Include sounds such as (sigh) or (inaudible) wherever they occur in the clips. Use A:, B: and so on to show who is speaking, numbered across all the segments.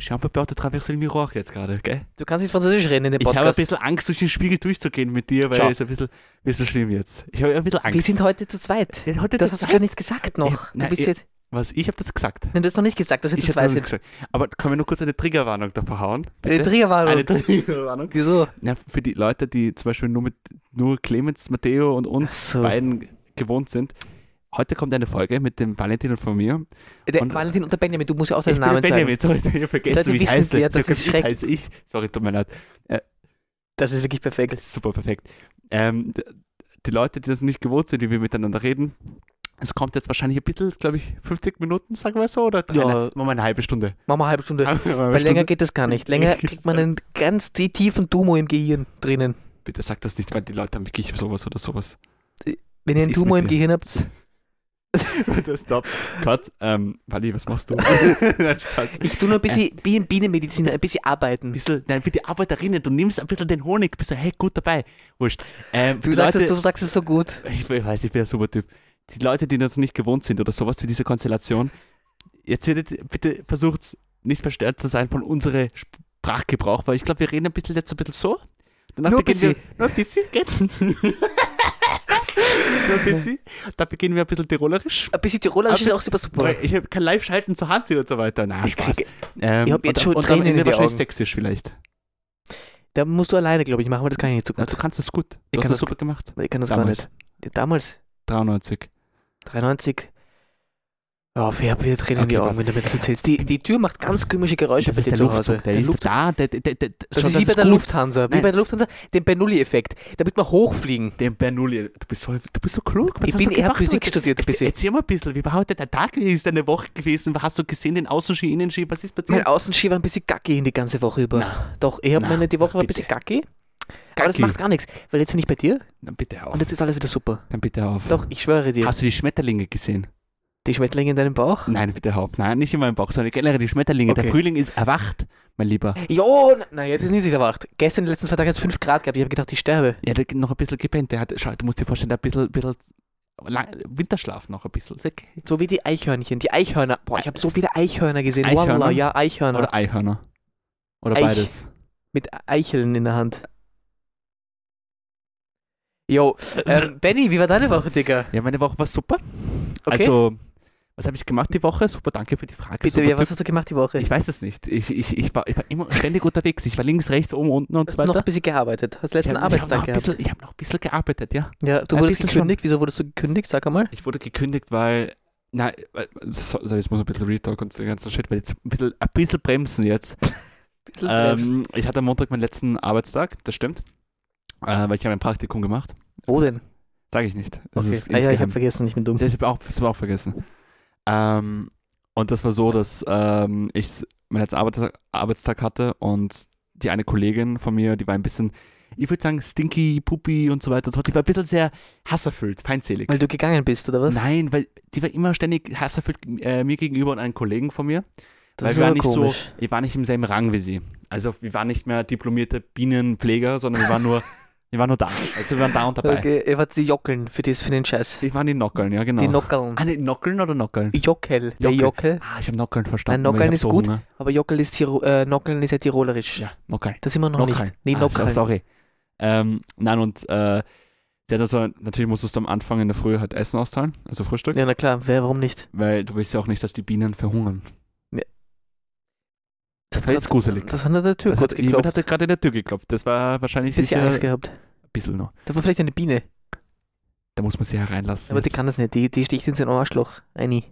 A: Je un peu peur de traverser le miroir jetzt gerade, gell?
B: Du kannst nicht Französisch reden in dem
A: Ich habe ein
B: Podcast.
A: bisschen Angst, durch den Spiegel durchzugehen mit dir, weil
B: Schau.
A: es ist ein bisschen, bisschen schlimm jetzt. Ich habe ein bisschen Angst.
B: Wir sind heute zu zweit.
A: Ja, heute
B: Das
A: zu
B: hast du
A: zweit.
B: gar nicht gesagt noch.
A: Ich- Äh, nein,
B: du bist
A: ich-
B: jetzt,
A: Was? Ich habe das gesagt.
B: nein, du hast noch nicht gesagt, dass wir
A: Ich
B: zu
A: habe
B: zweit
A: das
B: sind.
A: gesagt. Aber können wir nur kurz eine Triggerwarnung davor hauen?
B: Eine
A: Bitte?
B: Triggerwarnung.
A: Eine Triggerwarnung.
B: um. Wieso?
A: (laughs) Na, für die Leute, die zum Beispiel nur mit nur Clemens, Matteo und uns
B: So.
A: beiden gewohnt sind. Heute kommt eine Folge mit dem Valentin und von mir.
B: Der
A: Und-
B: Valentin und der Benjamin, du musst ja auch
A: Ich
B: deinen Namen
A: bin der Benjamin, sorry, ich (laughs) habe
B: Leute
A: vergessen, wie ich
B: wissen
A: heiße.
B: ja,
A: ich
B: das
A: hab
B: ist
A: gesagt,
B: schrecklich.
A: heiße ich. Sorry, tut mir leid.
B: sagen. Das ist wirklich perfekt.
A: Super perfekt. Ähm, d- die Leute, die das nicht gewohnt sind, die wir miteinander reden, es kommt jetzt wahrscheinlich ein bisschen, glaube ich, 50 Minuten, sagen wir so, oder
B: Ja.
A: eine, machen wir eine halbe Stunde.
B: Machen wir eine halbe Stunde.
A: Machen wir eine halbe
B: Weil länger
A: Stunde.
B: geht das gar
A: (laughs)
B: nicht. Länger kriegt man einen ganz tie- tiefen Tumor im Gehirn drinnen.
A: Bitte sag das nicht, weil die Leute haben wirklich sowas oder sowas. (laughs)
B: Wenn
A: Was
B: ihr einen
A: ist
B: Tumor
A: mit
B: im
A: dir?
B: Gehirn habt,
A: Stopp. Gott, ähm, Wally, was (laughs) machst du? Nein, Spaß.
B: ich tue nur ein bisschen
A: Äh.
B: Bienen- Bienenmedizin, ein bisschen arbeiten.
A: bisschen, nein, für die Arbeiterinnen, du nimmst ein bisschen den Honig, bist du, hey, gut dabei. Wurscht. Ähm,
B: Du
A: die
B: sagst,
A: Leute,
B: es, du sagst es so gut.
A: Ich we- weiß, ich bin ein super Typ. Die Leute, die das nicht gewohnt sind oder sowas wie diese Konstellation, jetzt werdet, bitte versucht nicht verstört zu sein von unserem Sprachgebrauch, weil ich glaube, wir reden ein bisschen jetzt ein bisschen so. Danach
B: Nur ein
A: beginnen wir. Nur ein bisschen, gell?
B: (laughs)
A: nur ein bisschen. Da beginnen wir ein bisschen tirolerisch.
B: Ein bisschen Tirolerisch ist
A: Aber-
B: auch super super.
A: Weil ich hab- kann live schalten zu Hansi und so weiter. Na,
B: Ich
A: Spaß.
B: krieg-
A: Ähm,
B: ich hab jetzt
A: und,
B: schon
A: und
B: Tränen
A: am Ende
B: in die
A: wahrscheinlich
B: Augen.
A: sexisch vielleicht.
B: Da musst du alleine, glaube ich, machen, weil das kann ich nicht so
A: Na,
B: gut.
A: du kannst das gut. Du
B: Ich
A: hast
B: kann
A: das
B: das
A: super gemacht.
B: Ich kann das
A: Damals.
B: gar nicht. Ja, Damals,
A: 93.
B: 93. Ja, wir haben wieder Tränen in die
A: Okay,
B: Augen,
A: was?
B: wenn du mir das erzählst. Die, die Tür macht ganz komische Geräusche bei dir zu Hause.
A: der, ist da. Der, der, der, der,
B: Das
A: schau,
B: ist wie bei der
A: gut.
B: Lufthansa. Wie
A: Nein.
B: bei der Lufthansa, den Bernoulli-Effekt. Damit wir hochfliegen.
A: Den Bernoulli, du bist so, du bist so klug. Was
B: ich
A: hast
B: bin
A: du
B: eher
A: gemacht
B: Physik
A: heute?
B: studiert ein
A: Erzähl,
B: bisschen.
A: erzähl mal ein bisschen, wie war heute der Tag? Wie ist deine Woche gewesen? Hast du gesehen den Außenski, Innenski? Was ist
B: Mein
A: passiert?
B: Außenski war ein bisschen kacke in die ganze Woche über. Doch, ich habe
A: Na,
B: meine, die Woche war ein
A: bitte.
B: bisschen kacke. Aber das
A: Kacki.
B: macht gar nichts, weil jetzt bin ich bei dir
A: Dann bitte auf.
B: und jetzt ist alles wieder super.
A: Dann bitte auf.
B: Doch, ich schwöre dir,
A: Hast du die Schmetterlinge gesehen?
B: die Schmetterlinge in deinem Bauch?
A: Nein, bitte auf. Nein, nicht in meinem Bauch, sondern generell die Schmetterlinge.
B: Okay. Äh.
A: Der Frühling ist erwacht, mein Lieber.
B: Jo, na- na, jetzt ist nicht erwacht. Gestern, die letzten zwei Tage hat es 5 Grad gehabt. Ich habe gedacht, ich sterbe.
A: Ja, der hat noch ein bisschen gepennt. Der hat, schau, du musst dir vorstellen, der hat ein bisschen, bisschen lang, Winterschlaf noch ein bisschen.
B: So wie die Eichhörnchen, die Eichhörner. Boah, ich habe so viele Eichhörner gesehen.
A: Eichhörner?
B: Wallah, ja, Eichhörner.
A: Oder Eihörner. Oder
B: Eich.
A: beides.
B: Mit Eicheln in der Hand. Jo, (laughs)
A: (laughs)
B: ähm, Benny, wie war deine Woche, Digga?
A: Ja, meine Woche war super.
B: Okay.
A: Also, was habe ich gemacht die Woche? Super, danke für die Frage.
B: Bitte,
A: super,
B: ja, was
A: Typ.
B: hast du gemacht die Woche?
A: ich weiß es nicht. Ich, ich, ich, war, ich war immer ständig unterwegs. Ich war links, rechts, oben, unten und so
B: hast du noch
A: weiter.
B: ein bisschen gearbeitet? Hast du
A: Ich
B: letzten
A: hab- ich hab noch
B: Arbeitstag
A: ein
B: gehabt?
A: bisschen- Ich habe noch ein bisschen gearbeitet, ja.
B: ja, du
A: ein
B: wurdest
A: bisschen schon.
B: gekündigt. Wieso wurdest du gekündigt? Sag einmal.
A: Ich wurde gekündigt, weil. Nein, weil- so, so, jetzt muss ich ein bisschen Retalk und so den ganzen Shit, weil jetzt ein bisschen, ein bisschen bremsen jetzt. Ähm, ich hatte am Montag meinen letzten Arbeitstag, das stimmt. Äh, weil ich habe ein Praktikum gemacht.
B: Wo denn?
A: Sage ich nicht. Das
B: Okay.
A: ist
B: Ah, ja, ich
A: insgeheim.
B: habe vergessen, ich bin dumm.
A: Ja, Ich habe auch, das war auch vergessen. Ähm, und das war so, dass ähm, ich meinen letzten Arbeitstag, Arbeitstag hatte und die eine Kollegin von mir, die war ein bisschen, ich würde sagen, stinky, puppy und so weiter und so fort. Die war ein bisschen sehr hasserfüllt, feindselig.
B: Weil du gegangen bist, oder was?
A: Nein, weil die war immer ständig hasserfüllt äh, mir gegenüber und einem Kollegen von mir.
B: das
A: weil
B: ist
A: wir waren
B: aber
A: nicht
B: komisch.
A: so, wir waren nicht im selben Rang wie sie. Also wir waren nicht mehr diplomierte Bienenpfleger, sondern wir waren
B: (laughs)
A: nur, wir waren nur da. Also wir waren da und dabei.
B: Okay, er wird sie jockeln für, das, für den Scheiß.
A: Wir waren die Nockeln, ja genau.
B: Die Nockeln.
A: ah, ne, Nockeln oder Nockeln?
B: Jockel, der Jockel.
A: Ah, ich habe Nockeln verstanden.
B: Nein,
A: aber ich
B: Nockeln
A: hab
B: ist gut.
A: Hunger.
B: Aber Jockel ist, Tiro äh, Nockeln ist ja tirolerisch.
A: Ja, Nockeln.
B: Das sind wir noch
A: Nockeln.
B: nicht. Nee,
A: Ah,
B: Nockeln.
A: Sorry. Ähm, nein, und äh, der hat also, natürlich musstest du am Anfang in der Früh halt Essen austeilen, also Frühstück,
B: Ja, na klar, wer, warum nicht?
A: weil du willst ja auch nicht, dass die Bienen verhungern.
B: Das
A: war jetzt gruselig.
B: Das hat an der Tür
A: Das
B: kurz
A: hat, jemand
B: geklopft.
A: hatte gerade in der Tür geklopft. Das war wahrscheinlich
B: bisschen
A: sicher
B: Angst
A: ein
B: gehabt.
A: bisschen noch.
B: Da war vielleicht eine Biene.
A: Da muss man sie hereinlassen.
B: Aber die
A: jetzt.
B: kann das nicht. Die, die sticht in sein Arschloch. Eine.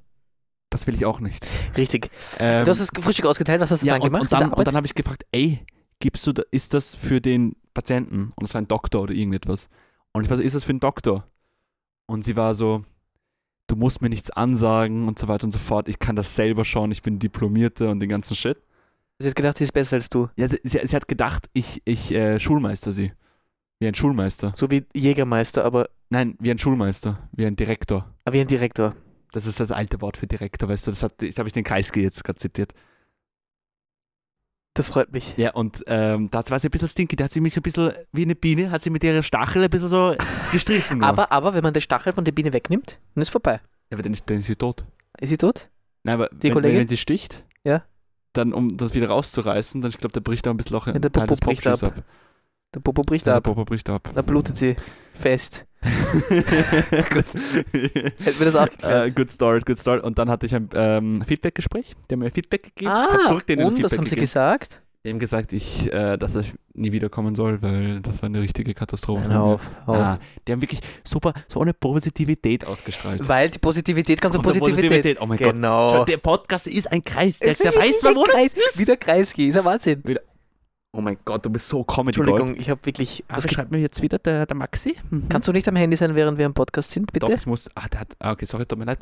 A: das will ich auch nicht.
B: Richtig.
A: Ähm,
B: du hast das Frühstück ausgeteilt. Was hast du
A: ja,
B: dann
A: und,
B: gemacht?
A: und dann,
B: in
A: und
B: der
A: dann habe ich gefragt, ey, gibst du, da, ist das für den Patienten? Und es war ein Doktor oder irgendetwas. Und ich war so, ist das für einen Doktor? Und sie war so, du musst mir nichts ansagen und so weiter und so fort. Ich kann das selber schon, ich bin Diplomierte und den ganzen Shit.
B: Arbeit? Sie hat gedacht, sie ist besser als du.
A: Ja, sie, sie, sie hat gedacht, ich, ich äh, schulmeister sie. Wie ein Schulmeister.
B: So wie Jägermeister, aber,
A: Nein, wie ein Schulmeister, wie ein Direktor.
B: aber wie ein Direktor.
A: Das ist das alte Wort für Direktor, weißt du, das hat, da habe ich den Kreisky jetzt gerade zitiert.
B: Das freut mich.
A: Ja, und ähm, da war sie ein bisschen stinky, da hat sie mich ein bisschen wie eine Biene, hat sie mit ihrer Stachel ein bisschen
B: (laughs)
A: so gestrichen. nur.
B: Aber, aber wenn man den Stachel von der Biene wegnimmt, dann ist vorbei.
A: Ja, aber dann ist, dann ist sie tot.
B: Ist sie tot?
A: Nein, aber wenn,
B: Kollegin?
A: wenn sie sticht,
B: Ja.
A: dann, um das wieder rauszureißen, dann, ich glaube, der bricht da ein bisschen auch
B: Ja,
A: ein
B: der
A: Teil
B: Popo
A: des
B: bricht
A: Popschuhs
B: ab.
A: ab.
B: Der Popo bricht
A: Ja, der
B: ab.
A: Popo bricht ab.
B: (laughs) Da blutet sie fest.
A: Gut.
B: Hätten wir das auch geklärt.
A: Äh, good start, good start. Und dann hatte ich ein ähm, Feedback-Gespräch. Die haben mir Feedback gegeben. ich hab
B: ah,
A: zurück denen
B: und
A: Feedback
B: was haben sie
A: gegeben.
B: gesagt?
A: Die haben gesagt, ich, äh, dass ich nie wiederkommen soll, weil das war eine richtige Katastrophe.
B: Nein,
A: von mir.
B: auf, auf.
A: Ah, die haben wirklich super, so eine Positivität ausgestrahlt.
B: Weil die Positivität kommt von
A: Kommt der
B: Positivität.
A: Oh mein Gott.
B: Genau.
A: Der Podcast ist ein Kreis. Der,
B: Es ist
A: der weiß,
B: wie
A: man,
B: der
A: wo das
B: Kreis,
A: ist.
B: Wie der Kreisky, ist ja Wahnsinn.
A: Oh mein Gott, du bist so comedy Gold.
B: Entschuldigung, ich habe wirklich.
A: Ah,
B: Was
A: Was
B: ge-
A: schreibt mir jetzt wieder der, der Maxi? Mhm.
B: kannst du nicht am Handy sein, während wir im Podcast sind, bitte?
A: Doch, ich muss. Ah, der hat. Ah, okay, sorry, tut mir leid.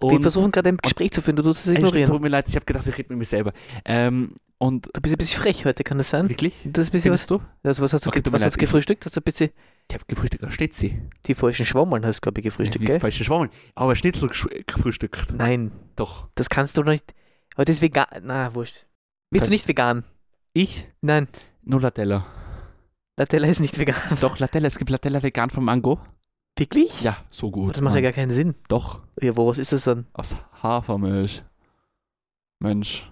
B: wir
A: Und,
B: versuchen gerade ein Gespräch zu führen, du tust es
A: Ey,
B: ignorieren.
A: tut mir leid, ich habe gedacht, ich rede mit mir selber. Ähm, und
B: Du bist ein bisschen frech heute, kann das sein?
A: wirklich?
B: Das ist ein bisschen was.
A: Findest du?
B: Also was hast du,
A: Okay,
B: ge-
A: tut mir
B: was
A: leid,
B: hast du
A: ich-
B: gefrühstückt? Hast du ein bisschen
A: Ich habe gefrühstückt, da steht sie.
B: die falschen Schwammeln hast du, glaube ich, gefrühstückt,
A: Wie
B: gell?
A: falsch geschwommen. Aber Schnitzel gesch- gefrühstückt.
B: Nein,
A: Doch.
B: das kannst du doch nicht. Heute ist vegan. Na, wurscht. Bist
A: Dann-
B: du nicht vegan?
A: Ich?
B: Nein,
A: Nur Latella.
B: Nutella ist nicht vegan.
A: Doch, Latella. Es gibt Latella vegan vom Mango.
B: Wirklich?
A: Ja, so
B: Aber
A: gut.
B: Das macht ja
A: Mann.
B: gar keinen Sinn.
A: Doch.
B: Ja, wo, was ist das dann?
A: Aus Hafermilch. Mensch.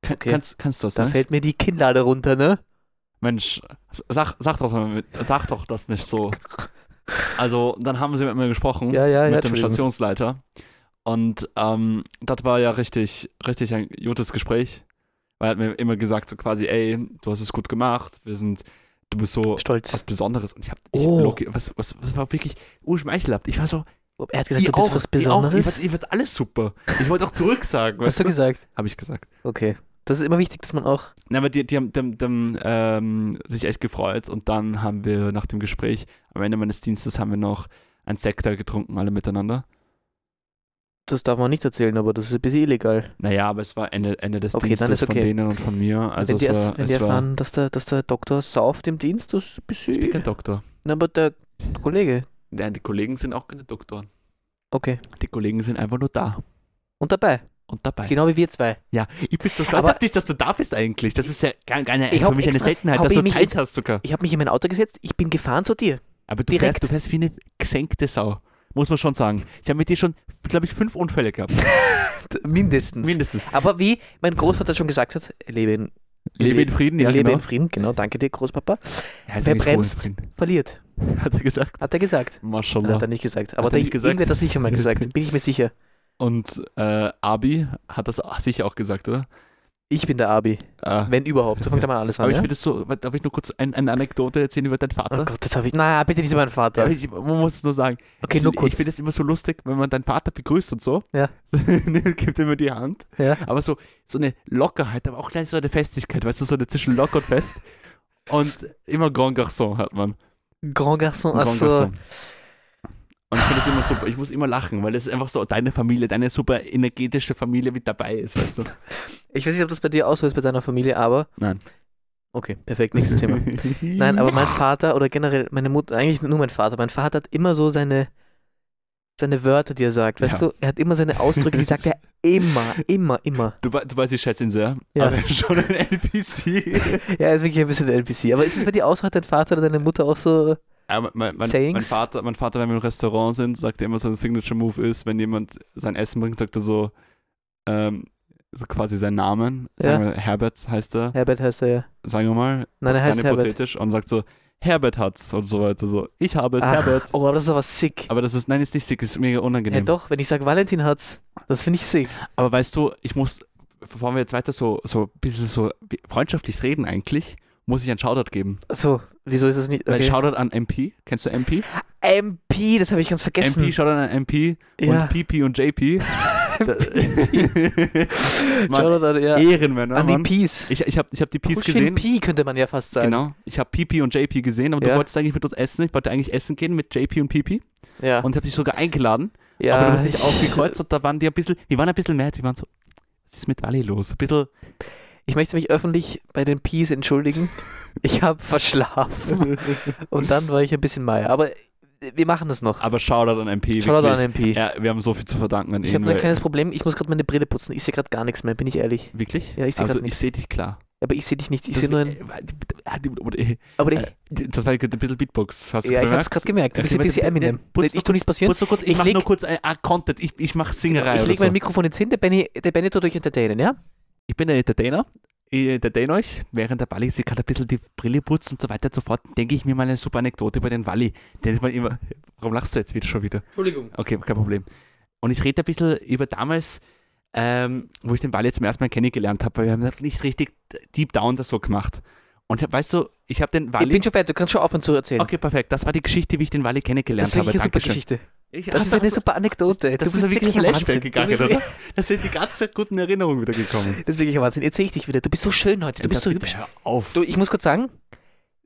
A: Kann,
B: Okay.
A: kannst, kannst du das,
B: Da
A: ne?
B: fällt mir die Kinnlade runter, ne?
A: Mensch, sag, sag, doch, mal mit- sag doch das nicht
B: (laughs)
A: so. Also, dann haben sie mit mir gesprochen.
B: Ja, ja, ja.
A: mit dem
B: Entschuldigung.
A: Stationsleiter. Und ähm, das war ja richtig, richtig ein gutes Gespräch. Weil er hat mir immer gesagt, so quasi, ey, du hast es gut gemacht, wir sind, du bist so
B: Stolz.
A: was Besonderes. Und ich hab, ich,
B: Oh.
A: Loki, was, was, was war wirklich urschmeichelhaft. Ich war so,
B: Er hat gesagt,
A: ich
B: du bist
A: auch,
B: was
A: Ich, auch, ich,
B: Besonderes.
A: fand, ich fand alles super. Ich wollte auch zurück sagen,
B: Hast
A: weißt
B: du
A: du?
B: gesagt?
A: Habe ich gesagt.
B: Okay. Das ist immer wichtig, dass man auch.
A: Na, aber die, die haben dem, dem, ähm, sich echt gefreut und dann haben wir nach dem Gespräch, am Ende meines Dienstes, haben wir noch ein Sektor getrunken, alle miteinander.
B: Das darf man nicht erzählen, aber das ist ein bisschen illegal.
A: Naja, aber es war Ende, Ende des
B: Okay, dann
A: Dienstes
B: ist
A: von
B: okay.
A: denen und von mir. Also
B: wenn die,
A: es
B: erst-
A: war,
B: wenn die
A: es war
B: erfahren, dass der, dass der Doktor sauft im Dienst, das ist ein
A: ich bin kein
B: bisschen.
A: Doktor.
B: Na, aber der Kollege.
A: Nein, die Kollegen sind auch keine Doktoren.
B: Okay.
A: Die Kollegen sind einfach nur da
B: Und dabei.
A: und dabei.
B: Genau wie wir zwei.
A: Ja, ich bin so stolz
B: Aber-
A: auf dich, dass du da bist eigentlich. Das ist ja gar, gar nicht,
B: Ich
A: für
B: hab
A: mich eine
B: extra-
A: Seltenheit,
B: hab
A: dass
B: ich
A: du
B: mich
A: Zeit
B: jetzt-
A: hast sogar.
B: Ich habe mich in mein Auto gesetzt, ich bin gefahren zu dir.
A: Aber du
B: direkt-
A: fährst, du fährst wie eine gesenkte Sau. Muss man schon sagen. Ich habe mit dir schon, glaube ich, fünf Unfälle (laughs) gehabt.
B: Mindestens.
A: Mindestens.
B: Aber wie mein Großvater schon gesagt hat, lebe in,
A: Lebe in Frieden, ja,
B: lebe
A: genau.
B: in Frieden, genau, danke dir, Großpapa.
A: Ja, ist eigentlich Ruhe
B: Wer
A: in
B: bremst?
A: Frieden. (laughs)
B: Verliert,
A: Hat er gesagt.
B: hat er gesagt.
A: Maschallah.
B: Hat er nicht gesagt,
A: er
B: aber der,
A: nicht gesagt?
B: irgendwer hat
A: (laughs)
B: das sicher mal gesagt, bin ich mir sicher.
A: Und äh, Abi hat das sicher auch gesagt, oder?
B: Ich bin der Abi,
A: Ah.
B: wenn überhaupt, so fängt er mal alles
A: Aber
B: an.
A: ich
B: Ja?
A: will das so, darf ich nur kurz ein, eine Anekdote erzählen über deinen
B: Oh
A: Vater?
B: Gott, jetzt habe ich, na, bitte nicht über meinen
A: Ja,
B: Vater.
A: ich, man muss es nur sagen.
B: Okay,
A: ich,
B: nur kurz.
A: Ich finde es immer so lustig, wenn man deinen Vater begrüßt und so. (laughs)
B: Ja.
A: Gibt ihm immer die Hand.
B: Ja.
A: Aber so, so eine Lockerheit, aber auch gleich so eine Festigkeit, weißt du, so eine zwischen locker und fest. und immer Grand Garçon hat man.
B: Grand Garçon, Also,
A: Grand
B: achso.
A: Garçon. Und ich finde das immer super. Ich muss immer lachen, weil das ist einfach so deine Familie, deine super energetische Familie mit dabei ist, weißt du.
B: Ich weiß nicht, ob das bei dir auch so ist, bei deiner Familie, aber.
A: Nein.
B: Okay, perfekt, (laughs) nächstes (laughs) Thema. Nein, aber mein Vater oder generell meine Mutter, eigentlich nur mein Vater, mein Vater hat immer so seine, seine Wörter, die er sagt, weißt
A: Ja.
B: du? Er hat immer seine Ausdrücke, die sagt (laughs) er immer, immer, immer.
A: Du, wei- du weißt, ich schätze ihn sehr,
B: Ja.
A: aber (laughs) er ist schon ein
B: (laughs)
A: NPC.
B: Ja, er ist wirklich ein bisschen ein NPC. Aber ist es bei dir auch so, hat dein Vater oder deine Mutter auch so,
A: Aber mein, mein, mein,
B: Sayings?
A: Vater, mein Vater, wenn wir im Restaurant sind, sagt er immer, sein Signature-Move ist, wenn jemand sein Essen bringt, sagt er so, ähm, so quasi seinen Namen. Sagen wir, Herbert heißt er,
B: Herbert heißt er ja.
A: sagen wir mal,
B: Nein, er heißt
A: rein
B: Herbert.
A: hypothetisch, und sagt so, Herbert hat's und so weiter. So, ich habe es,
B: Ach,
A: Herbert.
B: Oh, aber das ist aber sick.
A: Aber das ist, nein, ist nicht sick, ist mega
B: Ja
A: unangenehm.
B: doch, wenn ich sage Valentin hat's, das finde ich sick.
A: Aber weißt du, ich muss, bevor wir jetzt weiter so, so ein bisschen so freundschaftlich reden eigentlich, muss ich einen Shoutout geben.
B: So, wieso ist das nicht?
A: Weil
B: Okay.
A: Shoutout an MP, kennst du MP?
B: MP, das habe ich ganz vergessen.
A: MP, Shoutout an MP
B: ja.
A: und PP und (laughs)
B: (laughs)
A: JP. Da- Mann,
B: Shoutout an, ja.
A: Ehrenmänner,
B: an die
A: E, Mann.
B: P's.
A: Ich, ich habe ich hab die Peas
B: Push in
A: gesehen.
B: P könnte man ja fast sagen.
A: Genau. Ich habe Pipi und JP gesehen, aber du
B: Ja.
A: wolltest eigentlich mit uns essen. Ich wollte eigentlich essen gehen mit JP und Pipi
B: Ja.
A: und habe dich sogar eingeladen.
B: ja.
A: Aber du hast dich aufgekreuzt und da waren die ein bisschen, die waren ein bisschen mad. Die waren so, was ist mit Wally los? Ein bisschen.
B: Ich möchte mich öffentlich bei den Peas entschuldigen. Ich habe verschlafen.
A: (laughs)
B: Und dann war ich ein bisschen Meier. Aber äh, wir machen das noch.
A: aber Shoutout an MP.
B: Shoutout
A: wirklich.
B: an MP.
A: Ja, wir haben so viel zu verdanken an
B: ich
A: ihn.
B: habe nur ein
A: weil-
B: kleines Problem. Ich muss gerade meine Brille putzen. Ich sehe gerade gar nichts mehr, bin ich ehrlich.
A: Wirklich?
B: Ja, ich seh
A: Aber
B: grad
A: du- ich
B: nix.
A: sehe dich klar.
B: Aber ich sehe dich nicht. Ich
A: Das-
B: sehe nur ein.
A: äh,
B: Aber ich,
A: äh, Das war ein bisschen Beatbox. Hast du
B: ja, ich habe es
A: gemerkt?
B: gerade gemerkt. Du bist ein
A: Okay,
B: bisschen
A: warte,
B: Eminem.
A: ne, putz
B: ich
A: nur
B: tu nichts passieren.
A: Kurz, so kurz, ich,
B: Ich
A: mache
B: leg-
A: nur kurz ein, ein Content, ich, ich mache Singerei
B: Ich
A: oder
B: lege
A: so.
B: mein Mikrofon jetzt hin. Der Benny, der Benny tut euch entertainen, ja?
A: ich bin ein Entertainer. Ich entertain euch. Während der Balli sich gerade ein bisschen die Brille putzt und so weiter und so fort, denke ich mir mal eine super Anekdote über den Walli. Der ist mal immer. Warum lachst du jetzt wieder schon wieder?
B: Entschuldigung.
A: Okay, kein Problem. Und ich rede ein bisschen über damals, ähm, wo ich den Walli zum ersten Mal kennengelernt habe, weil wir haben das nicht richtig deep down das so gemacht. Und hab- weißt du, ich habe den
B: Ich
A: Walli.
B: bin schon fertig, du kannst schon aufhören zu erzählen.
A: Okay, perfekt. Das war die Geschichte, wie ich den Walli kennengelernt
B: das ist
A: habe.
B: wirklich eine super
A: Dankeschön.
B: Geschichte.
A: Ich,
B: Das ist eine super Anekdote.
A: das
B: Du
A: ist
B: bist
A: wirklich ein
B: Wahnsinn.
A: Flashback gegangen,
B: Du bist-
A: oder? Das sind die ganze Zeit guten Erinnerungen wieder gekommen.
B: Das ist wirklich ein Wahnsinn. Jetzt sehe ich dich wieder. Du bist so schön heute. Du bist so
A: Bitte
B: hübsch.
A: Hör auf.
B: Du, ich muss kurz sagen,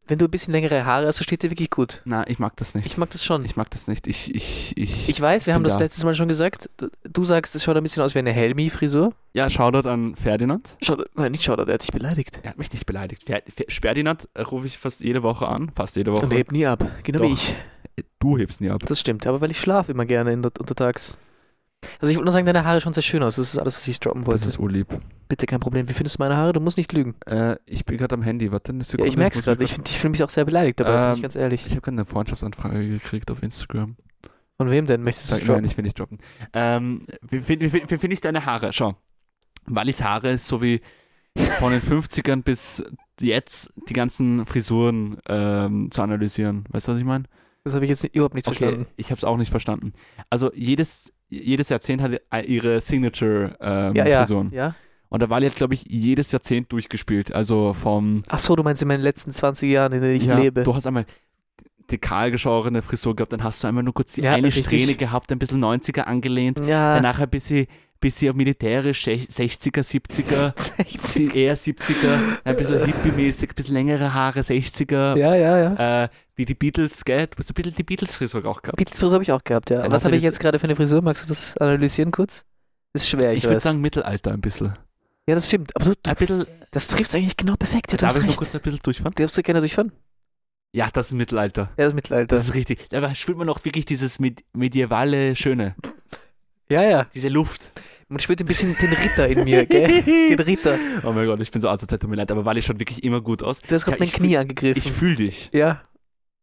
B: wenn du ein bisschen längere Haare hast, so steht dir wirklich gut.
A: Na, ich mag das nicht.
B: Ich mag das schon.
A: Ich mag das nicht. Ich, ich, ich.
B: Ich weiß, wir haben
A: Bin
B: das
A: da.
B: letztes Mal schon gesagt. Du sagst, es schaut ein bisschen aus wie eine Helmi-Frisur.
A: ja, Shoutout an Ferdinand.
B: Schaut- Nein, nicht schaut, er hat dich beleidigt.
A: Er hat mich nicht beleidigt. Fer Fer Ferdinand äh, rufe ich fast jede Woche an. Fast jede
B: Und er
A: Woche.
B: hebt nie ab. Genau wie
A: Doch.
B: ich.
A: Du hebst nie ab.
B: Das stimmt, aber weil ich schlafe immer gerne in der, untertags. Also ich wollte nur sagen, deine Haare schauen sehr schön aus. Das ist alles, was ich droppen wollte.
A: Das ist urlieb.
B: Bitte kein Problem. Wie findest du meine Haare? Du musst nicht lügen.
A: Äh, ich bin gerade am Handy. Warte eine
B: Ja,
A: Sekunde.
B: ich merk's
A: muss
B: gerade.
A: mich
B: Ich, find- ich fühle mich auch sehr beleidigt dabei, bin ich
A: Ähm,
B: ganz ehrlich.
A: grad- Ich habe gerade eine Freundschaftsanfrage gekriegt auf Instagram.
B: Von wem denn möchtest du
A: Sag,
B: es
A: nein,
B: droppen?
A: ich will nicht droppen. Ähm, wie finde find, wie find ich deine Haare? Schau. Wallis Haare ist so wie von den 50ern bis jetzt die ganzen Frisuren ähm, zu analysieren. Weißt du, was ich meine?
B: Das habe ich jetzt nicht, überhaupt nicht
A: Okay,
B: verstanden.
A: ich habe es auch nicht verstanden. Also jedes, jedes Jahrzehnt hat ihre Signature-Frisuren.
B: Ja, ja.
A: Frisuren.
B: ja.
A: Und der Wally hat, glaube ich, jedes Jahrzehnt durchgespielt. Also vom,
B: Ach so, du meinst in meinen letzten 20 Jahren, in denen ich
A: ja,
B: lebe.
A: du hast einmal die kahl geschorene Frisur gehabt, dann hast du einmal nur kurz die
B: Ja,
A: eine
B: richtig. Ah.
A: Strähne gehabt, ein bisschen 90er angelehnt,
B: Ja, (laughs)
A: danach ein bisschen, bisschen auf militärisch, sech- 60er,
B: (laughs)
A: 70er,
B: 60.
A: sie- eher 70er, ein bisschen hippie-mäßig, ein bisschen längere Haare, 60er,
B: Ja, ja, ja.
A: äh, wie die Beatles, gell? Du hast ein bisschen die Beatles-Frisur auch gehabt.
B: Beatles-Frisur habe ich auch gehabt, ja.
A: Dann
B: Was
A: hast du
B: habe ich
A: das-
B: jetzt gerade für eine Frisur? Magst du das analysieren kurz? Ist schwer, ich,
A: Ich würde
B: weiß.
A: sagen Mittelalter ein bisschen.
B: ja, das stimmt. Aber du, du,
A: Ein bisschen,
B: das trifft eigentlich genau perfekt. Ja, du
A: darf
B: hast
A: ich noch
B: recht.
A: kurz ein bisschen durchfahren?
B: Darfst du gerne durchfahren?
A: Ja, das ist Mittelalter.
B: Ja, das Mittelalter.
A: Das ist richtig. Da spürt man noch wirklich dieses med medievale Schöne.
B: ja, ja.
A: Diese Luft.
B: Man spürt ein bisschen den Ritter in
A: (laughs)
B: mir, gell? Den Ritter.
A: Oh mein Gott, ich bin so aus der Zeit, tut mir leid, aber Wally schaut wirklich immer gut aus.
B: Du hast gerade
A: Ja,
B: mein
A: ich
B: Knie
A: fühl-
B: angegriffen.
A: Ich fühle dich.
B: ja,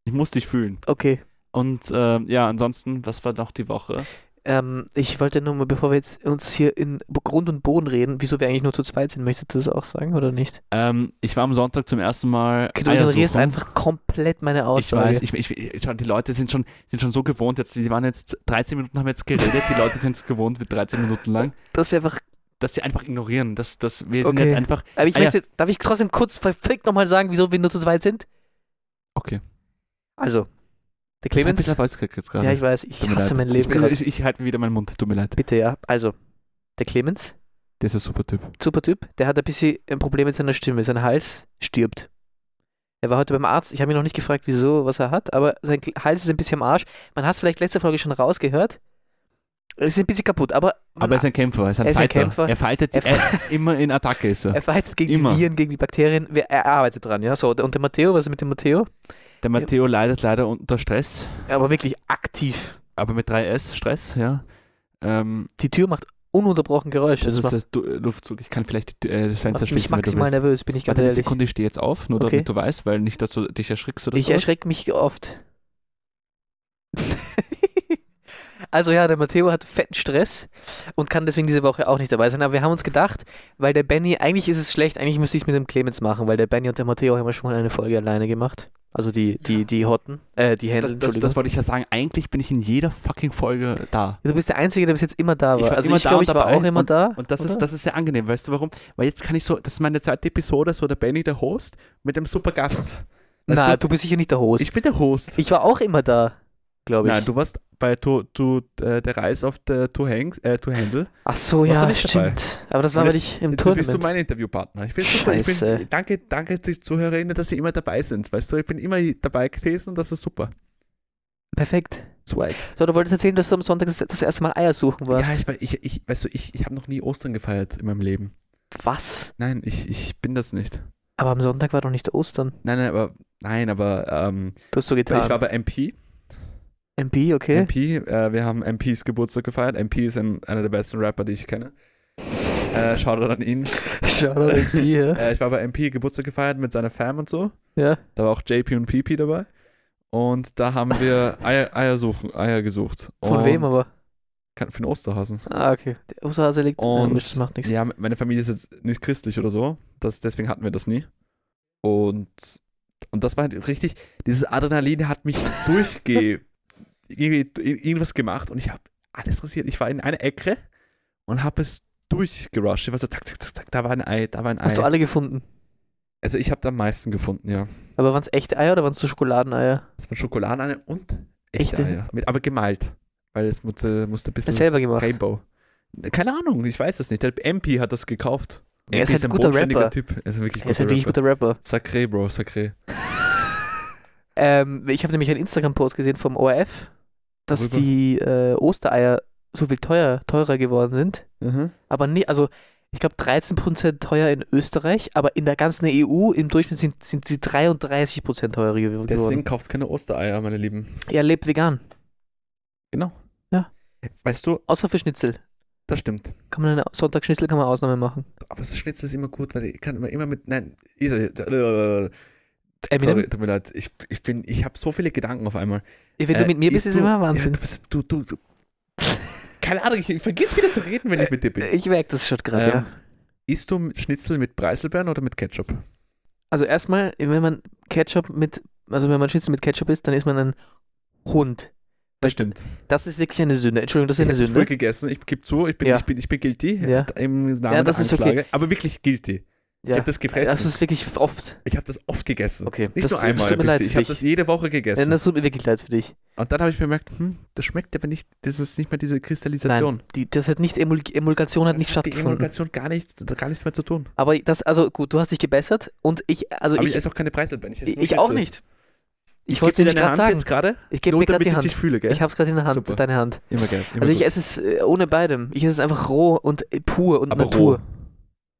A: Ich muss dich fühlen.
B: okay.
A: Und ähm, ja, ansonsten, was war noch die Woche?
B: Ähm, ich wollte nur mal, bevor wir jetzt uns hier in Grund und Boden reden, wieso wir eigentlich nur zu zweit sind, möchtest du das auch sagen oder nicht?
A: Ähm, ich war am Sonntag zum ersten Mal.
B: Okay, du
A: Eier
B: ignorierst
A: suchen.
B: einfach komplett meine
A: Ah Ich
B: Aussage.
A: weiß, ich, ich, ich, schau, die Leute sind schon, sind schon so gewohnt, jetzt, die waren jetzt 13 Minuten haben jetzt geredet, die Leute sind es gewohnt, mit 13 Minuten
B: (laughs)
A: lang,
B: Dass wir einfach
A: dass sie einfach ignorieren, dass, dass wir sind
B: Okay.
A: jetzt einfach,
B: Aber ich
A: Ah, ja.
B: möchte, darf ich trotzdem kurz verfickt nochmal sagen, wieso wir nur zu zweit sind?
A: okay.
B: Also, der
A: Ich hab ein
B: Clemens.
A: bisschen auf Eiskrieg jetzt gerade.
B: Ja, ich weiß, ich
A: Tut mir
B: hasse
A: leid.
B: mein
A: Ich,
B: Leben
A: bin-
B: gerade.
A: ich, ich halte wieder meinen Mund, tut mir leid.
B: Bitte, ja. Also, der Clemens,
A: Der ist ein super Typ.
B: super Typ, der hat ein bisschen ein Problem mit seiner Stimme. Sein Hals stirbt. Er war heute beim Arzt. Ich habe ihn noch nicht gefragt, wieso, was er hat, aber sein Kl- Hals ist ein bisschen am Arsch. Man hat es vielleicht letzte Folge schon rausgehört. Er ist ein bisschen kaputt, aber, man,
A: Aber er ist ein Kämpfer, er ist ein
B: Er ist ein
A: Fighter.
B: Kämpfer.
A: Er fightet
B: Er
A: er, (laughs) immer in Attacke ist er.
B: er fightet gegen
A: Immer.
B: die Viren, gegen die Bakterien. Wer- Er arbeitet dran, ja. So, und der Matteo, was ist mit dem Matteo?
A: Der Matteo leidet leider unter Stress,
B: Aber wirklich aktiv.
A: aber mit 3S Stress, ja. Ähm,
B: Die Tür macht ununterbrochen Geräusche.
A: das,
B: Das
A: ist
B: macht,
A: der Du- äh, Luftzug. Ich kann vielleicht die, äh, das Fenster
B: macht mich
A: schließen, wenn du
B: maximal
A: willst.
B: nervös, bin ich ganz
A: Warte eine
B: ehrlich.
A: Sekunde, ich stehe jetzt auf, nur
B: Okay.
A: damit du weißt, weil nicht, dass du dich erschrickst oder
B: Ich
A: sowas.
B: erschrecke mich oft. (laughs) also ja, der Matteo hat fetten Stress und kann deswegen diese Woche auch nicht dabei sein. Aber wir haben uns gedacht, weil der Benny, eigentlich ist es schlecht, eigentlich müsste ich es mit dem Clemens machen, weil der Benny und der Matteo haben ja schon mal eine Folge alleine gemacht. Also die, die, die Hotten, äh, die Hände,
A: Das, das, das wollte ich ja sagen. Eigentlich bin ich in jeder fucking Folge da.
B: Du bist der Einzige, der bis jetzt immer da
A: Ich
B: war.
A: war
B: also
A: immer
B: ich
A: da
B: glaube,
A: und
B: ich war
A: dabei
B: auch immer da.
A: Und das
B: oder?
A: ist, das ist sehr angenehm. Weißt du warum? Weil jetzt kann ich so, das ist meine zweite Episode, so der Benny, der Host, mit dem super Gast. Weißt
B: Na,
A: du,
B: du bist sicher nicht der Host. Ich,
A: ich bin der Host.
B: war auch immer da, glaube ich.
A: Nein, du warst bei to, to, äh, der Reis auf der To, Hangs, äh, to Handle.
B: Ach so,
A: Warst du
B: ja,
A: nicht dabei?
B: stimmt. Aber das war,
A: Und
B: weil ich im
A: Jetzt
B: Turnier
A: bist du mein Interviewpartner. Ich bin super. Ich
B: Scheiße.
A: bin, danke, danke die Zuhörerinnen, dass sie immer dabei sind. Weißt du, ich bin immer dabei gewesen und das ist super.
B: Perfekt.
A: Swag.
B: So, du wolltest erzählen, dass du am Sonntag das, das erste Mal Eier suchen warst.
A: Ja, ich, weil ich, ich, weißt du, ich, ich habe noch nie Ostern gefeiert in meinem Leben.
B: Was?
A: Nein, ich, ich bin das nicht.
B: Aber am Sonntag war doch nicht Ostern.
A: Nein, nein, aber, nein, aber ähm,
B: Du hast so
A: weil
B: getan.
A: ich war bei MP.
B: MP, okay. (laughs)
A: MP, äh, wir haben MPs Geburtstag gefeiert. MP ist ein, einer der besten Rapper, die ich kenne. Äh, Shoutout an
B: (laughs)
A: ihn.
B: Schau mal, MP, ja.
A: Äh, ich war bei MP Geburtstag gefeiert mit seiner Fam und so.
B: ja.
A: Da war auch JP und PP dabei.
B: (laughs)
A: Und da haben wir Eier, Eier, suchen, Eier gesucht.
B: Von
A: und
B: wem aber?
A: Kann- Für den Osterhasen.
B: Ah, okay. Der Osterhase liegt
A: Und-
B: und das macht nichts.
A: Ja, meine Familie ist jetzt nicht christlich oder so. Das, deswegen hatten wir das nie. Und, und das war halt richtig, dieses Adrenalin hat
B: (laughs)
A: mich durchge... irgendwie irgendwas gemacht und ich habe alles rasiert. Ich war in einer Ecke und habe es durchgerusht. Ich war so, zack, zack, zack, zack, da war ein Ei, da war ein Ei.
B: Hast du alle gefunden?
A: also ich habe da am meisten gefunden, ja.
B: Aber waren es echte Eier oder waren es so Schokoladeneier?
A: Das waren Schokoladeneier und echte
B: Echte?
A: Eier. Mit, aber gemalt. Weil es musste, musste ein bisschen
B: Selber gemacht.
A: Rainbow. Keine Ahnung, ich weiß das nicht. Der MP hat das gekauft.
B: Er ist halt ein guter
A: bodenständiger
B: Rapper.
A: Typ. Er ist ein wirklich
B: Er ist
A: guter
B: halt wirklich
A: Rapper.
B: guter Rapper.
A: Sacré, Bro, sacré.
B: Ähm, ich habe nämlich einen Instagram-Post gesehen vom ORF, dass
A: Worüber?
B: die äh, Ostereier so viel teuer, teurer geworden sind. Aber nie, also ich glaube 13% teuer in Österreich, aber in der ganzen EU im Durchschnitt sind, sind sie 33% teurer gew- geworden.
A: Deswegen kauft keine Ostereier, meine Lieben.
B: Er lebt vegan.
A: Genau.
B: Ja.
A: Weißt du,
B: Außer für Schnitzel.
A: das stimmt.
B: Kann man eine Sonntagsschnitzel kann man Ausnahme machen.
A: Aber das Schnitzel ist immer gut, weil ich kann immer- immer mit. Nein, ich, sorry,
B: Äh, Eminem,
A: tut mir leid. Ich, ich bin, ich habe so viele Gedanken auf einmal.
B: wenn du
A: Äh,
B: mit mir bist,
A: isst
B: ist es
A: du-
B: immer
A: Ja,
B: Wahnsinn.
A: du bist, du, du, du. Keine Ahnung, ich, ich vergiss wieder zu reden, wenn ich mit dir bin.
B: ich merke das schon gerade,
A: Ähm,
B: ja.
A: Isst du Schnitzel mit Preiselbeeren oder mit Ketchup?
B: Also erstmal, wenn man Ketchup mit, also wenn man Schnitzel mit Ketchup isst, dann ist man ein Hund.
A: Das stimmt.
B: Das ist wirklich eine Sünde. Entschuldigung, das ist
A: Ich
B: eine
A: habe
B: Sünde.
A: früh gegessen. Ich gebe zu, ich bin,
B: Ja.
A: ich bin, ich bin guilty.
B: Ja.
A: Im Namen
B: Ja, das
A: der
B: ist okay.
A: Anklage. Aber wirklich guilty.
B: Ja.
A: Ich habe das gefressen.
B: Das ist wirklich oft.
A: ich habe das oft gegessen.
B: Okay,
A: Nicht
B: das,
A: nur einmal.
B: das tut mir
A: ein
B: leid
A: bisschen.
B: für
A: ich habe
B: dich.
A: das jede Woche
B: Ja,
A: gegessen.
B: das tut mir wirklich leid für dich.
A: und dann habe ich bemerkt, hm, das schmeckt aber nicht, das ist nicht mehr diese Kristallisation.
B: Die, das hat nicht Emul Emulgation hat
A: Das
B: nicht
A: hat die
B: stattgefunden.
A: Emulgation gar, nicht, gar nichts mehr zu tun.
B: Aber das, also gut, du hast dich gebessert und ich, also
A: aber ich,
B: ich, ich,
A: esse auch keine Breitelbeeren. Ich, esse nur
B: auch
A: Schnitzel.
B: nicht. Ich,
A: geb
B: wollte
A: dir
B: dir
A: deine
B: gerade
A: Hand
B: sagen,
A: jetzt gerade.
B: ich gebe
A: Nur
B: mir gerade
A: damit
B: die
A: ich
B: Hand.
A: dich fühle, gell?
B: Ich habe es gerade in der Hand,
A: Super.
B: deine Hand.
A: immer gerne. Immer
B: Also ich
A: gut.
B: esse es äh, ohne beidem. Ich esse es einfach roh und äh, pur und
A: aber
B: Natur.
A: roh.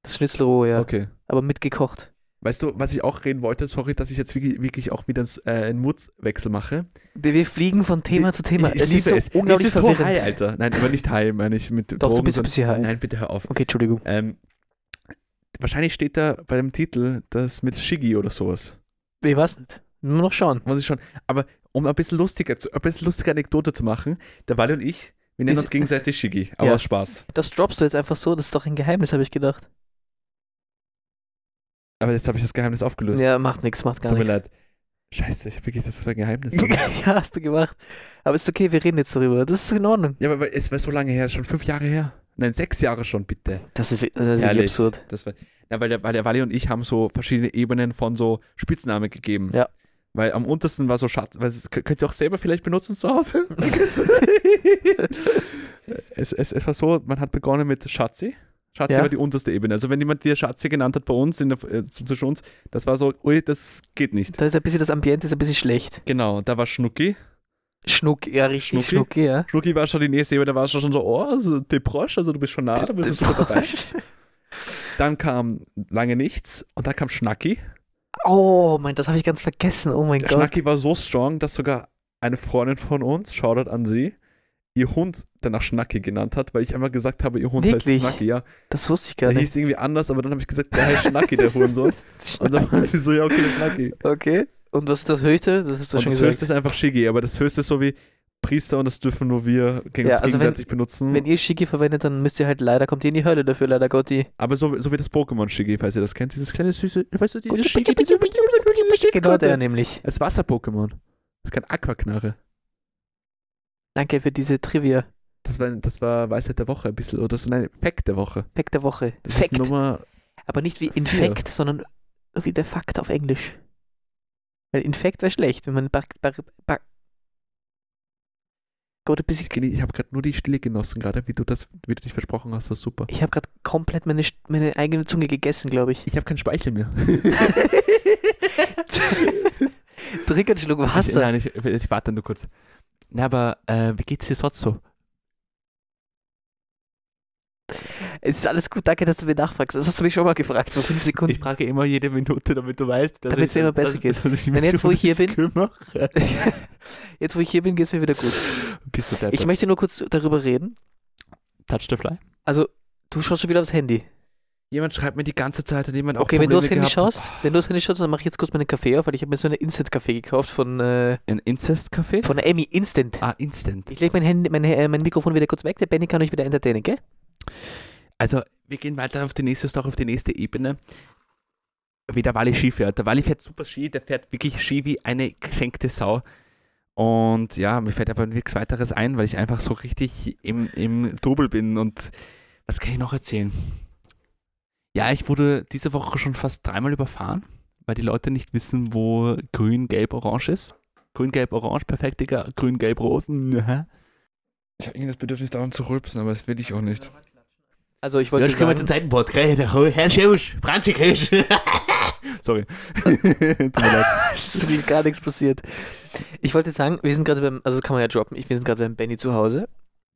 B: Das Schnitzel roh, ja.
A: Okay.
B: Aber mitgekocht.
A: Weißt du, was ich auch reden wollte? Sorry, dass ich jetzt wirklich, wirklich auch wieder äh, einen Mutwechsel mache.
B: Wir wir fliegen von Thema zu Thema.
A: Ich, ich
B: es
A: liebe
B: ist so
A: es.
B: unglaublich
A: es ist so
B: verwirrend.
A: high, Alter. Nein, aber nicht high, meine ich mit
B: Doch,
A: Drogen.
B: du bist ein
A: sondern-
B: bisschen high.
A: Nein, bitte hör auf.
B: Okay, Entschuldigung.
A: Ähm, wahrscheinlich steht da bei dem Titel das mit Shiggy oder sowas.
B: Ich weiß nicht. Nur noch schauen.
A: Muss ich schon. Aber um ein bisschen lustiger, zu, ein bisschen lustige Anekdote zu machen, der Wally und ich, wir nennen
B: Ist-
A: uns gegenseitig
B: (laughs)
A: Shiggy, aber
B: Ja.
A: aus Spaß.
B: Das droppst du jetzt einfach so, das ist doch ein Geheimnis, habe ich gedacht.
A: Aber jetzt habe ich das Geheimnis aufgelöst.
B: Ja, macht nichts, macht gar
A: Tut mir
B: nichts.
A: leid. Scheiße, ich habe wirklich, das war ein
B: (laughs)
A: Geheimnis.
B: ja, hast du gemacht. Aber ist okay, wir reden jetzt darüber. Das ist in Ordnung.
A: ja, aber es war so lange her, schon fünf Jahre her. Nein, sechs Jahre schon, bitte.
B: Das ist, wi- das ist
A: Ehrlich.
B: wirklich absurd.
A: Das war, na, weil, der, weil der Wally und ich haben so verschiedene Ebenen von so Spitznamen gegeben.
B: Ja.
A: Weil am untersten war so Schatz. Weil, das kö- könnt ihr auch selber vielleicht benutzen zu Hause? (laughs) es, es, es war so, man hat begonnen mit Schatzi. Schatzi
B: Ja.
A: war die unterste Ebene. Also wenn jemand dir Schatzi genannt hat bei uns, in der, äh, zu- zwischen uns, das war so, ui, das geht nicht.
B: Da ist ein bisschen das Ambiente ist ein bisschen schlecht.
A: Genau, da war Schnucki.
B: Schnuck, ja, richtig.
A: Schnucki?
B: Schnucki, ja.
A: Schnucki war schon die nächste Ebene, da war schon so, oh, so Deproche, also du bist schon nah, da bist du super dabei. Dann kam lange nichts und dann kam Schnacki.
B: (laughs) Oh, mein, das habe ich ganz vergessen. Oh mein
A: Der
B: Gott.
A: Schnacki war so strong, dass sogar eine Freundin von uns, Shoutout an sie, ihr Hund danach Schnacki genannt hat, weil ich einmal gesagt habe, ihr Hund
B: Wirklich?
A: heißt Schnacki, ja.
B: Das wusste ich gar
A: Der
B: nicht.
A: hieß irgendwie anders, aber dann habe ich gesagt, der heißt Schnacki, der
B: (laughs)
A: Hurensohn. Und dann war sie so, ja, okay, Schnacki.
B: okay. Und was ist das Höchste? Das hast du
A: und
B: schon
A: das
B: gesagt.
A: Höchste ist einfach Shiggy, aber das Höchste ist so wie Priester und das dürfen nur wir gegen
B: Ja,
A: uns
B: also wenn-
A: gegenseitig benutzen.
B: Wenn ihr Shiki verwendet, dann müsst ihr halt leider, kommt ihr in die Hölle dafür, leider Gotti.
A: aber so, so wie das Pokémon Shiggy, falls ihr das kennt, dieses kleine süße, weißt du, dieses Shiggy, diese
B: Genau der nämlich.
A: Das Wasser-Pokémon. Das ist kein Aquaknarre.
B: Danke für diese Trivia.
A: Das war, das war Weisheit der Woche ein bisschen, oder so, nein, Fact der Woche.
B: Fact der Woche.
A: Das
B: Fact.
A: ist Nummer.
B: Aber nicht wie
A: Vier.
B: Infekt, sondern wie der Fakt auf Englisch. Weil Infekt wäre schlecht, wenn man. Bak bak bak Gott, ein bisschen.
A: Ich, geni- ich habe gerade nur die Stille genossen, gerade wie du das, wie du dich versprochen hast, war super.
B: Ich habe gerade komplett meine, Sch- meine eigene Zunge gegessen,
A: (laughs)
B: glaube ich.
A: Ich habe keinen Speichel
B: (laughs)
A: mehr.
B: Trink einen Schluck
A: Ich,
B: Wasser.
A: nein, ich, ich warte nur kurz. Na, aber äh, wie geht's dir sonst so?
B: Es ist alles gut, danke, dass du mir nachfragst. Das hast du mich schon mal gefragt vor fünf Sekunden.
A: Ich frage immer jede Minute, damit du weißt, dass
B: Damit's
A: ich, (laughs)
B: mir immer besser
A: dass,
B: geht.
A: Dass ich mich
B: Wenn jetzt, wo ich hier
A: um dich kümmere.
B: (laughs) Jetzt, wo ich hier bin, geht es mir wieder gut.
A: Bist du der
B: Ich möchte nur kurz darüber reden.
A: Touch the Fly?
B: Also, du schaust schon wieder aufs Handy.
A: Jemand schreibt mir die ganze Zeit, hat jemand auch
B: Okay, wenn du aufs
A: Probleme
B: Handy
A: gehabt.
B: schaust, wenn du aufs Handy schaust, dann mache ich jetzt kurz meinen Kaffee auf, weil ich habe mir so eine Instant-Kaffee gekauft von, äh,
A: Ein Inzest-Café?
B: von der Emmy. Instant.
A: Ah, Instant.
B: Ich lege mein, Handy- mein, äh, mein Mikrofon wieder kurz weg, der Benny kann euch wieder entertainen, gell?
A: Also, wir gehen weiter auf die nächste Story, auf die nächste Ebene. Wie der Wally Ski fährt. Der Wally fährt super Ski, der fährt wirklich Ski wie eine gesenkte Sau. Und ja, mir fällt aber nichts weiteres ein, weil ich einfach so richtig im, im Trubel bin. Und was kann ich noch erzählen? Ja, ich wurde diese Woche schon fast dreimal überfahren, weil die Leute nicht wissen, wo grün, gelb, orange ist. Grün, gelb, orange, perfekt, Digga. Grün, gelb, rot. (laughs) Mhm. Ich habe irgendwie das Bedürfnis, dauernd zu rülpsen, aber das will ich auch nicht.
B: Also ich wollte
A: Jetzt kommen wir zum
B: sagen-
A: zweiten Part. gell? Der Herr Schirsch, Franzi Kirsch. (laughs)
B: (laughs)
A: Sorry. Tut mir leid.
B: (laughs) Es ist wirklich gar nichts passiert. Ich wollte sagen, wir sind gerade beim, also das kann man ja droppen, ich, wir sind gerade beim Benny zu Hause.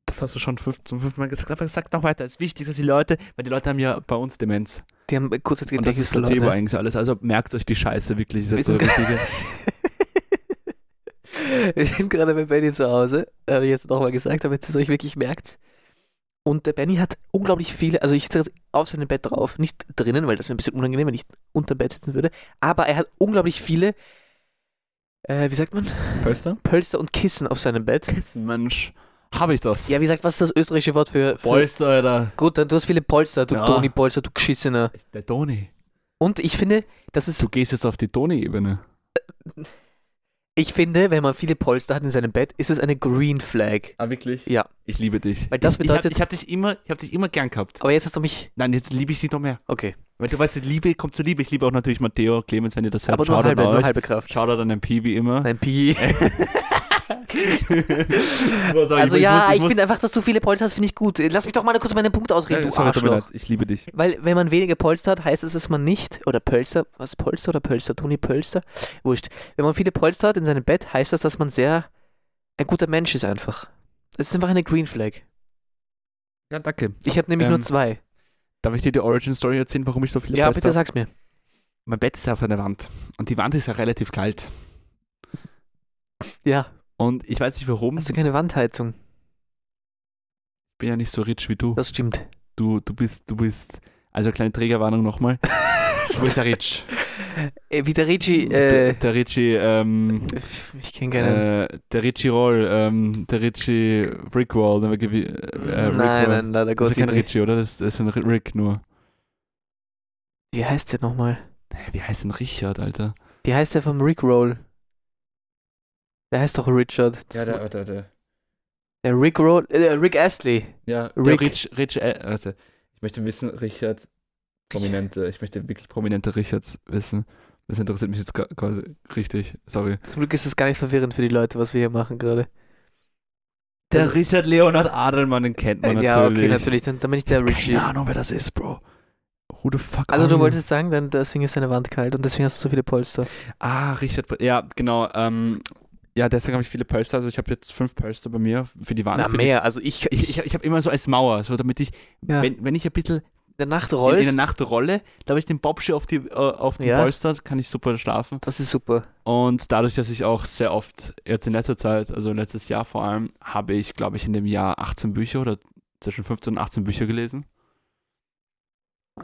A: Das hast du schon fünf, zum fünften Mal gesagt, aber sag noch weiter. Es ist wichtig, dass die Leute, weil die Leute haben ja bei uns Demenz.
B: Die haben kurz
A: Und das ist
B: ne?
A: Placebo eigentlich alles. Also merkt euch die Scheiße wirklich. Das
B: Wir
A: ist so
B: sind,
A: richtige,
B: (laughs) wir sind gerade bei Benny zu Hause, habe ich jetzt nochmal gesagt, damit ihr es euch wirklich merkt. Und der Benny hat unglaublich viele, also ich sitze jetzt auf seinem Bett drauf, nicht drinnen, weil das wäre ein bisschen unangenehm, wenn ich unter Bett sitzen würde, aber er hat unglaublich viele, äh, wie sagt man,
A: Pölster?
B: Pölster und Kissen auf seinem Bett.
A: Kissen, Mensch. Habe ich das?
B: Ja, wie sagt, was ist das österreichische Wort für, für
A: Polster, Alter.
B: Gut, dann du hast viele Polster, du
A: Ja.
B: Toni-Polster, du Geschissener.
A: Der Toni.
B: Und ich finde, das ist,
A: Du gehst jetzt auf die Toni-Ebene.
B: ich finde, wenn man viele Polster hat in seinem Bett, ist es eine Green Flag.
A: Ah, wirklich?
B: Ja.
A: Ich liebe dich.
B: Weil das
A: ich, ich hab-
B: bedeutet-
A: Ich habe dich, immer- ich hab dich immer gern gehabt.
B: Aber jetzt hast du mich,
A: Nein, jetzt liebe ich dich noch mehr.
B: okay.
A: Weil du weißt, Liebe kommt zur Liebe. Ich liebe auch natürlich Matteo, Clemens, wenn ihr das hört.
B: aber nur
A: Shoutout
B: halbe,
A: an
B: nur
A: euch.
B: halbe Kraft.
A: Shoutout an den Pi wie immer. (laughs)
B: Nein, Pi.
A: also
B: Also ja, ich, finde einfach, dass du viele Polster hast, finde ich gut. Lass mich doch mal kurz meinen Punkt ausreden, du Arschloch.
A: ich liebe dich.
B: Weil wenn man wenige Polster hat, heißt es, dass man nicht, oder Pölster, was, Polster oder Pölster, Toni Pölster, wurscht. Wenn man viele Polster hat in seinem Bett, heißt das, dass man sehr, ein guter Mensch ist einfach. Es ist einfach eine Green Flag.
A: Ja, danke.
B: Ich habe nämlich
A: Ähm,
B: nur zwei.
A: Darf ich dir die Origin Story erzählen, warum ich so viele
B: Ja,
A: Polster
B: bitte sag's mir.
A: Mein Bett ist auf einer Wand und die Wand ist ja relativ kalt.
B: Ja,
A: Und ich weiß nicht warum,
B: hast du keine Wandheizung?
A: ich bin ja nicht so rich wie du.
B: Das stimmt.
A: Du, du bist, du bist, also kleine Trägerwarnung nochmal. Du
B: (laughs)
A: bist ja rich.
B: Äh, Wie der
A: (laughs)
B: Ricci,
A: der,
B: äh,
A: der Richie, ähm,
B: ich kenne keinen.
A: äh, der Richie Roll, ähm, der Richie Rickwall. Äh, äh, Rickwall.
B: nein, nein, leider
A: Das
B: Gott.
A: ist ja kein Richie, oder? Das, das ist ein Rick nur.
B: Wie heißt der nochmal?
A: Hä, Wie heißt denn Richard, Alter?
B: Wie heißt der vom Rickroll? Der heißt doch Richard. Das mu-
A: der, der.
B: der Rickroll, äh, der Rick Astley.
A: Ja,
B: Rick.
A: der Rich, Rich, äh, warte. Ich möchte wissen, Richard, prominente, ich möchte wirklich prominente Richards wissen. Das interessiert mich jetzt ga- quasi richtig, sorry.
B: Zum Glück ist es gar nicht verwirrend für die Leute, was wir hier machen gerade. Also-
A: Richard Leonard Adelmann, den kennt
B: Äh, ja, okay, natürlich. Dann, dann bin ich der Richie.
A: Keine Ahnung, wer das ist, Bro. Who the fuck
B: Also
A: are
B: du
A: you?
B: wolltest sagen, dann deswegen ist deine Wand kalt und deswegen hast du so viele Polster.
A: Ah, Richard, ja, genau, ähm, ja, deswegen habe ich viele Pölster, also ich habe jetzt fünf Pölster bei mir für die Wand.
B: Na,
A: für die-
B: mehr. Also ich,
A: Ich, ich, ich habe immer so als Mauer, so damit ich,
B: ja, in
A: wenn, wenn ich ein bisschen
B: der Nacht
A: in,
B: rollst.
A: in der Nacht rolle, da habe ich den Bobsche auf, die, äh, auf den
B: Ja.
A: Polster, kann ich super schlafen.
B: Das ist super.
A: Und dadurch, dass ich auch sehr oft, jetzt in letzter Zeit, also letztes Jahr vor allem, habe ich, glaube ich, in dem Jahr 18 Bücher oder zwischen 15 und 18 Bücher gelesen.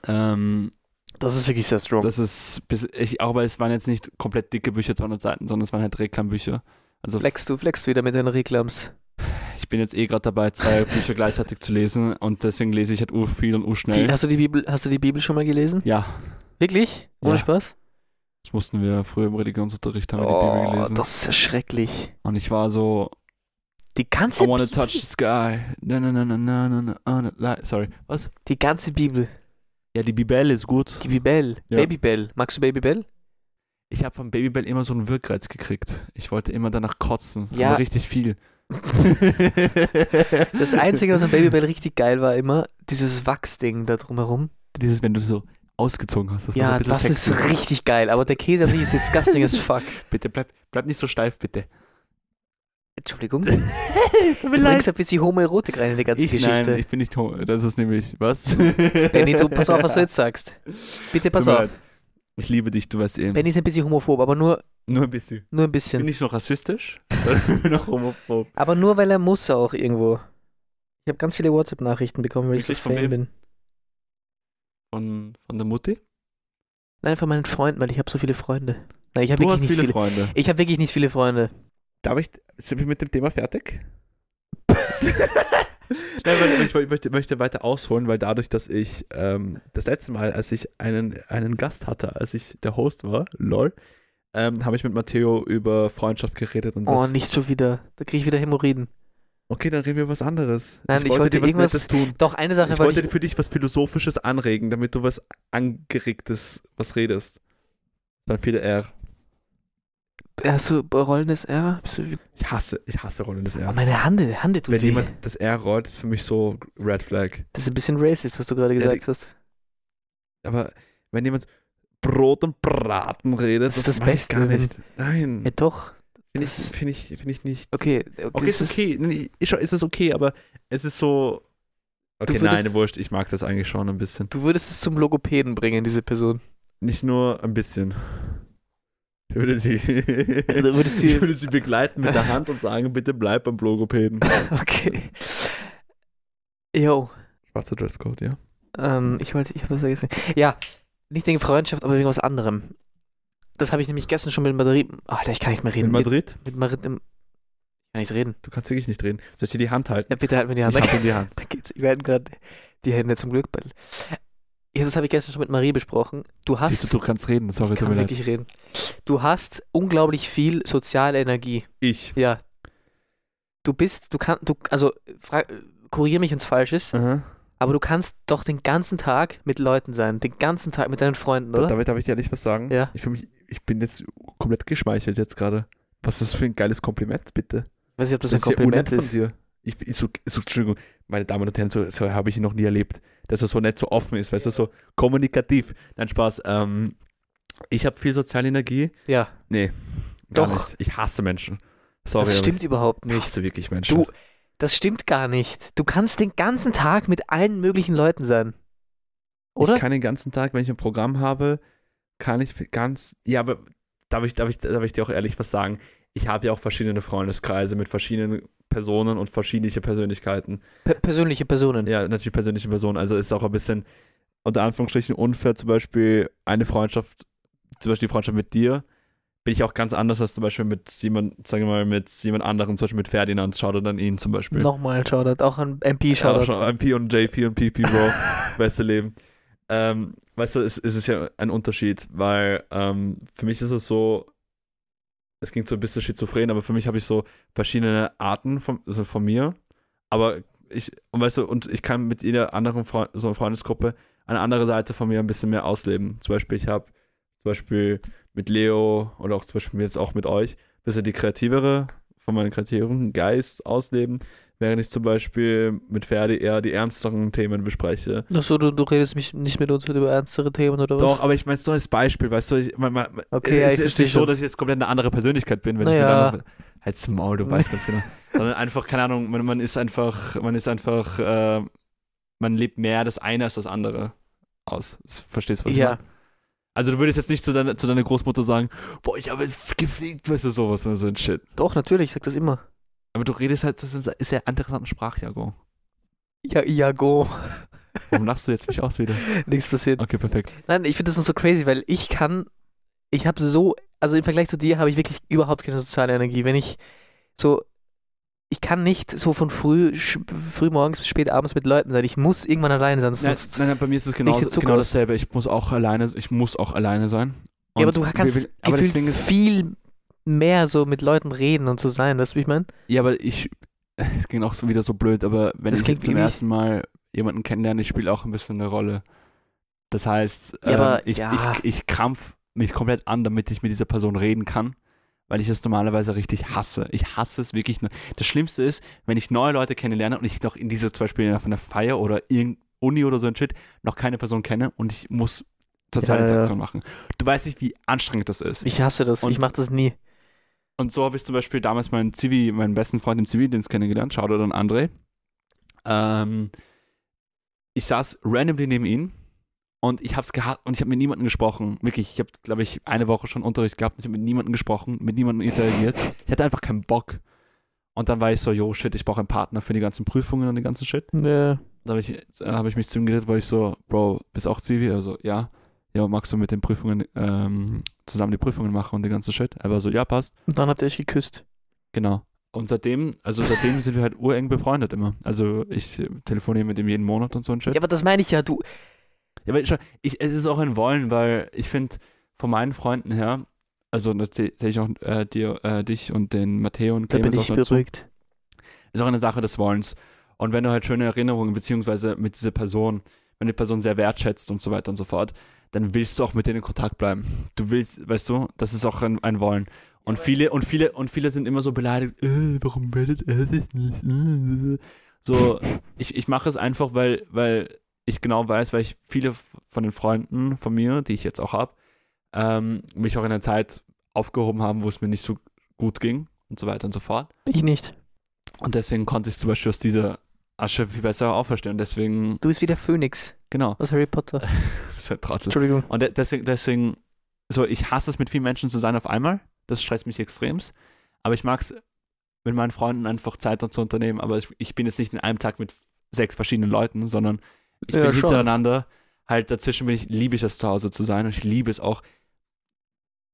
A: Ähm,
B: Das ist wirklich sehr strong.
A: das ist, bis ich, auch weil es waren jetzt nicht komplett dicke Bücher, 200 Seiten, sondern es waren halt Reklambücher. Also
B: Flexst du, flexst wieder mit deinen Reklams.
A: ich bin jetzt eh gerade dabei,
B: (laughs)
A: zwei Bücher gleichzeitig zu lesen und deswegen lese ich halt ur viel und ur
B: Die,
A: schnell.
B: hast, du die Bibel, hast du die Bibel schon mal gelesen?
A: ja,
B: Wirklich? Ohne
A: Ja.
B: Spaß?
A: das mussten wir früher im Religionsunterricht, haben wir die Bibel
B: Oh,
A: gelesen.
B: das ist ja schrecklich.
A: Und ich war so,
B: Die ganze,
A: I wanna
B: Bibel,
A: touch the sky. Na, na, na, na, na, na, na, oh, na, na, la- sorry. Was?
B: die ganze Bibel.
A: Ja, die Bibelle ist gut.
B: Die Bibel.
A: Ja.
B: Babybel. Magst du Babybel?
A: Ich habe von Babybell immer so einen Wirkreiz gekriegt. Ich wollte immer danach kotzen.
B: Ja.
A: Aber richtig viel.
B: (laughs) Das Einzige, was an Babybel richtig geil war immer, dieses Wachsding da drumherum.
A: Dieses, wenn du so ausgezogen hast. Das war so
B: Ja,
A: ein bisschen
B: das
A: sexy.
B: ist (laughs) richtig geil. Aber der Käse an sich ist disgusting as fuck.
A: (laughs) Bitte bleib, bleib nicht so steif, bitte.
B: (laughs) Entschuldigung.
A: Tut
B: Du bringst ein bisschen Homoerotik rein in die ganze
A: Ich,
B: Geschichte.
A: nein, ich bin nicht homo. Das ist nämlich, was?
B: Benny, du, pass auf,
A: (laughs)
B: was du jetzt sagst. (laughs) Bitte pass
A: Tut mir
B: auf.
A: leid. Ich liebe dich, du weißt eh.
B: Benny ist ein bisschen homophob, aber nur,
A: Nur ein bisschen.
B: nur ein bisschen.
A: Bin ich noch rassistisch? Oder bin ich noch homophob?
B: Aber nur weil er muss auch irgendwo. Ich habe ganz viele WhatsApp-Nachrichten bekommen, weil ich so
A: Wirklich? Von
B: Fan
A: wem?
B: bin.
C: Von, von der Mutti?
B: Nein, von meinen Freunden, weil ich habe so viele Freunde. Nein, ich habe
C: Du
B: wirklich
C: hast
B: nicht
C: viele,
B: viele.
C: Freunde.
B: Ich habe wirklich nicht viele (laughs) Freunde.
A: Darf ich, sind wir mit dem Thema fertig? Nein, weil ich,
B: Nein,
A: ich möchte, möchte weiter ausholen, weil dadurch, dass ich ähm, das letzte Mal, als ich einen, einen Gast hatte, als ich der Host war, lol, ähm, habe ich mit Matteo über Freundschaft geredet und
B: oh,
A: das.
B: nicht schon wieder. Da kriege ich wieder Hämorrhoiden.
A: Okay, dann reden wir was anderes.
B: Nein, ich wollte
A: dir was
B: irgendwas-
A: Nettes tun.
B: Doch, eine Sache
A: Ich
B: wollte
A: wollte für dich was Philosophisches anregen, damit du was Angeregtes, was redest. Dann viele R.
B: ich. Hast du rollendes R? Bist du,
A: Ich hasse, ich hasse rollendes R.
B: oh, meine Hande, Hande tut
A: Wenn
B: weh.
A: jemand das R rollt, ist für mich so Red Flag.
B: das ist ein bisschen racist, was du gerade
A: Ja, die-
B: gesagt hast.
A: Aber wenn jemand Brot und Braten redet,
B: Das ist das
A: mag ich
B: Beste,
A: Gar
B: wenn-
A: nicht. Nein,
B: Ja, doch.
A: finde ich,
B: das-
A: Hm. find ich, find ich nicht.
B: Okay.
A: Okay, ist
B: das
A: okay. Nee, Ist, schon- ist es okay, aber es ist so. Okay,
B: würdest-
A: nein, wurscht. Ich mag das eigentlich schon ein bisschen.
B: Du würdest es zum Logopäden bringen, diese Person.
A: Nicht nur ein bisschen. Ich würde (laughs) sie,
B: Du würdest sie-
A: (laughs) ich würde sie begleiten mit der Hand und sagen, bitte bleib beim Logopäden.
B: (laughs) okay. Yo.
A: Schwarzer Dresscode, ja.
B: Ähm, ich wollte, ich habe was vergessen. Ja, nicht wegen Freundschaft, aber wegen was anderem. Das habe ich nämlich gestern schon mit Madrid. Ah, Alter, ich kann nicht mehr reden.
A: In Madrid?
B: Mit, mit Madrid im. Ich kann nicht reden.
A: Du kannst wirklich nicht reden. Soll ich dir die Hand halten?
B: Ja, bitte halt mir die Hand.
A: Ich hab in die (laughs) Hand.
B: Da geht's. Wir hatten gerade die Hände zum Glück. bei- Ja, das habe ich gestern schon mit Marie besprochen. Du hast.
C: Siehst du, du kannst reden. Sorry,
B: ich
C: tut
B: kann
C: mir leid.
B: wirklich reden. Du hast unglaublich viel soziale Energie.
A: Ich.
B: Ja. Du bist, du kannst, du, also, fra- kurier mich, wenn's falsch ist,
A: Aha.
B: aber du kannst doch den ganzen Tag mit Leuten sein. Den ganzen Tag mit deinen Freunden,
A: Da,
B: oder?
A: damit darf ich dir ehrlich was sagen.
B: Ja.
A: Ich, fühl mich, ich bin jetzt komplett geschmeichelt jetzt gerade. Was ist das für ein geiles Kompliment, bitte?
B: weiß nicht, ob das,
A: ist
B: ein
A: sehr
B: Kompliment
A: unnett
B: ist.
A: von dir. Ich, bin- ich so, so, Entschuldigung, meine Damen und Herren, so, so habe ich ihn noch nie erlebt, dass er so nett, so offen ist, weißt du, so kommunikativ. Nein, Spaß. Ähm, ich habe viel soziale Energie.
B: Ja,
A: Nee. gar
B: Doch.
A: Nicht. Ich hasse Menschen. Sorry.
B: das
A: aber
B: stimmt überhaupt
A: Ich
B: nicht.
A: hasse wirklich Menschen.
B: Du, das stimmt gar nicht. Du kannst den ganzen Tag mit allen möglichen Leuten sein. Oder?
A: Ich kann den ganzen Tag, wenn ich ein Programm habe, kann ich ganz. Ja, aber darf ich, darf ich, darf ich dir auch ehrlich was sagen? Ich habe ja auch verschiedene Freundeskreise mit verschiedenen Personen und verschiedene Persönlichkeiten.
B: Pe- persönliche Personen.
A: Ja, natürlich persönliche Personen. Also ist auch ein bisschen unter Anführungsstrichen unfair, zum Beispiel eine Freundschaft, zum Beispiel die Freundschaft mit dir, bin ich auch ganz anders als zum Beispiel mit jemand, sagen wir mal, mit jemand anderem, zum Beispiel mit Ferdinand, schaut dann an ihn zum Beispiel.
B: Nochmal Shoutout, auch an MP
A: Ja,
B: Shoutout.
A: schon MP und JP und PP,
B: (laughs)
A: Bro. Beste Leben. Ähm, weißt du, es, es ist ja ein Unterschied, weil ähm, für mich ist es so, es klingt so ein bisschen schizophren, aber für mich habe ich so verschiedene Arten von, also von mir. Aber ich, und weißt du, und ich kann mit jeder anderen Freund, so einer Freundesgruppe eine andere Seite von mir ein bisschen mehr ausleben. Zum Beispiel, ich habe zum Beispiel mit Leo oder auch zum Beispiel jetzt auch mit euch ein bisschen die kreativere, von meinem kreativeren Geist ausleben, während ich zum Beispiel mit Ferdi eher die ernsteren Themen bespreche.
B: Achso, du, du redest mich nicht mit uns über ernstere Themen oder was?
A: Doch, aber ich meine, es ist nur als Beispiel, weißt du, ich, man, man,
B: Okay, ja,
A: es
B: ich
A: ist
B: verstehe
A: nicht so,
B: schon.
A: dass ich jetzt komplett eine andere Persönlichkeit bin, wenn
B: Naja.
A: ich mir dann noch, halt's Maul, du weißt ganz genau. Sondern einfach, keine Ahnung, man, man ist einfach, man ist einfach, äh, man lebt mehr das eine als das andere aus. Verstehst du, was ich
B: ja.
A: meine? Also du würdest jetzt nicht zu deiner, zu deiner Großmutter sagen, boah, ich habe jetzt gefickt, weißt du, sowas und so ein Shit.
B: Doch, natürlich, ich sag das immer.
A: Aber du redest halt, das ist ist ja interessanten Sprachjargon.
B: Ja, ja, go.
C: Warum lachst du jetzt mich aus wieder?
B: (laughs) Nichts passiert.
A: Okay, perfekt.
B: Nein, ich finde das nur so crazy, weil ich kann, ich habe so, also im Vergleich zu dir habe ich wirklich überhaupt keine soziale Energie. Wenn ich so, ich kann nicht so von früh, sch- früh morgens bis spät abends mit Leuten sein. Ich muss irgendwann allein sein.
C: Nein,
B: Sonst,
C: nein, nein, bei mir ist es
B: Nicht
C: genau,
B: der Zucker
C: genau
B: aus.
C: dasselbe. Ich muss auch alleine, ich muss auch alleine sein.
B: ja, aber
C: Und
B: du kannst
C: wir- wir- aber das Ding
B: gefühlt
C: ist,
B: viel mehr so mit Leuten reden und so sein, weißt du, wie ich meine?
C: ja, aber ich, (laughs) es klingt auch so wieder so blöd, aber wenn
B: Das
C: ich
B: klingt
C: zum
B: irgendwie-
C: ersten Mal jemanden kennenlerne, ich spiele auch ein bisschen eine Rolle. Das heißt,
B: Ja,
C: ähm,
B: aber-
C: ich,
B: ja.
C: ich, ich krampf mich komplett an, damit ich mit dieser Person reden kann, weil ich das normalerweise richtig hasse. Ich hasse es wirklich. nur- Das Schlimmste ist, wenn ich neue Leute kennenlerne und ich noch in dieser, zum Beispiel auf einer Feier oder irgendeiner Uni oder so ein Shit, noch keine Person kenne und ich muss soziale
B: Ja, ja.
C: Interaktion machen. Du weißt nicht, wie anstrengend das ist.
B: Ich hasse das.
C: Und-
B: ich mache das nie.
C: Und so habe ich zum Beispiel damals meinen Zivi, meinen besten Freund im Zivildienst kennengelernt, Shoutout an André. Ähm, ich saß randomly neben ihm und ich habe es gehabt und ich habe mit niemandem gesprochen. Wirklich, ich habe, glaube ich, eine Woche schon Unterricht gehabt und ich habe mit niemandem gesprochen, mit niemandem interagiert. Ich hatte einfach keinen Bock. Und dann war ich so, yo, shit, ich brauche einen Partner für die ganzen Prüfungen und den ganzen Shit.
B: Ja.
C: da habe ich, äh, hab ich mich zu ihm geredet, weil ich so, Bro, bist auch Zivi? Also, ja. Ja, magst du mit den Prüfungen ähm, zusammen die Prüfungen machen und den ganzen Shit? Er war so, ja, passt.
B: Und dann habt ihr euch geküsst.
C: Genau. Und seitdem, also seitdem sind wir halt ureng befreundet immer. Also ich äh, telefoniere mit ihm jeden Monat und so ein Shit.
B: Ja, aber das meine ich ja, du.
C: Ja, aber schau, ich, es ist auch ein Wollen, weil ich finde, von meinen Freunden her, also da zähle ich auch äh, dir, äh, dich und den Matteo und
B: Da bin
C: Clemens
B: ich
C: auch dazu,
B: beruhigt.
C: ist auch eine Sache des Wollens. Und wenn du halt schöne Erinnerungen, beziehungsweise mit dieser Person, wenn du die Person sehr wertschätzt und so weiter und so fort, dann willst du auch mit denen in Kontakt bleiben. Du willst, weißt du, das ist auch ein, ein Wollen. Und viele, und viele, und viele sind immer so beleidigt, äh, warum meldet er sich nicht? Äh, äh, äh." So, ich, ich mache es einfach, weil, weil ich genau weiß, weil ich viele von den Freunden von mir, die ich jetzt auch habe, ähm, mich auch in der Zeit aufgehoben haben, wo es mir nicht so gut ging und so weiter und so fort.
B: Ich nicht.
C: Und deswegen konnte ich zum Beispiel aus dieser Asche viel besser auferstehen. Und deswegen,
B: Du bist wie der Phönix
C: genau, (laughs)
B: aus Harry Potter.
C: das ist ein Trottel.
B: (laughs) Entschuldigung.
C: Und de deswegen, deswegen, so, ich hasse es, mit vielen Menschen zu sein auf einmal. Das stresst mich extremst. Aber ich mag es, mit meinen Freunden einfach Zeit zu unternehmen. Aber ich, ich bin jetzt nicht in einem Tag mit sechs verschiedenen Leuten, sondern ich
B: Ja,
C: bin
B: schon.
C: hintereinander. Halt dazwischen bin ich, liebe ich es, zu Hause zu sein. Und ich liebe es auch,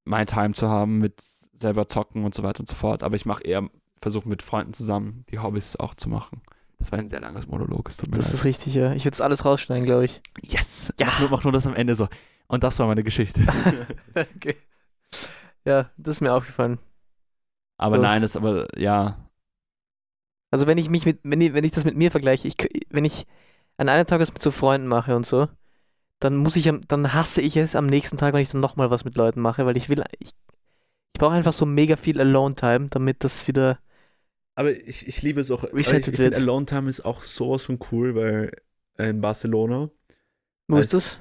C: mein Time zu haben mit selber zocken und so weiter und so fort. Aber ich mache eher, versuche mit Freunden zusammen die Hobbys auch zu machen. Das war ein sehr langes Monolog, es tut mir
B: Das
C: leid.
B: ist richtig, ja. Ich würde es alles rausschneiden, glaube ich.
C: Yes! Mach, nur, mach nur das am Ende so. Und das war meine Geschichte.
B: (laughs) okay. Ja, das ist mir aufgefallen.
C: (laughs) Aber
B: Ja.
C: nein, das aber, ja.
B: Also wenn ich mich mit, wenn ich, wenn ich das mit mir vergleiche, ich, kö- wenn ich an einem Tag was mit so Freunden mache und so, dann muss ich, am- dann hasse ich es am nächsten Tag, wenn ich dann nochmal was mit Leuten mache, weil ich will, ich, ich brauche einfach so mega viel Alone-Time, damit das wieder,
A: Aber ich, ich liebe es auch. also Ich, ich
B: Resettet
A: finde
B: wird.
A: Alone Time ist auch sowas von cool, weil in Barcelona.
B: wo ist
A: Als-
B: das?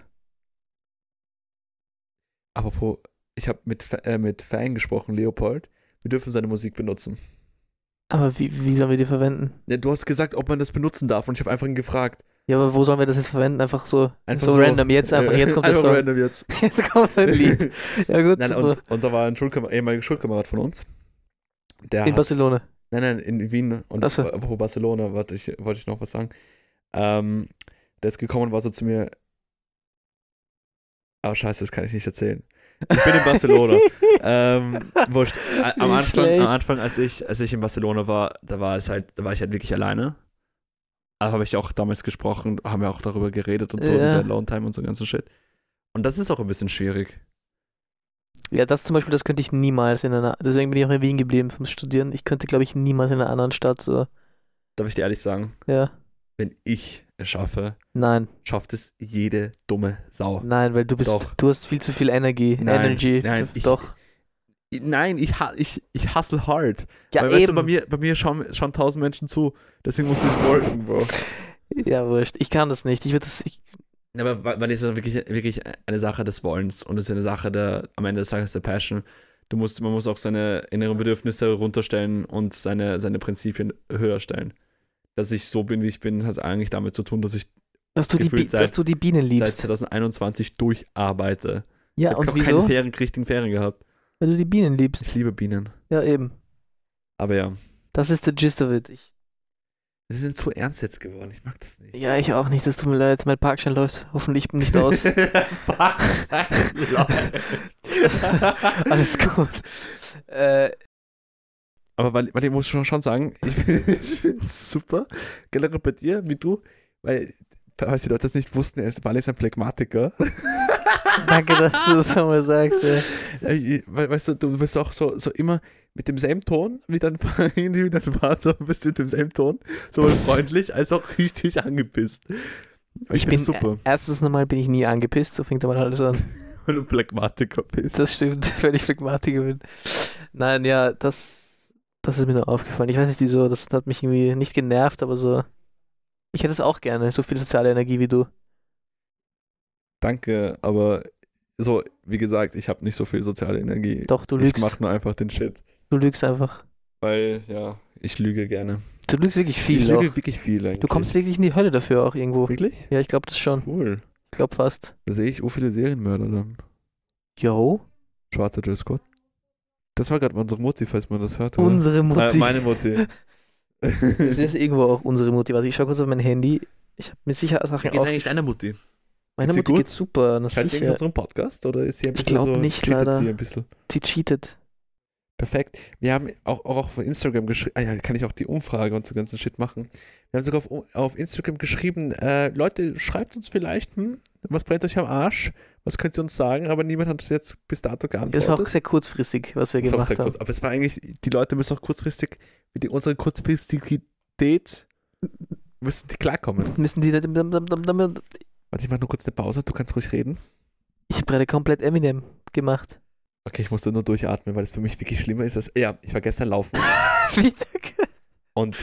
A: Apropos, ich habe mit, Fa- äh, mit Fan gesprochen, Leopold. Wir dürfen seine Musik benutzen.
B: Aber wie, wie sollen wir die verwenden?
A: Ja, Ne, du hast gesagt, ob man das benutzen darf und ich habe einfach ihn gefragt.
B: Ja, aber wo sollen wir das jetzt verwenden? Einfach so,
A: Einfach
B: so, random, jetzt einfach, jetzt kommt
A: (laughs) Äh,
B: das
A: einfach
B: Song.
A: random jetzt.
B: (laughs) Jetzt kommt ein Lied. Ja gut,
A: (laughs) Nein,
B: super.
A: und, und da war ein Schulkamer ehemaliger Schulkamerad von uns. Der
B: In
A: hat,
B: Barcelona.
A: nein, nein, in Wien. Und
B: Ach so.
A: apropos Barcelona, warte, ich, wollte ich noch was sagen. Ähm, der ist gekommen und war so zu mir. Oh, scheiße, das kann ich nicht erzählen. Ich bin in Barcelona. ähm, wurscht. A-
B: (laughs)
A: Am
B: Wie
A: Anfang,
B: schlecht.
A: am Anfang als, ich, als ich in Barcelona war, da war es halt, da war ich halt wirklich alleine. Aber habe ich auch damals gesprochen, haben wir auch darüber geredet und so,
B: Ja.
A: dieser Alone Time und so ganzen Shit. Und das ist auch ein bisschen schwierig.
B: (laughs) Ja, das zum Beispiel, das könnte ich niemals in einer, deswegen bin ich auch in Wien geblieben vom Studieren. Ich könnte, glaube ich, niemals in einer anderen Stadt so,
A: Darf ich dir ehrlich sagen,
B: ja.
A: wenn ich es schaffe,
B: Nein,
A: schafft es jede dumme Sau.
B: nein, weil du bist,
A: Oh, Doch.
B: du hast viel zu viel Energie.
A: Nein,
B: Energy,
A: nein,
B: du-
A: ich-
B: doch.
A: I- Nein, ich, ha- ich, ich hustle hard.
B: Ja,
A: Weil, weißt du,
B: eben.
A: bei mir, bei mir schauen, schauen tausend Menschen zu. Deswegen muss ich worken, Bro.
B: ja, wurscht. Ich kann das nicht. Ich würde das, ich,
A: Aber wa- weil es ist wirklich, wirklich eine Sache des Wollens und es ist eine Sache der, am Ende des Tages der Passion. Du musst, man muss auch seine inneren Bedürfnisse runterstellen und seine, seine Prinzipien höher stellen. Dass ich so bin, wie ich bin, hat eigentlich damit zu tun, dass ich
B: dass, du die,
A: Gefühlt
B: Bi-
A: seit-
B: dass du die Bienen
A: seit
B: liebst.
A: 2021 durcharbeite.
B: ja,
A: ich
B: und
A: habe keine
B: wieso?
A: Ferien, richtigen Ferien gehabt.
B: Weil du die Bienen liebst.
A: Ich liebe Bienen.
B: Ja, eben.
A: Aber ja,
B: Das ist der Gist of it. Ich,
A: wir sind zu ernst jetzt geworden. Ich mag das nicht.
B: ja, ich auch nicht. Das tut mir leid. Mein Parkschein läuft hoffentlich nicht
A: (laughs)
B: aus. (laughs) Alles gut. Äh,
A: Aber weil, weil ich muss schon, schon sagen, ich
B: (laughs)
A: finde es super, generell bei dir, wie du, weil, falls die Leute das nicht wussten, er ist, weil er ist ein Phlegmatiker.
B: (laughs) danke, dass du das nochmal sagst. Ja.
A: Äh, we- Weißt du, du bist auch so, so immer mit demselben Ton, wie dein, (laughs) wie dein Vater, bist du mit demselben Ton,
B: (laughs)
A: sowohl freundlich als auch richtig angepisst. Ich,
B: bin- äh,
A: bin super,
B: Erstens nochmal bin ich nie angepisst. So fängt mal
A: (laughs)
B: alles an.
A: weil du Phlegmatiker bist.
B: Das stimmt, (laughs) wenn ich Phlegmatiker bin. Nein, ja, das, das ist mir nur aufgefallen. Ich weiß nicht wieso, das hat mich irgendwie nicht genervt, aber so. Ich hätte es auch gerne, so viel soziale Energie wie du.
A: Danke, aber so, wie gesagt, ich habe nicht so viel soziale Energie.
B: Doch, du
A: ich
B: lügst.
A: mache nur einfach den Shit,
B: Du lügst einfach.
A: weil, ja, ich lüge gerne.
B: Du lügst wirklich
A: ich
B: viel. Auch.
A: lüge wirklich viel eigentlich.
B: Du kommst wirklich in die Hölle dafür auch irgendwo.
A: Wirklich?
B: Ja, ich glaube das schon.
A: Cool.
B: Ich glaube fast.
A: Da sehe ich oh viele Serienmörder dann.
B: Yo,
A: Schwarzer Jill Scott. Das war gerade unsere Mutti, falls man das hört. oder?
B: unsere Mutti. (laughs)
A: Äh, meine Mutti.
B: Das ist irgendwo auch unsere Mutti. Warte, ich schau kurz auf mein Handy. Ich habe mir sicher Sachen
A: geht's
B: auf.
A: eigentlich deiner Mutti?
B: Meiner
A: sie
B: Mutter
A: gut?
B: geht's super, na
A: Hört sie eigentlich
B: sicher.
A: unseren Podcast? Oder ist sie ein
B: Ich
A: bisschen
B: glaub
A: so,
B: nicht,
A: cheatet
B: leider.
A: sie ein bisschen?
B: Die cheatet.
A: Perfekt. Wir haben auch, auch auf Instagram geschrieben, ah ja, kann ich auch die Umfrage und so ganzen Shit machen. Wir haben sogar auf, auf Instagram geschrieben, äh, Leute, schreibt uns vielleicht, hm, was brennt euch am Arsch? Was könnt ihr uns sagen? Aber niemand hat uns jetzt bis dato geantwortet.
B: Das war auch sehr kurzfristig, was wir
A: Das war auch
B: gemacht
A: sehr
B: haben.
A: kurz. Aber es war eigentlich, die Leute müssen auch kurzfristig, mit die- unserer Kurzfristigität müssen die klarkommen.
B: Müssen die da, dam- dam- dam- dam- dam-
A: Warte, ich mach nur kurz eine Pause, du kannst ruhig reden.
B: Ich habe gerade komplett Eminem
A: (laughs)
B: gemacht.
A: Okay, ich musste nur durchatmen, weil es für mich wirklich schlimmer ist. Als, ja, ich war gestern laufen.
B: Wie danke.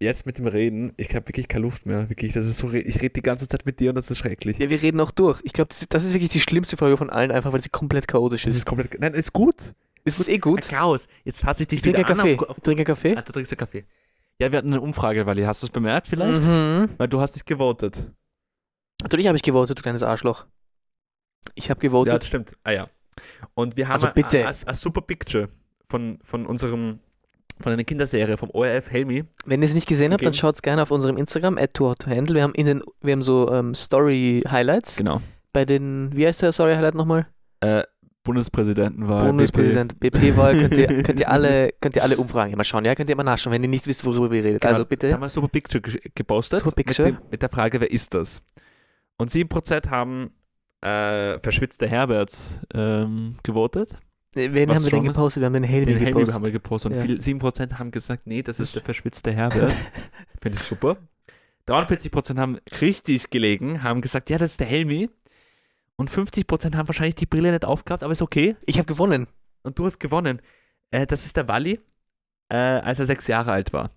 A: Jetzt mit dem Reden, ich habe wirklich keine Luft mehr. Wirklich, das ist so, re- ich rede die ganze Zeit mit dir und das ist schrecklich.
B: ja, wir reden auch durch. Ich glaube, das, das ist wirklich die schlimmste Folge von allen, einfach weil sie komplett chaotisch
A: Das
B: ist.
A: ist komplett. Nein, ist gut.
B: Ist es eh gut?
A: Klaus, jetzt fasse ich dich
B: Ich trinke einen Kaffee.
A: auf- auf-
B: Ich trinke einen Kaffee.
A: Ah, du trinkst ja Kaffee.
C: Ja, wir hatten eine Umfrage, Wally. Hast du es bemerkt vielleicht?
B: Mhm.
A: Weil du hast nicht gewotet.
B: Natürlich habe ich gewotet, du kleines Arschloch. Ich habe
A: Ja,
B: gewotet.
A: das stimmt. Ah ja. Und wir haben
B: Also
A: a-
B: bitte.
A: a- a- a super Picture von, von unserem, von einer Kinderserie vom ORF Helmi.
B: Wenn ihr es nicht gesehen habt, dann
A: Okay.
B: schaut es gerne auf unserem Instagram, at handle. Wir haben in den, wir haben so ähm, Story-Highlights.
C: Genau.
B: Bei den, wie heißt der Story-Highlight nochmal?
C: Äh, Bundespräsidentenwahl.
B: Bundespräsident, BP-Wahl,
A: (laughs)
B: könnt ihr, könnt, ihr alle, könnt ihr alle Umfragen immer schauen, ja? Könnt ihr immer nachschauen, wenn ihr nicht wisst, worüber wir reden.
A: Genau,
B: also
A: Da
B: bitte.
A: haben wir ein super Picture ge- gepostet.
B: Super Picture.
A: Mit, dem, mit der Frage, wer ist das? Und 7% haben äh, verschwitzte Herbert ähm, gewotet.
B: äh, Wen
C: was
B: haben wir denn
C: schon ist?
B: gepostet? Wir haben den Helmi
A: Den Helmi
B: gepostet.
A: haben wir gepostet. Und
B: Ja.
A: viel, 7% haben gesagt, nee, das ist der verschwitzte Herbert. Finde ich super. 43% haben richtig gelegen, haben gesagt, ja, das ist der Helmi. Und 50% haben wahrscheinlich die Brille nicht aufgehabt, aber ist okay.
B: (laughs) ich habe gewonnen.
A: Und du hast gewonnen. Äh, das ist der Walli, äh, als er sechs Jahre alt war.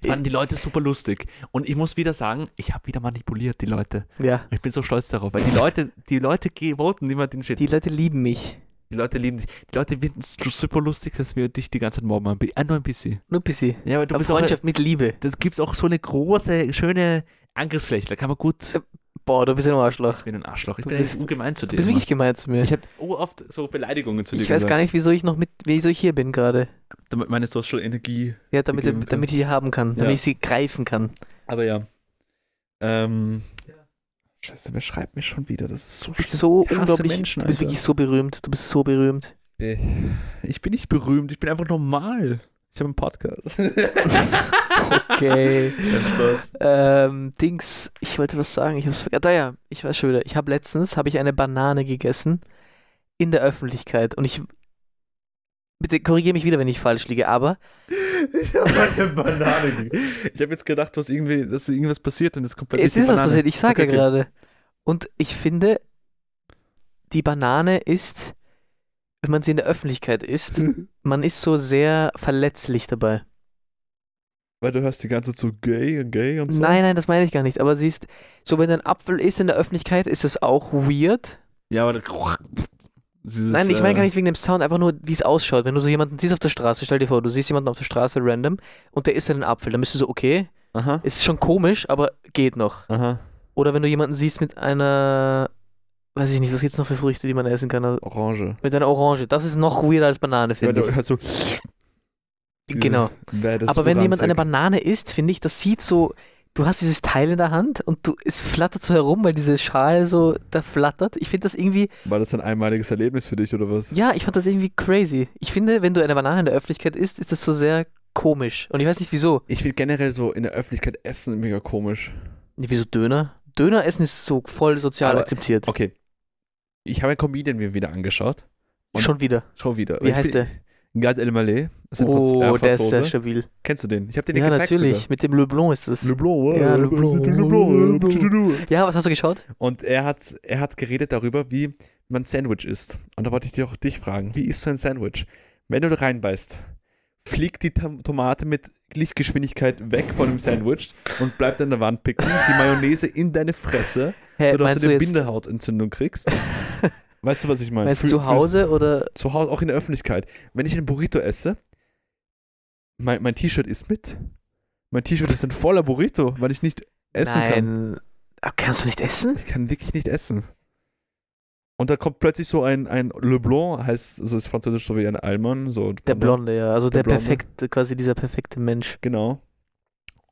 A: Das fanden die Leute super lustig. Und ich muss wieder sagen, ich habe wieder manipuliert, die Leute.
B: Ja.
A: Ich bin so stolz darauf, weil die Leute, die Leute ge- voten immer den Shit.
B: Die Leute lieben mich.
A: Die Leute lieben dich. Die Leute finden es super lustig, dass wir dich die ganze Zeit mobben. Äh, nur ein bisschen.
B: Nur Pissi.
A: Ja, aber du
B: Aber
A: bist auch,
B: Freundschaft mit Liebe.
A: das gibt auch so eine große, schöne Angriffsfläche. Da kann man gut.
B: Boah, du bist ein Arschloch.
A: Ich bin ein Arschloch. Ich
B: Du
A: bin
B: bist-
A: eigentlich ungemein zu dir.
B: Du bist wirklich gemein zu mir.
A: ich
B: Ich,
A: habe so oft so Beleidigungen zu dir
B: weiß gar
A: gesagt.
B: nicht, wieso ich noch mit, wieso ich hier bin gerade.
A: Damit meine Social Energie.
B: Ja, damit,
A: geben können.
B: damit ich sie haben kann, damit
A: Ja.
B: ich sie greifen kann.
A: Aber ja. Ähm. Scheiße, wer schreibt mir schon wieder? Das ist so
B: Du bist
A: schlimm.
B: so
A: Ich hasse
B: unglaublich.
A: Menschen,
B: du bist
A: Alter.
B: wirklich so berühmt. Du bist so berühmt.
A: Ich, ich bin nicht berühmt, ich bin einfach normal. Ich habe einen Podcast.
B: (laughs) Okay.
A: Kein Spaß.
B: ähm, Dings, ich wollte was sagen. Ich hab's vergessen. Ah ja, ich weiß schon wieder. Ich habe letztens habe ich eine Banane gegessen in der Öffentlichkeit und ich bitte korrigiere mich wieder, wenn ich falsch liege, aber
A: Ich habe (laughs) eine Banane gegessen. Ich habe jetzt gedacht, was irgendwie, dass irgendwas passiert und es kommt plötzlich
B: es ist was passiert. Ich sage
A: Okay, okay.
B: ja gerade. Und ich finde, die Banane ist, wenn man sie in der Öffentlichkeit (laughs) isst, man ist so sehr verletzlich dabei.
A: Weil du hörst die ganze Zeit so gay und gay und so.
B: Nein, nein, das meine ich gar nicht. Aber siehst, so wenn ein Apfel ist in der Öffentlichkeit, ist das auch weird.
A: Ja, aber dieses,
B: Nein, ich meine
A: äh,
B: gar nicht wegen dem Sound, einfach nur, wie es ausschaut. Wenn du so jemanden siehst auf der Straße, stell dir vor, du siehst jemanden auf der Straße random und der isst einen Apfel, dann bist du so, okay,
A: Aha.
B: ist schon komisch, aber geht noch.
A: Aha.
B: Oder wenn du jemanden siehst mit einer, weiß ich nicht, was gibt's noch für Früchte, die man essen kann? Also
A: Orange.
B: Mit einer Orange, das ist noch weirder als Banane,
A: Weil
B: finde
A: du hörst so.
B: ich. Genau.
A: Wer das
B: Aber wenn jemand eine
A: ranzig.
B: Banane isst, finde ich, das sieht so, du hast dieses Teil in der Hand und du, es flattert so herum, weil diese Schale so da flattert. Ich finde das irgendwie,
A: War das ein einmaliges Erlebnis für dich oder was?
B: ja, ich fand das irgendwie crazy. Ich finde, wenn du eine Banane in der Öffentlichkeit isst, ist das so sehr komisch. Und ich weiß nicht wieso.
A: Ich will generell so in der Öffentlichkeit essen, mega komisch.
B: Nee, Wieso Döner? Döner essen ist so voll sozial
A: Aber-
B: akzeptiert.
A: Okay. Ich habe einen Comedian mir wieder angeschaut. und-
B: Schon wieder.
A: Schon wieder.
B: Wie
A: Ich
B: heißt
A: bin-
B: der?
A: Gad Elmaleh. Das ist ein Franz-
B: Oh,
A: äh,
B: der ist sehr
A: Franzose.
B: stabil.
A: Kennst du den? Ich habe den dir
B: Ja,
A: gezeigt
B: natürlich. Mit dem Leblon ist das.
A: sogar. Leblanc,
B: Ja,
A: äh,
B: Leblanc,
A: Leblanc,
B: Leblanc.
A: Leblanc.
B: Ja, was hast du geschaut?
A: Und er hat, er hat geredet darüber, wie man Sandwich isst. Und da wollte ich dich auch dich fragen, wie isst du ein Sandwich? Wenn du da reinbeißt, fliegt die Tom Tomate mit Lichtgeschwindigkeit weg von dem Sandwich und bleibt an der Wand picken, die Mayonnaise in deine Fresse,
B: Hä,
A: sodass
B: Äh, meinst
A: du
B: du
A: eine
B: jetzt
A: Bindehautentzündung
B: (laughs)
A: kriegst. Weißt du, was ich meine?
B: meinst du
A: Fühl-
B: zu Hause oder
A: zu Hause, auch in der Öffentlichkeit. Wenn ich einen Burrito esse, mein, mein T-Shirt ist mit. Mein T-Shirt ist ein voller Burrito, weil ich nicht essen kann.
B: Nein. Ah, Kannst du nicht essen?
A: Ich kann wirklich nicht essen. Und da kommt plötzlich so ein, ein Le Blanc, heißt, so ist französisch so wie ein Allmann. So,
B: Der Blonde, ja. Also
A: Ne? Der
B: der,
A: Blonde.
B: perfekte, quasi dieser perfekte Mensch.
A: Genau.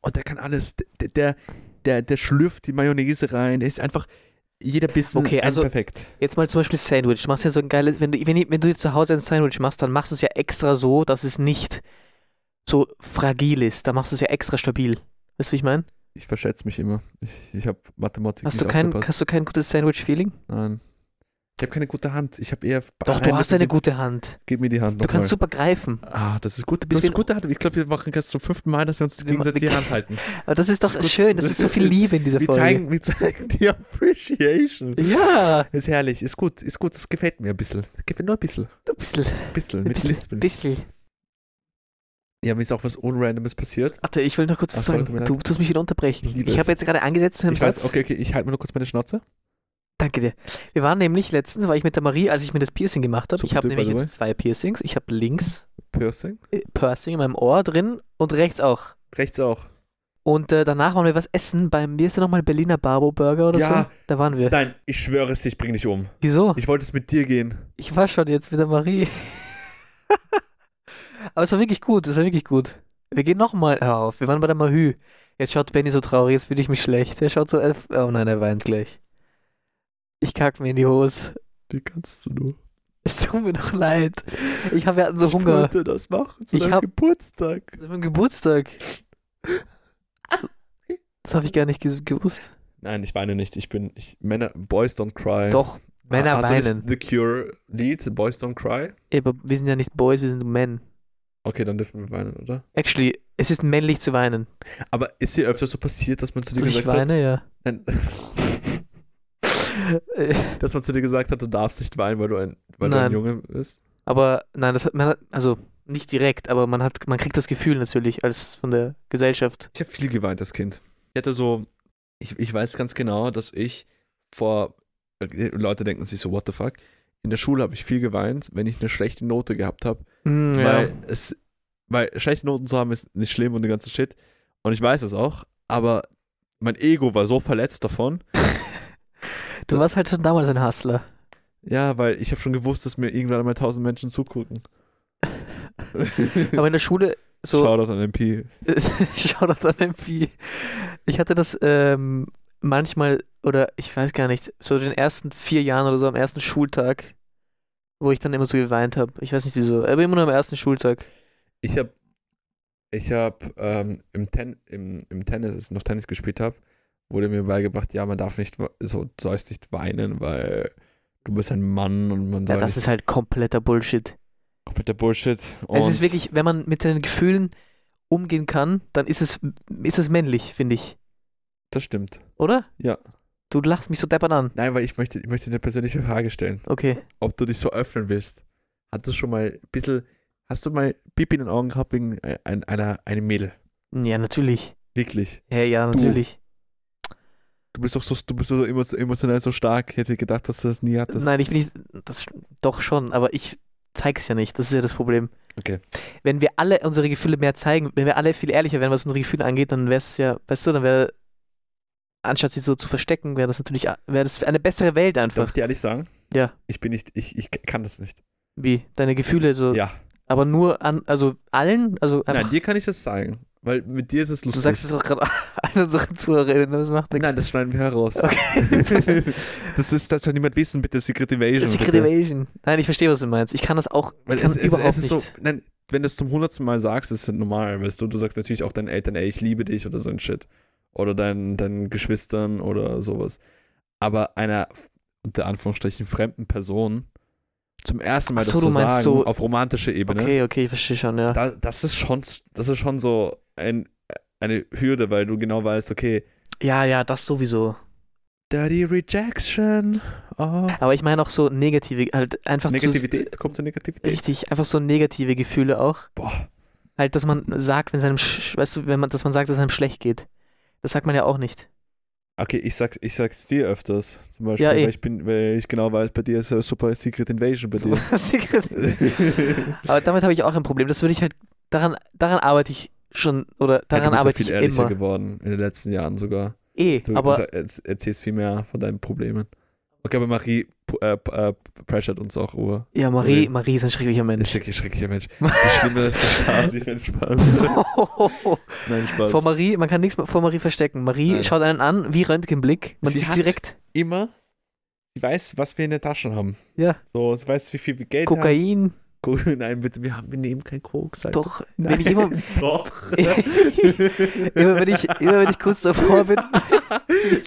A: Und der kann alles. Der, der, der, der schlürft die Mayonnaise rein, der ist einfach jeder Bissen
B: Okay,
A: ein-
B: also-
A: perfekt.
B: Jetzt mal zum Beispiel Sandwich. Machst ja so ein geiles, wenn du, wenn, wenn du dir zu Hause ein Sandwich machst, dann machst du es ja extra so, dass es nicht so fragil ist. Da machst du es ja extra stabil. Weißt du, wie ich meine?
A: Ich verschätze mich immer. Ich, ich habe Mathematik
B: Hast
A: nicht
B: du kein,
A: aufgepasst.
B: hast du kein gutes Sandwich-Feeling?
A: Nein. Ich habe keine gute Hand. Ich habe eher.
B: Doch, du
A: Nein,
B: hast
A: bitte,
B: eine
A: gib-
B: gute Hand.
A: Gib mir die Hand
B: Du kannst super greifen.
A: Ah, das ist gut. Du
B: bist
A: bist
B: wie-
A: gute Hand. Ich glaube, wir machen jetzt zum fünften Mal, dass wir uns
B: Wir ma-
A: gegenseitig die Hand
B: (laughs)
A: halten.
B: Aber das ist doch
A: Das ist gut.
B: schön. Das
A: Das
B: ist
A: (laughs) ist-
B: so viel Liebe in dieser
A: Wir
B: Folge.
A: zeigen, wir zeigen (laughs) die Appreciation.
B: ja,
A: Ist herrlich, ist gut, ist gut, das gefällt mir ein bisschen. Gefällt nur ein bisschen.
B: ein bisschen.
A: Ein bisschen,
B: Ein
A: mit
B: bisschen.
A: Lispeln.
B: bisschen.
A: Ja, mir ist auch was Unrandomes passiert.
B: Warte, ich will noch kurz
A: Ach,
B: was
A: sorry,
B: sagen.
A: tut mir
B: Du tust mich wieder unterbrechen.
A: Ich
B: Ich,
A: liebe es.
B: habe jetzt gerade angesetzt zu einem
A: Ich weiß,
B: Satz.
A: okay, okay, ich halte mir nur kurz meine Schnauze.
B: Danke dir. Wir waren nämlich letztens, war ich mit der Marie, als ich mir das Piercing gemacht habe.
A: Super
B: Ich habe
A: Typ,
B: nämlich
A: by the
B: jetzt zwei Piercings. Ich habe links
A: Piercing.
B: äh, Piercing in meinem Ohr drin und rechts auch.
A: Rechts auch.
B: Und äh, danach waren wir was essen beim, wie ist der nochmal, Berliner Barbo Burger oder
A: Ja.
B: so? Da waren wir.
A: Nein, ich schwöre es, dir, ich bring dich um.
B: Wieso?
A: Ich wollte es mit dir gehen.
B: Ich war schon jetzt mit der Marie. (laughs) Aber es war wirklich gut, es war wirklich gut. Wir gehen nochmal auf. Wir waren bei der Mahü. Jetzt schaut Benny so traurig, jetzt fühle ich mich schlecht. Er schaut so, elf- oh nein, er weint gleich. Ich kack mir in die Hose.
A: Wie kannst du nur?
B: Es tut mir doch leid. Ich habe, wir hatten so Hunger.
A: wollte das machen
B: Ich deinem hab-
A: Geburtstag.
B: Das ist mein Geburtstag. Das habe ich gar nicht ge gewusst.
A: Nein, ich weine nicht. Ich bin. Ich, Männer. Boys don't cry.
B: Doch, Männer
A: Hast
B: weinen.
A: Du nicht The Cure Lied, Boys don't cry.
B: ey, aber wir sind ja nicht Boys, wir sind Men.
A: Okay, dann dürfen wir weinen, oder?
B: Actually, es ist männlich zu weinen.
A: Aber ist dir öfter so passiert, dass man zu dir
B: Dass ich
A: gesagt hat.
B: weine, ja. (laughs)
A: Nein, (laughs)
B: Äh,
A: dass man zu dir gesagt hat, du darfst nicht weinen, weil du ein, weil du
B: Nein.
A: ein Junge bist?
B: Aber nein, das hat man hat, also nicht direkt, aber man hat man kriegt das Gefühl natürlich als von der Gesellschaft.
A: Ich habe viel geweint als Kind. Ich hatte so, ich, ich weiß ganz genau, dass ich vor, Leute denken sich so, what the fuck, in der Schule habe ich viel geweint, wenn ich eine schlechte Note gehabt habe,
B: Mm,
A: weil es, weil schlechte Noten zu haben ist nicht schlimm und den ganzen Shit und ich weiß es auch, aber mein Ego war so verletzt davon,
B: Du warst halt schon damals ein Hustler.
A: ja, weil ich habe schon gewusst, dass mir irgendwann einmal tausend Menschen (laughs) zugucken.
B: Aber in der Schule so
A: Shoutout an MP.
B: (laughs) schau doch dann irgendwie. Ich hatte das ähm, manchmal oder ich weiß gar nicht, so in den ersten vier Jahren oder so am ersten Schultag, wo ich dann immer so geweint habe. Ich weiß nicht wieso, aber immer nur am ersten Schultag.
A: Ich habe ich hab, ähm, im, Ten im, im Tennis, als ich noch Tennis gespielt habe, wurde mir beigebracht, ja, man darf nicht, we- so du sollst nicht weinen, weil du bist ein Mann und man
B: Ja,
A: soll
B: das
A: nicht
B: ist halt kompletter Bullshit.
A: kompletter Bullshit.
B: Es
A: und-
B: ist wirklich, wenn man mit seinen Gefühlen umgehen kann, dann ist es ist es männlich, finde ich.
A: Das stimmt.
B: Oder?
A: Ja.
B: Du lachst mich so deppert an.
A: Nein, weil ich möchte, ich möchte dir eine persönliche Frage stellen,
B: Okay.
A: ob du dich so öffnen willst. Hattest du schon mal ein bisschen, hast du mal Pipi in den Augen gehabt wegen ein- ein- einer, einem Mädel?
B: Ja, natürlich.
A: Wirklich.
B: Ja, ja, natürlich.
A: Du bist doch so, du bist doch so emo- emotional so stark. Ich hätte gedacht, dass du das nie hattest.
B: Nein, ich bin nicht. Das, doch schon, aber ich zeig's ja nicht. Das ist ja das Problem.
A: Okay.
B: Wenn wir alle unsere Gefühle mehr zeigen, wenn wir alle viel ehrlicher wären, was unsere Gefühle angeht, dann wär's ja, weißt du, dann wäre, anstatt sie so zu verstecken, wäre das natürlich, wäre das eine bessere Welt
A: Darf
B: einfach.
A: ich dir ehrlich sagen?
B: Ja.
A: Ich bin nicht, ich, ich kann das nicht.
B: Wie? Deine Gefühle so.
A: Ja.
B: Aber nur an, also allen, also
A: Nein,
B: einfach.
A: dir kann ich das sagen, weil mit dir ist es
B: du
A: lustig.
B: sagst es auch gerade (laughs) allen unseren Zuhörerinnen, das macht nichts.
A: Nein, das schneiden wir heraus.
B: Okay.
A: (laughs) das ist, das soll niemand wissen, bitte Secret Invasion.
B: Secret
A: bitte.
B: Invasion. Nein, ich verstehe, was du meinst. Ich kann das auch,
A: Weil
B: ich kann
A: es, es,
B: überhaupt
A: es ist
B: nicht.
A: so, ne? nein, wenn du es zum hundertsten Mal sagst, ist es normal, weißt du, du sagst natürlich auch deinen Eltern, ey, ich liebe dich oder so ein Shit. Oder deinen, deinen Geschwistern oder sowas. Aber einer, unter Anführungsstrichen, fremden Person zum ersten Mal
B: Ach so,
A: das
B: du
A: zu
B: meinst
A: sagen,
B: so-
A: auf romantischer Ebene,
B: okay, okay, ich verstehe schon, ja.
A: da, das ist schon, das ist schon so ein, eine Hürde, weil du genau weißt, okay,
B: Ja, ja, das sowieso.
A: Dirty Rejection. Oh.
B: Aber ich meine auch so negative, halt einfach
A: Negativität, kommt zur
B: Zu,
A: Negativität.
B: richtig, einfach so negative Gefühle auch.
A: Boah,
B: Halt, dass man sagt, wenn es einem, sch- weißt du, wenn man, dass man sagt, dass es einem schlecht geht. Das sagt man ja auch nicht. (laughs)
A: okay, ich sag's, ich sag's dir öfters, zum Beispiel,
B: Ja, eh.
A: weil, ich bin, weil ich genau weiß, bei dir ist ja super Secret Invasion bei dir.
B: Aber damit habe ich auch ein Problem. Das würde ich halt, daran, daran arbeite ich schon, oder
A: Ja, du
B: (laughs) daran
A: bist
B: arbeite
A: ja viel
B: ich
A: ehrlicher
B: immer.
A: geworden in den letzten Jahren sogar.
B: eh,
A: Du
B: aber
A: sa- erz- erzählst viel mehr von deinen Problemen. Okay, aber Marie äh, äh, pressured uns auch Uhr.
B: Ja, Marie, Marie ist ein schrecklicher
A: Ein (laughs)
B: (laughs) Mensch.
A: schrecklicher, schrecklicher Mensch. Die Schlimme ist die Stasi, wenn Spaß.
B: (laughs)
A: Nein, Spaß.
B: vor Marie, man kann nichts vor Marie verstecken. Marie
A: Nein.
B: schaut einen an wie Röntgenblick. Man
A: Sie
B: sieht
A: hat-
B: direkt
A: Immer, sie weiß, was wir in der Tasche haben.
B: Ja.
A: So, sie weiß, wie viel wir Geld haben.
B: Kokain.
A: Kokain. Nein, bitte, wir, haben, wir nehmen kein Koks. Alter.
B: Doch,
A: Nein.
B: wenn
A: (laughs)
B: ich immer, (laughs)
A: Doch.
B: immer, wenn ich, immer wenn ich kurz davor bin,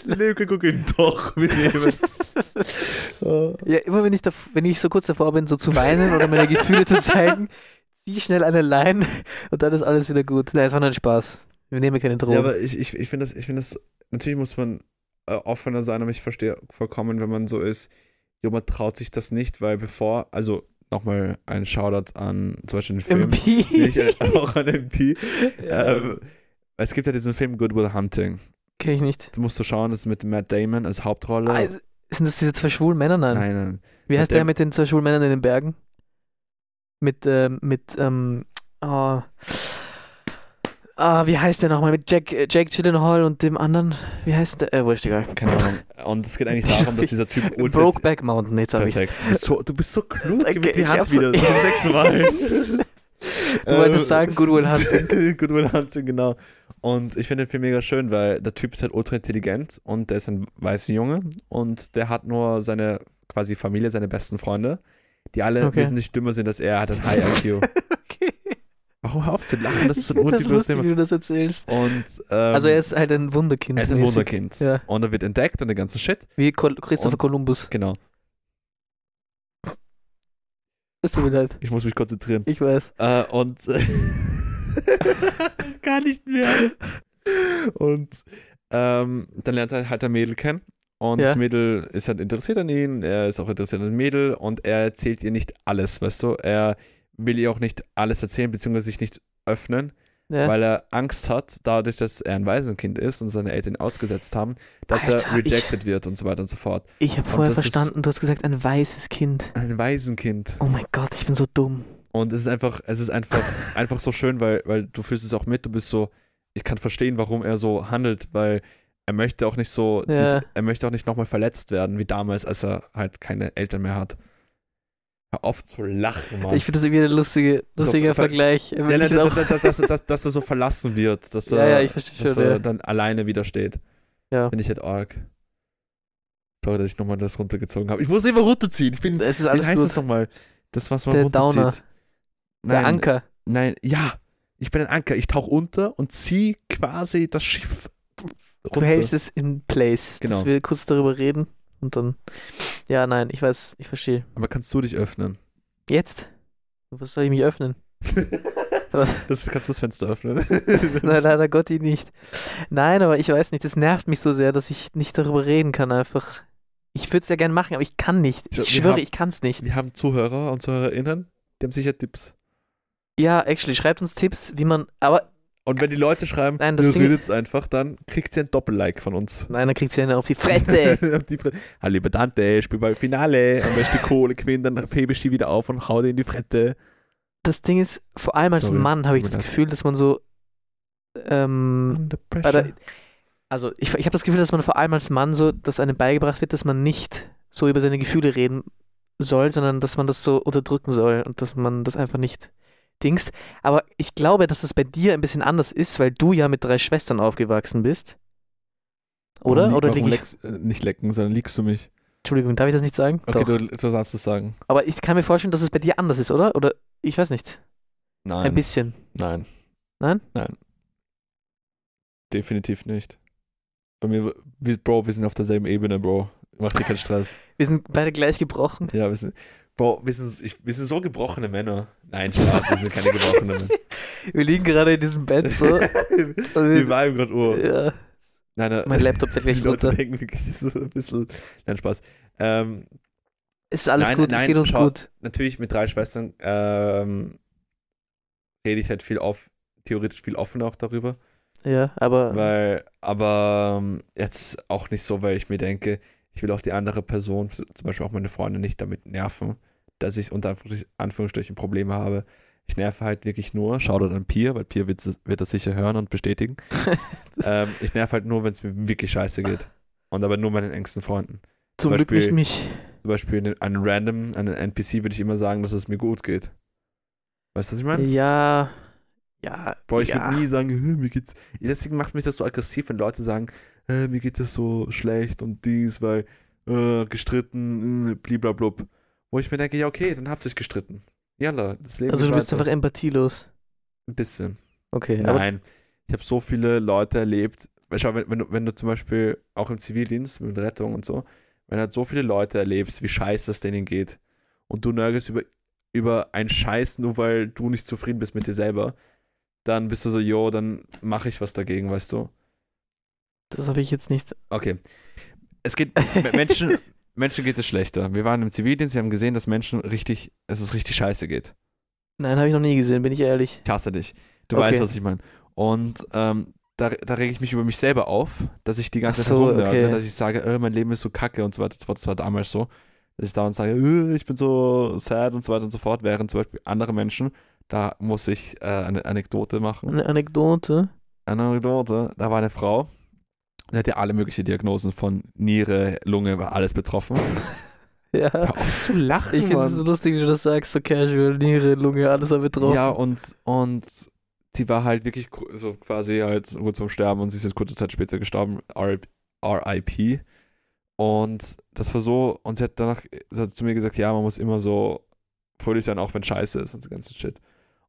A: wir nehmen kein Kokain. Doch, wir nehmen. Oh.
B: ja, immer wenn ich, da, wenn ich so kurz davor bin, so zu weinen oder meine Gefühle zu zeigen, zieh schnell eine Line und dann ist alles wieder gut. Nein, es war nur ein Spaß. Wir nehmen keine Drogen.
A: Ja, aber ich, ich, ich finde das, ich finde das, natürlich muss man äh, offener sein, aber ich verstehe vollkommen, wenn man so ist, jo, man traut sich das nicht, weil bevor, also nochmal ein Shoutout an zum Beispiel den Film,
B: MP.
A: den ich, äh, auch an MP,
B: (laughs) Ja,
A: ähm, es gibt ja diesen Film Good Will Hunting,
B: Kenn ich nicht.
A: du musst du schauen, das ist mit Matt Damon als Hauptrolle,
B: Ah, sind das diese zwei schwulen Männer? Nein.
A: nein, nein,
B: Wie
A: Mit
B: heißt der
A: dem-
B: mit den zwei schwulen Männern in den Bergen? Mit, ähm, mit, ähm, oh. Ah, wie heißt der nochmal? Mit Jack, äh, Jack Gyllenhaal und dem anderen? Wie heißt der? Äh, wurscht, egal.
A: keine Ahnung, und es geht eigentlich darum, dass dieser (laughs) Typ ultra-
B: Brokeback Mountain, jetzt hab ich's.
A: Perfekt. Du bist so, du bist so klug. Gib mir
B: Okay,
A: die
B: ich
A: Hand
B: hab's-
A: wieder.
B: (laughs)
A: Zum sechsten Mal. Ähm, du
B: Du
A: (laughs)
B: wolltest (laughs) sagen, Goodwill Hunting.
A: Good Will Hunting, genau. Und ich finde den Film mega schön, weil der Typ ist halt ultra intelligent und der ist ein weißer Junge und der hat nur seine quasi Familie, seine besten Freunde, die alle
B: Okay.
A: wesentlich dümmer sind als er, hat ein High
B: (laughs)
A: IQ.
B: Okay.
A: Warum hör auf zu lachen? Das ist ein
B: Ich find (laughs) das
A: ultra
B: lustig,
A: Thema.
B: wie du das erzählst.
A: Und, ähm,
B: Also er ist halt ein Wunderkind.
A: er ist ein
B: mäßig.
A: Wunderkind.
B: Ja.
A: Und er wird entdeckt und der ganze Shit.
B: Wie Kol Christopher
A: Und-
B: Columbus.
A: Genau.
B: Das tut mir leid.
A: Ich muss mich konzentrieren.
B: Ich weiß.
A: Äh, und gar nicht mehr. Und ähm, dann lernt er halt ein Mädel kennen. Und
B: Ja.
A: das Mädel ist halt interessiert an ihn, er ist auch interessiert an dem Mädel und er erzählt ihr nicht alles, weißt du? Er will ihr auch nicht alles erzählen, beziehungsweise sich nicht öffnen,
B: Ja.
A: weil er Angst hat, dadurch, dass er ein Waisenkind ist und seine Eltern ihn ausgesetzt haben, dass
B: Alter,
A: er
B: ich-
A: rejected wird und so weiter und so fort.
B: ich habe
A: und
B: vorher
A: das ist-
B: verstanden, du hast gesagt, ein weißes Kind.
A: Ein Waisenkind.
B: Oh mein Gott, ich bin so dumm.
A: Und es ist einfach, es ist einfach, einfach so schön, weil, weil du fühlst es auch mit, du bist so, ich kann verstehen, warum er so handelt, weil er möchte auch nicht so,
B: Ja.
A: dies, er möchte auch nicht nochmal verletzt werden, wie damals, als er halt keine Eltern mehr hat. Hör auf zu lachen, Mann.
B: (laughs) Ich finde das irgendwie ein lustige,
A: So,
B: lustiger
A: ver-
B: Vergleich. Wenn
A: ja,
B: ich
A: dass,
B: das auch-
A: dass, dass, dass, dass, dass er so verlassen wird, dass
B: ja,
A: er,
B: ja, ich verstehe
A: dass
B: schon.
A: er
B: Ja.
A: dann alleine wieder steht.
B: Ja.
A: Finde ich halt arg. Sorry, dass ich nochmal das runtergezogen habe. Ich muss immer runterziehen. Ich bin,
B: Es ist
A: wie
B: alles
A: heißt
B: gut.
A: das nochmal? Das, was man
B: Der
A: runterzieht.
B: Downer, der
A: Nein, äh,
B: Anker.
A: Nein, ja. Ich bin ein Anker. Ich tauche unter und ziehe quasi das Schiff runter.
B: Du hältst es in place.
A: Genau.
B: Dass wir kurz darüber reden und dann. Ja, nein, ich weiß, ich verstehe.
A: Aber kannst du dich
B: (laughs)
A: öffnen?
B: Jetzt? Was soll ich mich öffnen?
A: das, kannst du das Fenster öffnen?
B: Nein, leider Gott ihn nicht. Nein, aber ich weiß nicht, das nervt mich so sehr, dass ich nicht darüber reden kann einfach. Ich würde es ja gerne machen, aber ich kann nicht. Ich
A: Wir
B: schwöre,
A: haben-
B: ich kann es nicht.
A: (laughs) Wir haben Zuhörer und ZuhörerInnen, die haben sicher Tipps.
B: Ja, actually, schreibt uns Tipps, wie man. Aber
A: Und wenn die Leute schreiben,
B: Nein, das
A: ihr
B: Ding-
A: redet's einfach, dann kriegt sie ein Doppellike von uns.
B: nein, dann kriegt sie eine auf
A: (laughs)
B: die Fresse.
A: Auf die Fre- Hallo, liebe Tante, ich spiel beim Finale. Und wenn ich die Kohle gewinne, dann hebe ich die wieder auf und hau dir in die Frette.
B: das Ding ist, vor allem als
A: Sorry,
B: Mann habe ich
A: tut
B: das
A: mir leid.
B: Gefühl, dass man so. Ähm,
A: Under
B: Alter,
A: pressure.
B: also ich, ich habe das Gefühl, dass man vor allem als Mann so, dass einem beigebracht wird, dass man nicht so über seine Gefühle reden soll, sondern dass man das so unterdrücken soll und dass man das einfach nicht dingst. Aber ich glaube, dass das bei dir ein bisschen anders ist, weil du ja mit drei Schwestern aufgewachsen bist. Oder?
A: Warum-
B: oder
A: warum
B: liege ich.
A: leckst- äh, Nicht lecken, sondern liegst du mich.
B: Entschuldigung, darf ich das nicht sagen?
A: Okay,
B: Doch.
A: du, du darfst es sagen.
B: Aber ich kann mir vorstellen, dass es bei dir anders ist, oder? Oder ich weiß nicht.
A: Nein.
B: Ein bisschen.
A: Nein.
B: Nein?
A: Nein. Definitiv nicht. Bei mir, wir, Bro, wir sind auf derselben Ebene, Bro. Mach dir keinen
B: (laughs)
A: Stress.
B: Wir sind beide gleich gebrochen.
A: ja, wir sind. Bro, wir sind, ich, wir sind so gebrochene Männer. Nein, Spaß, wir sind keine gebrochenen
B: (laughs)
A: Männer.
B: Wir liegen gerade in diesem Bett so.
A: (laughs)
B: und
A: wir viben gerade Uhr.
B: ja.
A: Nein, nein,
B: Mein Laptop fällt
A: die
B: gleich
A: Leute
B: runter.
A: denken wirklich so ein bisschen. Nein, Spaß. Ähm,
B: Ist alles
A: Nein,
B: gut, es
A: nein,
B: geht uns
A: schau.
B: gut.
A: natürlich mit drei Schwestern ähm, rede ich halt viel auf, theoretisch viel offener auch darüber.
B: Ja, aber
A: Weil, aber ähm, jetzt auch nicht so, weil ich mir denke, ich will auch die andere Person, z- zum Beispiel auch meine Freunde, nicht damit nerven, dass ich unter Anführungs- Anführungsstrichen Probleme habe. Ich nerve halt wirklich nur, Shoutout an Pier, weil Pier wird, wird das sicher hören und bestätigen. ähm, ich nerve halt nur, wenn es mir wirklich scheiße geht. Und aber nur meinen engsten Freunden.
B: Zum Glück nicht
A: Beispiel-
B: mich.
A: Zum Beispiel einen, einen Random, einen NPC würde ich immer sagen, dass es mir gut geht. Weißt du, was ich meine?
B: Ja. Ja.
A: Hm? Boah, ich
B: ja.
A: würde nie sagen, "Hä, mir geht's. Deswegen macht mich das so aggressiv, wenn Leute sagen, "Äh, mir geht es so schlecht und dies, weil äh, gestritten, mh, bliblablub. Wo ich mir denke, ja, okay, dann habt ihr euch gestritten. Jalla, das Leben
B: Also
A: geht
B: du bist
A: weiter.
B: einfach empathielos.
A: ein bisschen.
B: Okay, aber
A: Nein, ich habe so viele Leute erlebt. Weil Schau, wenn, wenn, du, wenn du zum Beispiel auch im Zivildienst mit Rettung und so, wenn du halt so viele Leute erlebst, wie scheiße es denen geht und du nörgelst über, über einen Scheiß, nur weil du nicht zufrieden bist mit dir selber, dann bist du so, jo, dann mache ich was dagegen, weißt du?
B: das habe ich jetzt nicht.
A: Okay. Es geht, M- Menschen, Menschen geht es schlechter. Wir waren im Zivildienst, wir haben gesehen, dass Menschen richtig, dass es richtig scheiße geht.
B: (laughs) Nein, habe ich noch nie gesehen, bin ich ehrlich.
A: Ich hasse dich. Du
B: Okay.
A: weißt, was ich meine. Und ähm, da, da rege ich mich über mich selber auf, dass ich die ganze
B: Ach
A: Zeit
B: so,
A: rumnörgle,
B: okay.
A: dass ich sage, äh, mein Leben ist so kacke und so weiter. Das war, das war damals so. Dass ich dauernd sage, äh, ich bin so sad und so weiter und so fort. Während zum Beispiel andere Menschen, da muss ich äh, eine Anekdote machen.
B: Eine Anekdote. (laughs)
A: Eine Anekdote, da war eine Frau, die hatte alle möglichen Diagnosen von Niere, Lunge, war alles
B: (laughs)
A: betroffen.
B: Ja.
A: Hör auf zu lachen,
B: Ich finde
A: Mann.
B: es so lustig, wie du das sagst, so casual, Niere, Lunge, alles damit drauf.
A: Ja, und, und die war halt wirklich gro- so quasi halt kurz vorm Sterben und sie ist jetzt kurze Zeit später gestorben, RIP. RIP. Und das war so, und sie hat danach sie hat zu mir gesagt, ja, man muss immer so fröhlich sein, auch wenn scheiße ist und so ganzen Shit.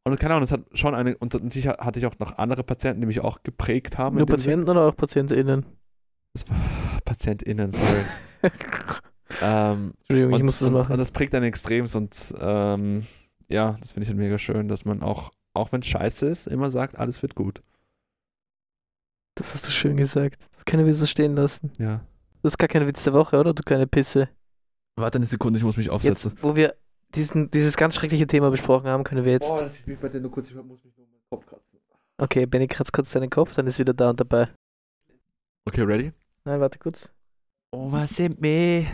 A: Und keine Ahnung, das hat schon eine, und natürlich hatte ich auch noch andere Patienten, die mich auch geprägt haben.
B: Nur
A: indem sie-
B: Patienten oder auch PatientInnen? (laughs)
A: Das war, PatientInnen, sorry. ähm,
B: Entschuldigung, ich
A: und-
B: muss das
A: und,
B: machen.
A: Und das prägt einen extremst und ähm, ja, das finde ich halt mega schön, dass man auch, auch wenn es scheiße ist, immer sagt, alles wird gut.
B: Das hast du schön gesagt. Das kann ich so stehen lassen.
A: Ja.
B: Du hast gar keinen Witz der Woche, oder? Du kleine Pisse.
A: Warte eine Sekunde, ich muss mich
B: Jetzt, wo wir diesen, dieses ganz schreckliche Thema besprochen haben, können wir jetzt.
A: Boah, das mich bei dir nur kurz, ich muss
B: um
A: mich nur meinen Kopf kratzen.
B: Okay, Benny kratzt kurz seinen Kopf, dann ist wieder da und dabei.
C: Okay, ready?
B: Nein, warte kurz.
A: Oh, was sind me?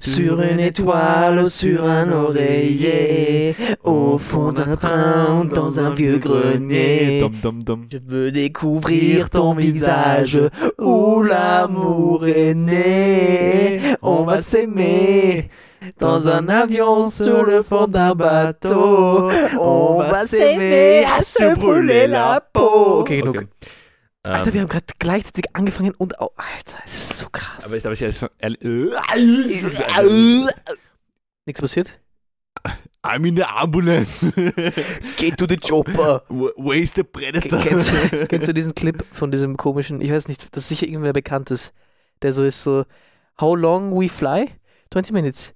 B: Sur une étoile, sur un oreiller, au fond d'un train, dans un vieux grenier.
A: Dum, dum, dum.
B: Je veux découvrir ton visage où l'amour est né. On va s'aimer dans un avion sur le fond d'un bateau. On va s'aimer à se brûler la peau. Okay, genug. Alter, wir haben gerade gleichzeitig angefangen und au- Alter, es ist so krass.
C: Aber ich glaube, ich jetzt.
B: Nichts passiert?
C: I'm in the ambulance.
B: Geh to the chopper.
C: Where's the predator?
B: Kennst du, (laughs) kennst du diesen Clip von diesem komischen, ich weiß nicht, das ist sicher irgendwer bekannt ist, der so ist so, how long we fly? 20 minutes.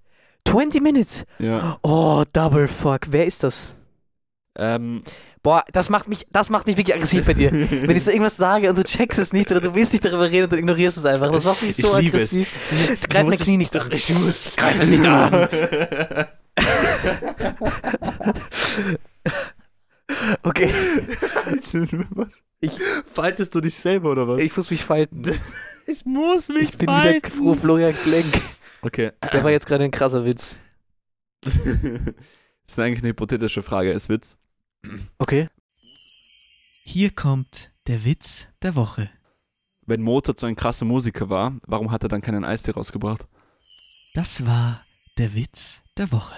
B: 20 minutes.
C: Ja.
B: Oh, double fuck. Wer ist das?
C: Ähm,
B: Boah, das macht mich, das macht mich wirklich aggressiv bei (laughs) dir.
C: (laughs)
B: Wenn ich so irgendwas sage und du checkst es nicht oder du willst nicht darüber reden und dann ignorierst es einfach. Das macht mich
C: Ich
B: so
C: liebe es.
B: aggressiv. Greif mein Knie nicht an.
C: ich muss.
B: Greif es nicht an. Okay.
C: (laughs) was?
B: Ich-
C: Faltest du dich selber oder was?
B: (laughs) Ich muss mich falten.
C: Ich muss mich
B: Ich bin wieder froh, Florian Klenk.
C: Okay.
B: Der
C: (laughs)
B: war jetzt gerade ein krasser Witz.
C: das ist eigentlich eine hypothetische Frage. Ist Witz?
B: Okay.
D: Hier kommt der Witz der Woche.
C: Wenn Mozart so ein krasser Musiker war, warum hat er dann keinen Eistee rausgebracht?
D: Das war der Witz der Woche.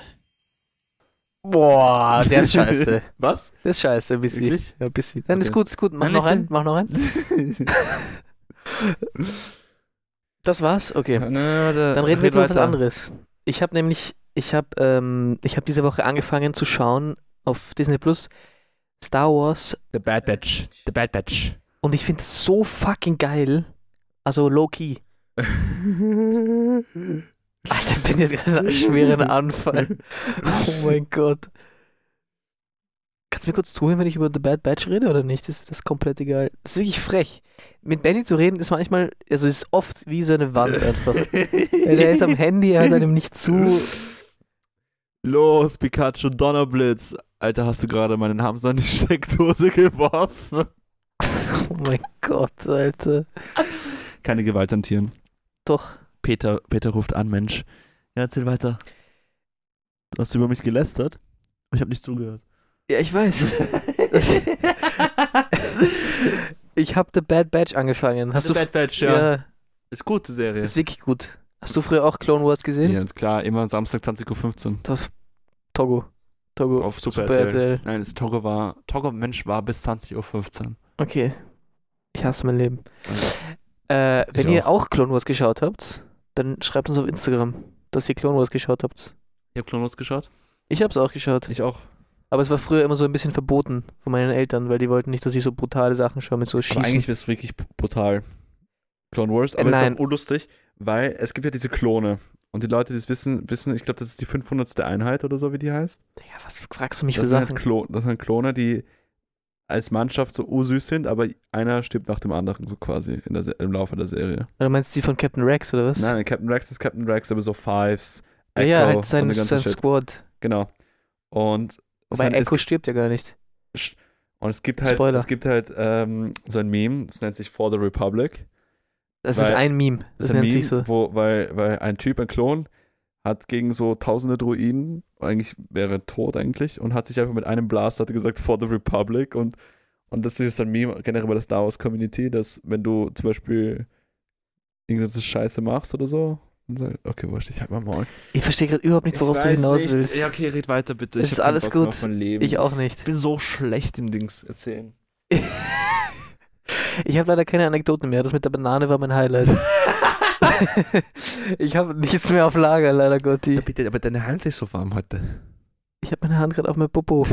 B: Boah, Ah, der ist scheiße.
C: (laughs) Was?
B: Der ist scheiße, ein bisschen.
C: Wirklich?
B: Ja, ein bisschen. Nein, ist
C: Okay.
B: gut, ist gut. Mach
C: Nein,
B: noch
C: ich
B: einen,
C: bin-
B: mach noch einen. Das war's? Okay. Dann reden wir jetzt über was anderes. Ich habe nämlich, ich habe ähm, ich hab diese Woche angefangen zu schauen auf Disney Plus Star Wars
A: The Bad Batch. The Bad Batch.
B: und ich finde es so fucking geil. Also low-key.
C: (laughs)
B: Alter, ich bin jetzt gerade in einem (laughs) schweren Anfall. Oh mein Gott. Kannst du mir kurz zuhören, wenn ich über The Bad Batch rede oder nicht? Das, das ist komplett egal. Das ist wirklich frech. Mit Benny zu reden ist manchmal, also ist oft wie so eine (laughs) Wand einfach. Weil Also er ist (laughs) am Handy, er hört einem nicht zu.
C: Los, Pikachu Donnerblitz. Alter, hast du gerade meinen Hamster in die Steckdose geworfen?
B: Oh mein Gott, Alter.
C: Keine Gewalt an Tieren.
B: Doch.
C: Peter, Peter ruft an, Mensch. Ja, erzähl weiter. Du hast über mich gelästert? Ich habe nicht zugehört.
B: Ja, ich weiß. ich habe The Bad Batch angefangen. Hast
C: The
B: du
C: Bad Batch,
B: ja.
C: Ist gute Serie.
B: ist wirklich gut. Hast du früher auch Clone Wars gesehen?
C: Ja, klar, immer Samstag 20.15 Uhr.
B: Auf Togo. Togo.
C: Auf Super,
B: Super
C: RTL.
B: RTL.
C: Nein, das Togo war, Togo Mensch war bis 20.15 Uhr.
B: Okay. Ich hasse mein Leben.
C: Also,
B: Äh,
C: Ich
B: wenn ihr auch Clone Wars geschaut habt, dann schreibt uns auf Instagram, dass ihr Clone Wars geschaut habt.
C: ich habe Clone Wars geschaut.
B: Ich hab's auch geschaut.
A: Ich auch.
B: Aber es war früher immer so ein bisschen verboten von meinen Eltern, weil die wollten nicht, dass ich so brutale Sachen schaue mit so
A: Aber
B: Schießen.
A: eigentlich ist es wirklich brutal. Clone Wars,
B: Äh,
A: aber es ist
B: nein.
A: auch unlustig, weil es gibt ja diese Klone. Und die Leute, die es wissen, wissen, ich glaube, das ist die 500. Einheit oder so, wie die heißt.
B: Digga, was fragst du mich für
A: das, sind halt
B: Sachen?
A: Klone, das sind halt Klone, die als Mannschaft so ursüß sind, aber einer stirbt nach dem anderen, so quasi in der, Se- im Laufe der Serie.
B: Oder meinst du die von Captain Rex oder was?
A: Nein, Captain Rex ist Captain Rex, aber so Fives,
B: ja,
A: Echo
B: ja, halt sein,
A: und der ganze
B: sein
A: Shit.
B: Squad.
A: Genau. Und
B: Wobei
A: es,
B: Echo stirbt ja gar nicht.
A: und es gibt halt,
B: Spoiler.
A: es gibt halt ähm, so ein Meme, das nennt sich For the Republic.
B: Das ist
A: Weil-
B: ein Meme.
A: Das
B: Das,
A: ist ein
B: nennt
A: Meme,
B: sich so.
A: wo, weil, weil ein Typ, ein Klon, hat gegen so tausende Druiden, eigentlich wäre er tot eigentlich, und hat sich einfach mit einem Blast, hat er gesagt, for the Republic und, und das ist so ein Meme generell bei der Star Wars Community, dass wenn du zum Beispiel irgendwas Scheiße machst oder so, dann sag, okay, wurscht, ich halt mal Maul.
B: Ich verstehe gerade überhaupt nicht, worauf du hinaus willst.
C: Ja, okay, red weiter bitte.
B: Es
C: Ich
B: ist
C: hab keinen
B: alles
C: Bock mehr
B: gut.
C: auf mein Leben.
B: Ich auch nicht.
C: bin so schlecht im Dings erzählen.
B: Ich habe leider keine Anekdoten mehr. Das mit der Banane war
A: (laughs)
B: mein Highlight. ich habe nichts mehr auf Lager, leider Gotti.
C: bitte, aber deine Hand ist so warm heute.
B: Ich habe meine Hand gerade auf mein Popo. Ist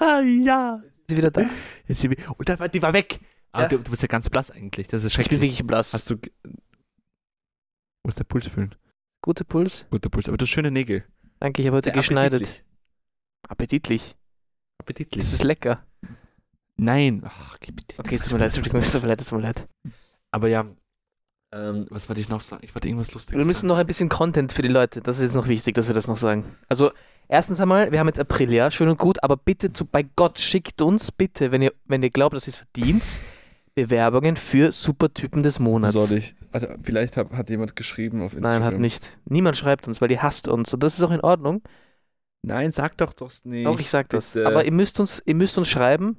C: Ah, ja.
B: sie wieder da?
C: Jetzt sind wir- Und da war, die war weg. Aber
B: Ja.
C: du, du bist ja ganz blass eigentlich. Das ist
B: Ich bin
C: schrecklich.
B: wirklich blass.
C: Hast du. Wo ist der Puls fühlen?
B: Guter Puls.
C: Guter Puls. Aber du hast schöne Nägel.
B: Danke, ich habe heute
C: Sehr
B: geschneidet.
C: appetitlich.
B: Appetitlich.
C: Appetitlich.
B: Das ist lecker.
C: Nein. Ach, gib bitte.
B: Okay, tut mir leid, Entschuldigung, es tut mir leid, es tut mir leid.
C: Aber ja. Ähm, was wollte ich noch sagen? Ich wollte irgendwas Lustiges
B: Wir müssen
C: sagen.
B: noch ein bisschen Content für die Leute. Das ist jetzt noch wichtig, dass wir das noch sagen. Also, erstens einmal, wir haben jetzt April, ja, schön und gut, aber bitte zu, bei Gott, schickt uns bitte, wenn ihr, wenn ihr glaubt, dass ihr es verdient, Bewerbungen für Supertypen des Monats.
A: Soll ich, also vielleicht hab, hat jemand geschrieben auf Instagram.
B: Nein, hat nicht. Niemand schreibt uns, weil die hasst uns. Und das ist auch in Ordnung.
A: Nein, sag doch doch nicht.
B: Doch, ich sag das.
A: bitte.
B: Aber ihr müsst uns, ihr müsst uns schreiben.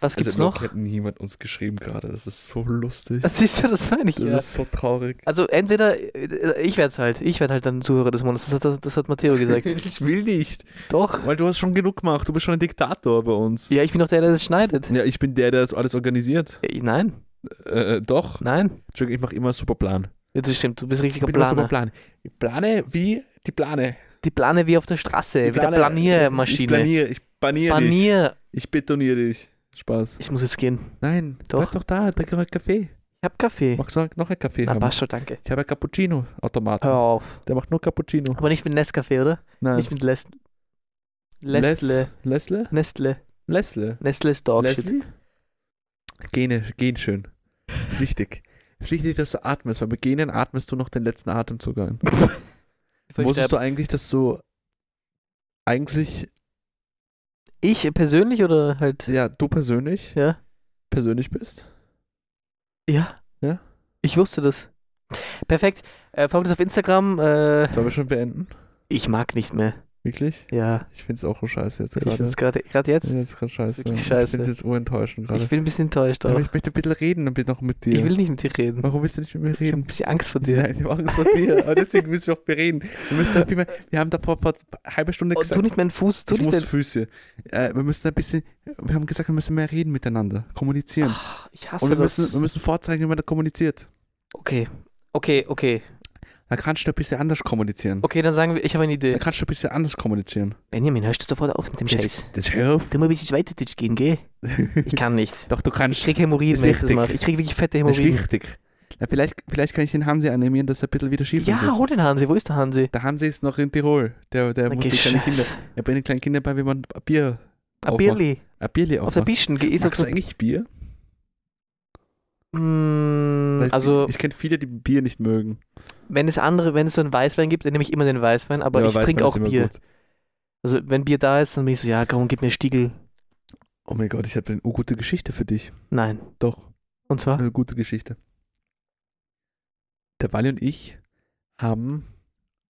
B: Was
A: Äh. also
B: gibt's
A: überhaupt
B: noch?
A: hat niemand uns geschrieben gerade, das ist so lustig.
B: (laughs) Das siehst du, das meine ich
A: Das
B: ja.
A: ist so traurig.
B: Also entweder äh, ich werd's halt, ich werd halt dann Zuhörer des Monats. Das hat, das hat Matteo
A: (laughs)
B: gesagt.
A: ich will nicht.
B: Doch.
A: Weil du hast schon genug gemacht. Du bist schon ein Diktator bei uns.
B: Ja, ich bin doch der, der das schneidet.
A: Ja, ich bin der, der das alles organisiert.
B: Äh, Nein,
A: Äh, doch.
B: nein.
A: Entschuldigung, ich mache immer super Plan.
B: Ja, Das stimmt, du bist richtiger
A: Ich bin immer
B: Planer.
A: Plan. Ich plane wie die Plane.
B: Die plane wie auf der Straße,
A: Ich
B: wie der
A: plane- Ich
B: Planiermaschine.
A: planiere, ich baniere dich.
B: Planier.
A: Ich betoniere dich. Spaß.
B: Ich muss jetzt gehen.
A: Nein,
B: Doch.
A: bleib doch da. Da gehört Kaffee.
B: Ich hab Kaffee.
A: Magst du noch einen Kaffee
B: Na,
A: haben?
B: passt schon, danke.
A: Ich habe einen Cappuccino-Automaten.
B: Hör auf.
A: Der macht nur Cappuccino.
B: Aber nicht mit Nescafé, oder?
A: Nein.
B: Nicht mit Les
A: Les-
B: Lestle.
A: Lesle?
B: Nestle.
A: Lesle.
B: Nestle ist Dogshit.
A: Leslie? Gene, Gen schön. Ist wichtig. Ist wichtig, dass du atmest, weil bei Genen atmest du noch den letzten Atemzug
B: (laughs)
A: ein.
B: Bevor ich
A: Wusstest
B: sterbe.
A: du eigentlich, dass du eigentlich,
B: Ich persönlich oder halt?
A: ja, du persönlich,
B: Ja.
A: persönlich bist?
B: Ja.
A: Ja?
B: Ich wusste das. Perfekt. Äh, folgt uns auf Instagram. Äh,
A: Sollen wir schon beenden?
B: ich mag nicht mehr.
A: Wirklich?
B: Ja.
A: Ich find's auch so scheiße jetzt
B: Ich
A: gerade.
B: find's gerade gerade jetzt.
A: Ich find's jetzt gerade scheiße.
B: wirklich
A: Ich
B: scheiße.
A: find's jetzt urenttäuschend gerade.
B: Ich bin ein bisschen enttäuscht
A: Aber
B: auch.
A: ich möchte ein bisschen reden und bin noch mit dir.
B: Ich will nicht mit dir reden.
A: Warum willst du nicht mit mir
B: Ich habe ein
A: reden?
B: bisschen Angst vor dir.
A: (laughs) Nein, ich mache es von dir. Aber deswegen müssen wir auch bereden. Wir, müssen halt viel mehr, wir haben da vor, vor einer halben Stunde
B: Oh,
A: gesagt.
B: tu nicht meinen Fuß, tu
A: ich
B: nicht
A: muss
B: deinen
A: Füße. Äh, wir müssen ein bisschen, wir haben gesagt, wir müssen mehr reden miteinander, kommunizieren.
B: Ach, ich hasse
A: Und wir
B: das.
A: müssen, wir müssen vorzeigen, wie man da kommuniziert.
B: okay. Okay, okay.
A: Da kannst du ein bisschen anders kommunizieren.
B: Okay, dann sagen wir, ich habe eine
A: Da
B: Idee.
A: kannst du ein bisschen anders kommunizieren.
B: Benjamin, hörst du sofort auf mit dem Scheiß?
A: Das hilft.
B: Du musst ein bisschen weiter Deutsch gehen, gell? Ich kann nicht.
A: (laughs) Doch, du
B: Ich
A: kannst.
B: krieg Hämorrhoiden,
A: Ist
B: wenn ich das
A: wichtig.
B: mache. Ich krieg wirklich fette
A: Das ist
B: Hämorrhoiden.
A: wichtig. Na, vielleicht, vielleicht kann ich den Hansi animieren, dass er ein bisschen wieder schief
B: Ja, hol den Hansi. Wo ist der Hansi?
A: Der Hansi ist noch in Tirol. Der, der
B: Na,
A: muss
B: geh
A: die kleinen Kinder.
B: scheiß.
A: Er bringt den kleinen Kindern bei, wie man ein Bier,
B: Ein
A: Aufmachen.
B: Bierli.
A: ein Bierli
B: Ah, Auf der
A: aufmacht.
B: Bischen. Geh
A: Magst du eigentlich Bier?
B: Mm,
A: Weil
B: also,
A: ich kenne viele, die Bier nicht mögen.
B: wenn es andere, wenn es so einen Weißwein gibt, dann nehme ich immer den Weißwein, aber
A: Ja,
B: ich
A: Weißwein
B: trinke
A: ist
B: auch
A: immer
B: Bier.
A: gut.
B: Also, wenn Bier da ist, dann bin ich so, ja, komm, gib mir Stiegel.
A: Oh mein Gott, ich habe eine gute Geschichte für dich.
B: Nein.
A: Doch.
B: Und zwar?
A: Eine gute Geschichte. Der Wally und ich haben,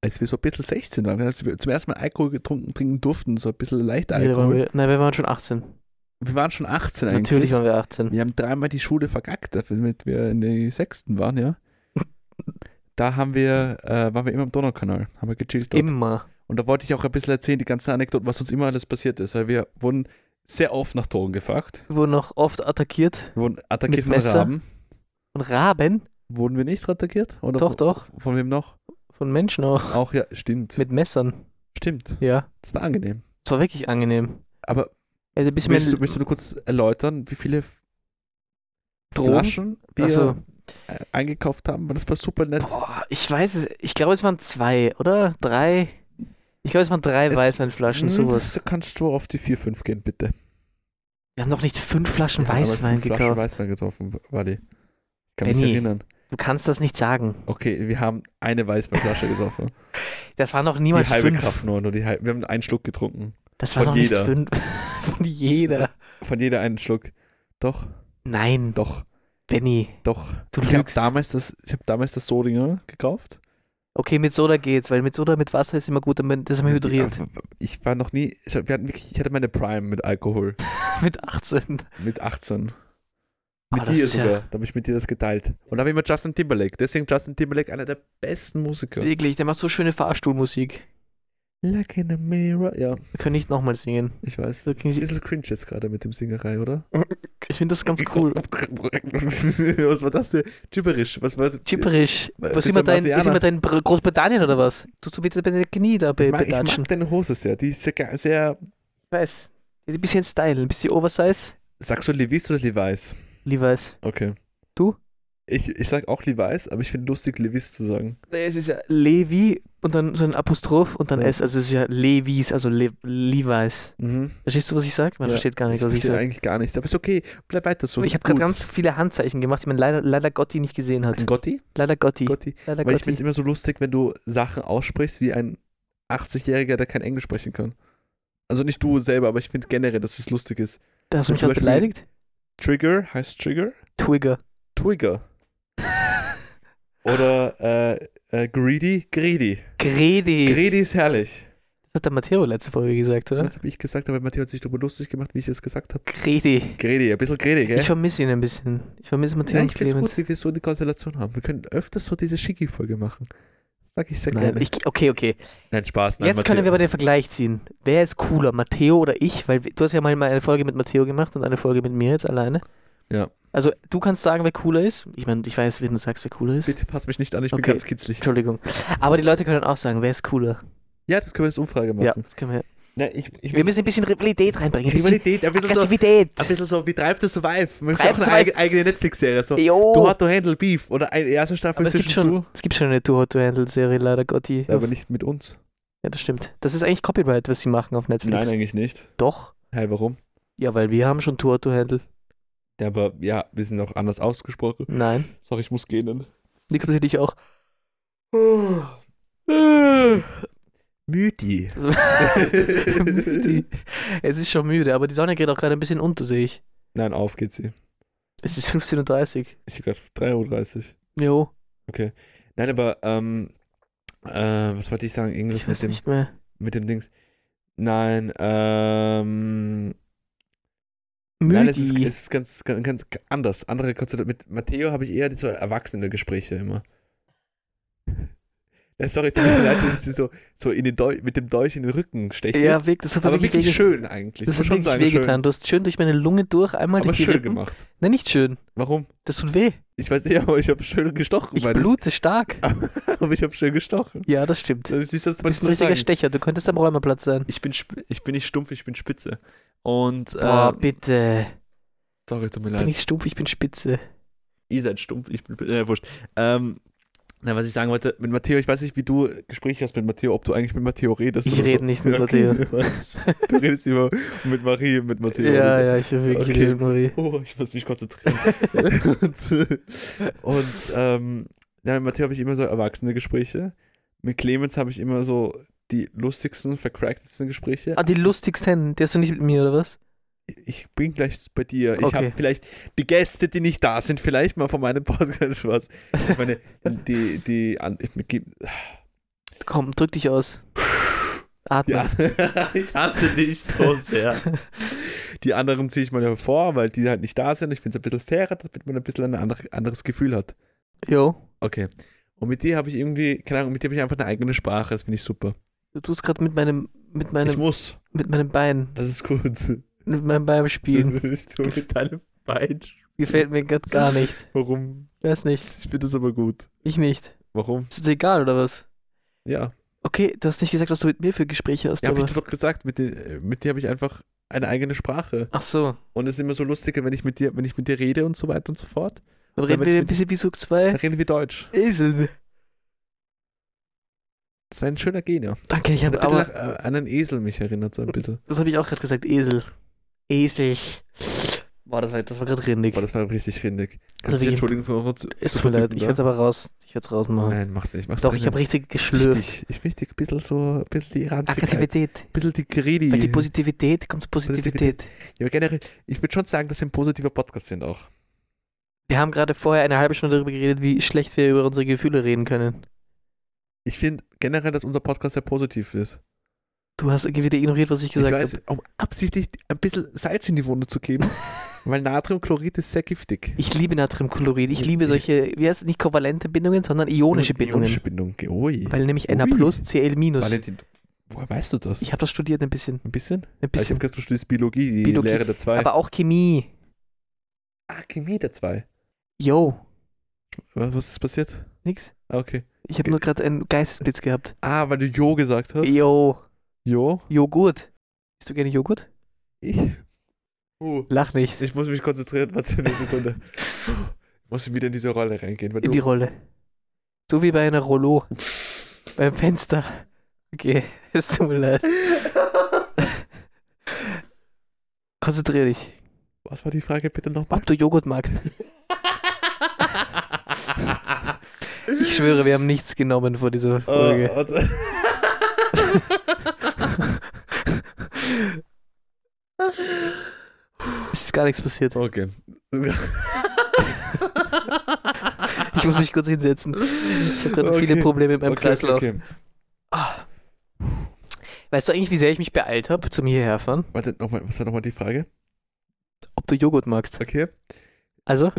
A: als wir so ein bisschen 16 waren, als wir zum ersten Mal Alkohol getrunken trinken durften, so ein bisschen leichter
B: Wir waren,
A: Alkohol.
B: wir, nein, wir waren schon 18.
A: Wir waren schon 18 eigentlich.
B: Natürlich waren wir 18. (laughs)
A: Wir haben dreimal die Schule verkackt, damit wir in der sechsten waren, ja. da haben wir, äh, waren wir immer im Donaukanal, haben wir gechillt dort.
B: Immer.
A: Und da wollte ich auch ein bisschen erzählen, die ganzen Anekdoten, was uns immer alles passiert ist, weil wir wurden sehr oft nach Toren gefacht.
B: Wurden noch oft attackiert.
A: Wir wurden attackiert
B: Mit
A: von
B: Messer?
A: Raben.
B: Von Raben?
A: Wurden wir nicht attackiert? Oder
B: Doch,
A: von,
B: doch.
A: Von wem noch?
B: Von Menschen auch.
A: Auch ja, stimmt.
B: Mit Messern.
A: stimmt.
B: Ja.
A: Das war angenehm.
B: Das war wirklich angenehm.
A: Aber
B: Also ein bisschen mehr
A: willst du, willst du nur kurz erläutern, wie viele
B: Drogen.
A: Flaschen wir
B: Also,
A: äh, eingekauft haben? Weil das war super nett.
B: boah, ich weiß es. Ich glaube, es waren zwei, oder? Drei. Ich glaube, es waren drei
A: Es- Hm,
B: Weißweinflaschen, sowas.
A: Da kannst du auf die 4-5 gehen, bitte.
B: Wir haben doch nicht fünf Flaschen
A: Wir haben damals
B: Weißwein
A: fünf Flaschen
B: gekauft.
A: Weißwein getroffen, Wally. Ich kann mich
B: Benny.
A: erinnern.
B: Du kannst das nicht sagen.
A: Okay, wir haben eine
B: (laughs)
A: Weißweinflasche getroffen.
B: Das waren doch
A: Die
B: niemals
A: halbe
B: fünf.
A: Kraft nur, nur die halbe. Wir haben einen Schluck getrunken.
B: Das waren
A: Von
B: doch nicht
A: jeder.
B: fünf. (laughs) Von jeder.
A: Von jeder einen Schluck. Doch,
B: Nein,
A: doch,
B: Benny,
A: doch.
B: du
A: ich habe
B: lügst.
A: damals das, ich habe damals das Sodinger gekauft.
B: Okay, mit Soda geht's, weil mit Soda, mit Wasser ist immer gut, damit- das ist immer hydriert.
A: Ja, Ich war noch nie, ich, hab- wir hatten wirklich, ich hatte meine Prime mit Alkohol.
B: (laughs) mit 18.
A: Mit 18.
B: Ah,
A: Mit
B: das
A: dir
B: ist ja-
A: sogar. Da habe ich mit dir das geteilt. Und da habe ich immer Justin Timberlake. Deswegen Justin Timberlake einer der besten Musiker.
B: Wirklich, der macht so schöne Fahrstuhlmusik.
A: Like in a mirror. Ja,
B: Wir können nicht nochmal singen.
A: ich weiß.
B: So
A: Das ist ein
B: klingt-
A: bisschen cringe jetzt gerade mit dem Singerei, oder?
B: Ich finde das ganz cool.
A: (laughs) was war das denn? Gibberisch. Was war das?
B: Gibberish.
A: Äh,
B: Was
A: bist
B: sind wir
A: du
B: da in,
A: Marsianer?
B: sind wir da in Br- Großbritannien oder was? Tust du wieder bei den Knie da be
A: Ich mag, ich
B: bedatschen?
A: mag deine Hose sehr. Die ist sehr, ge- sehr
B: Ich weiß. Ein bisschen Style, ein bisschen Oversize.
A: Sagst du Levi's oder Levi's?
B: Levi's.
A: Okay.
B: Du?
A: Ich, ich sag auch Levi's, aber ich finde lustig, Levi's zu sagen.
B: Nee, es ist ja Levi und dann so ein Apostroph und dann
A: Ja.
B: S. Also es ist ja Levi's, also Le Levi's.
A: Mhm.
B: Verstehst du, was ich sage? Man
A: Ja,
B: versteht gar nicht, was ich
A: verstehe
B: sage.
A: eigentlich gar nicht. Aber ist okay. Bleib weiter so.
B: Ich habe gerade
A: Gut.
B: ganz viele Handzeichen gemacht, die man leider, leider Gotti nicht gesehen hat.
A: Ein Gotti?
B: Leider Gotti.
A: Gotti.
B: leider
A: Weil ich finde es
B: Gotti.
A: immer so lustig, wenn du Sachen aussprichst wie ein 80-Jähriger, der kein Englisch sprechen kann. Also nicht du selber, aber ich finde generell, dass es lustig ist.
B: Da hast du mich
A: zum
B: gerade
A: Beispiel-
B: beleidigt?
A: Trigger heißt Trigger.
B: (laughs) Twigger.
A: Twigger. Oder äh, äh, Greedy. Greedy.
B: Gredi.
A: Greedy ist herrlich.
B: das hat der Matteo letzte Folge gesagt, oder?
A: Das habe ich gesagt, aber Matteo hat sich darüber lustig gemacht, wie ich es gesagt habe.
B: Gredi.
A: Gredi, ein bisschen Gredi, gell?
B: Ich vermisse ihn ein bisschen. Ich vermisse Matteo
A: Nein,
B: und
A: ich finde es gut,
B: Clemens.
A: wie wir so eine Konstellation haben. Wir können öfters so diese Schicki-Folge machen. Das mag ich sehr
B: Nein,
A: gerne.
B: ich, okay, okay.
A: Nein, Spaß. Nein,
B: Jetzt können wir aber
A: Matteo.
B: den Vergleich ziehen. Wer ist cooler, Matteo oder ich? Weil du hast ja mal mal eine Folge mit Matteo gemacht und eine Folge mit mir jetzt alleine.
A: Ja.
B: Also du kannst sagen, wer cooler ist. Ich meine, ich weiß, wenn du sagst, wer cooler ist.
A: Bitte pass mich nicht an, ich bin
B: Okay.
A: ganz kitzlig.
B: Entschuldigung. Aber die Leute können auch sagen, wer ist cooler.
A: Ja, das können wir als Umfrage
B: Ja,
A: machen.
B: das können wir.
A: Nein, ich, ich
B: Wir müssen ein bisschen Rivalität reinbringen. Ein bisschen
A: Rivalität, ein bisschen, so,
B: Aggressivität.
A: ein bisschen so, wie Drive to Survive. Wir müssen
B: Drive
A: auch
B: to
A: eine eigene, eigene Netflix-Serie. So. Du
B: Jo.
A: hast to handle Beef oder eine erste Staffel
B: oh. Aber es gibt, schon,
A: du.
B: es gibt schon eine Too Hot to Handle Serie, leider Gotti.
A: Aber
B: Auf,
A: nicht mit uns.
B: ja, das stimmt. Das ist eigentlich Copyright, was sie machen auf Netflix.
A: eigentlich nicht.
B: Doch.
A: Hey, warum?
B: Ja, weil wir haben schon Too Hot to Handle.
A: Ja, aber ja, wir sind auch anders ausgesprochen.
B: Nein.
A: Sorry, ich muss gehen. dann.
B: Nix passiert dich
A: (laughs)
B: auch.
A: (sighs) Müdi.
B: Die- Also, (laughs) es ist schon müde, aber die Sonne geht auch gerade ein bisschen unter, sehe ich.
A: Nein, auf geht's sie.
B: Es ist 15.30
A: Ich bin gerade 3.30 Uhr.
B: Uhr. Jo,
A: Nein, aber ähm, äh, was wollte ich sagen? Irgendwas
B: ich
A: mit
B: weiß
A: dem,
B: nicht mehr.
A: mit dem Dings. Nein, ähm, nein, es ist,
B: Müdi.
A: es ist ganz, ganz, ganz anders. Andere Konzerte. Mit Matteo habe ich eher die so erwachsene Gespräche immer. (laughs) Ja, sorry, tut mir leid, dass ich dir so, so in den Deu mit dem Dolch in den Rücken steche.
B: ja, wirklich, das hat
A: aber
B: wirklich,
A: wirklich
B: wehge-
A: schön eigentlich. Muss
B: Das hat
A: schon
B: wirklich
A: sagen,
B: wehgetan. Du hast schön durch meine Lunge durch, einmal
A: schön, aber
B: durch die
A: schön
B: Rippen.
A: gemacht.
B: Nein, nicht schön.
A: Warum?
B: Das tut weh.
A: Ich weiß nicht, aber ich habe schön gestochen.
B: Ich
A: weil das-
B: blute stark.
A: Aber (laughs) ich habe schön gestochen.
B: Ja, das stimmt. Du
A: Das ist das, was ich
B: bist ein
A: nur
B: richtiger
A: sagen.
B: Stecher. Du könntest am Räumerplatz sein.
A: ich bin, sp- ich bin nicht stumpf, ich bin spitze. Und,
B: Boah,
A: ähm,
B: bitte.
A: sorry, tut mir
B: Ich bin
A: leid.
B: nicht stumpf, ich bin spitze.
A: Ihr seid stumpf, ich bin, äh, wurscht. Ähm, na, was ich sagen wollte, mit Matteo, ich weiß nicht, wie du Gespräche hast mit Matteo, ob du eigentlich mit Matteo redest.
B: Ich
A: oder
B: rede
A: so.
B: nicht mit
A: Ja,
B: Matteo.
A: (laughs) was? Du redest immer mit Marie, mit Matteo.
B: Ja,
A: oder
B: ja, ich habe wirklich
A: Okay.
B: geredet, Marie.
A: so. Oh, ich muss mich konzentrieren. (laughs) und, äh, und ähm, ja, mit Matteo habe ich immer so erwachsene Gespräche. Mit Clemens habe ich immer so die lustigsten, vercracktesten Gespräche.
B: Ah, die lustigsten, die hast du nicht mit mir, oder was?
A: Ich bin gleich bei dir. Ich
B: Okay.
A: habe vielleicht die Gäste, die nicht da sind, vielleicht mal von meinem Podcast Spaß. Ich meine, die, die, an, ich, geb-
B: Komm, drück dich aus. Atme.
A: ja. (laughs) ich hasse dich so sehr. Die anderen ziehe ich mal hervor, weil die halt nicht da sind. Ich finde es ein bisschen fairer, damit man ein bisschen ein andere, anderes Gefühl hat.
B: Jo.
A: Okay. Und mit dir habe ich irgendwie, keine Ahnung, mit dir habe ich einfach eine eigene Sprache, das finde ich super.
B: Du tust gerade mit meinem, mit
A: ich
B: meinem,
A: muss.
B: mit meinem Bein,
A: Das ist gut.
B: mit meinem
A: (laughs)
B: Bein spielen.
A: du mit deinem Bein.
B: Gefällt mir gerade gar nicht.
A: Warum?
B: Weiß nicht.
A: Ich finde das aber gut.
B: Ich nicht.
A: Warum?
B: Ist uns egal, oder was?
A: Ja.
B: Okay, du hast nicht gesagt, was du mit mir für Gespräche hast,
A: Ja, habe
B: aber.
A: ich dir doch gesagt, mit, den, äh, mit dir habe ich einfach eine eigene Sprache.
B: Ach so.
A: Und es ist immer so lustig, wenn ich mit dir, wenn ich mit dir rede und so weiter und so fort.
B: Dann reden
A: Damit
B: wir
A: ich
B: ein
A: mit-
B: bisschen wie Sog
A: Dann (laughs)
B: 2.
A: reden wir Deutsch.
B: Esel.
A: Das ist ein schöner Gene.
B: Danke, ich
A: Ja,
B: habe aber.
A: nach, äh, an einen Esel mich erinnert so ein bisschen.
B: Das habe ich auch gerade gesagt, Esel. Esel. Boah, das war, das war gerade rindig.
A: Boah, das war richtig rindig. Kannst
B: Also
A: du dich
B: ich-
A: entschuldigen für eure zu,
B: Es tut mir leid,
A: Prototypen
B: ich
A: da?
B: werde es aber raus. Ich werde es rausmachen.
A: Nein, mach's nicht. Mach's
B: Doch,
A: nicht.
B: ich habe richtig geschlürft.
A: Wichtig, ist wichtig, ein bisschen so, ein bisschen die Ranzigkeit, ein
B: Aggressivität.
A: bisschen die Greedy.
B: Weil die Positivität kommt zur Positivität.
A: ja, aber generell, ich würde schon sagen, dass wir ein positiver Podcast sind auch.
B: Wir haben gerade vorher eine halbe Stunde darüber geredet, wie schlecht wir über unsere Gefühle reden können.
A: Ich finde generell, dass unser Podcast sehr positiv ist.
B: Du hast irgendwie wieder ignoriert, was ich gesagt
A: ich
B: habe.
A: weiß, um absichtlich ein bisschen Salz in die Wunde zu
B: (laughs)
A: geben, weil Natriumchlorid ist sehr giftig.
B: Ich liebe Natriumchlorid. Ich liebe
A: Ich-
B: solche, wie heißt es, nicht kovalente Bindungen, sondern ionische Bindungen.
A: Ionische Bindung. Ui.
B: Weil nämlich Na
A: Ui.
B: plus Cl minus.
A: Valentin, woher weißt du das?
B: Ich habe das studiert ein bisschen.
A: ein bisschen?
B: Ein
A: Also Ich habe
B: bisschen.
A: gesagt, du studierst Biologie, die
B: Biologie,
A: Lehre der zwei.
B: Aber auch Chemie.
A: ah, Chemie der zwei.
B: Yo.
A: Was was ist passiert?
B: Nix.
A: Ah, okay.
B: Ich habe nur gerade einen Geistesblitz gehabt.
A: Ah, weil du Jo gesagt hast.
B: Yo.
A: Jo.
B: Joghurt. Isst du gerne Joghurt?
A: Ich. Oh,
B: Lach nicht.
A: ich muss mich konzentrieren. Warte eine Sekunde. Ich muss wieder in diese Rolle reingehen. Weil
B: In die
A: du,
B: Rolle. So wie bei einer Rollo. Beim Fenster. Okay, (laughs) es tut mir
A: (laughs)
B: leid. Konzentrier dich.
A: was war die Frage bitte nochmal?
B: Ob du Joghurt magst. Ich (laughs) schwöre, wir haben nichts genommen vor dieser Folge.
A: (laughs) Oh, warte.
B: Es ist gar nichts passiert.
A: Ah, okay.
B: Ich muss mich kurz hinsetzen. Ich habe gerade viele
A: Okay.
B: Probleme mit meinem
A: Okay, okay,
B: Kreislauf.
A: okay.
B: Ah. Weißt du eigentlich, wie sehr ich mich beeilt habe zum Hierherfahren?
A: Warte, nochmal. Was war nochmal die Frage?
B: Ob du Joghurt magst?
A: Okay.
B: Also,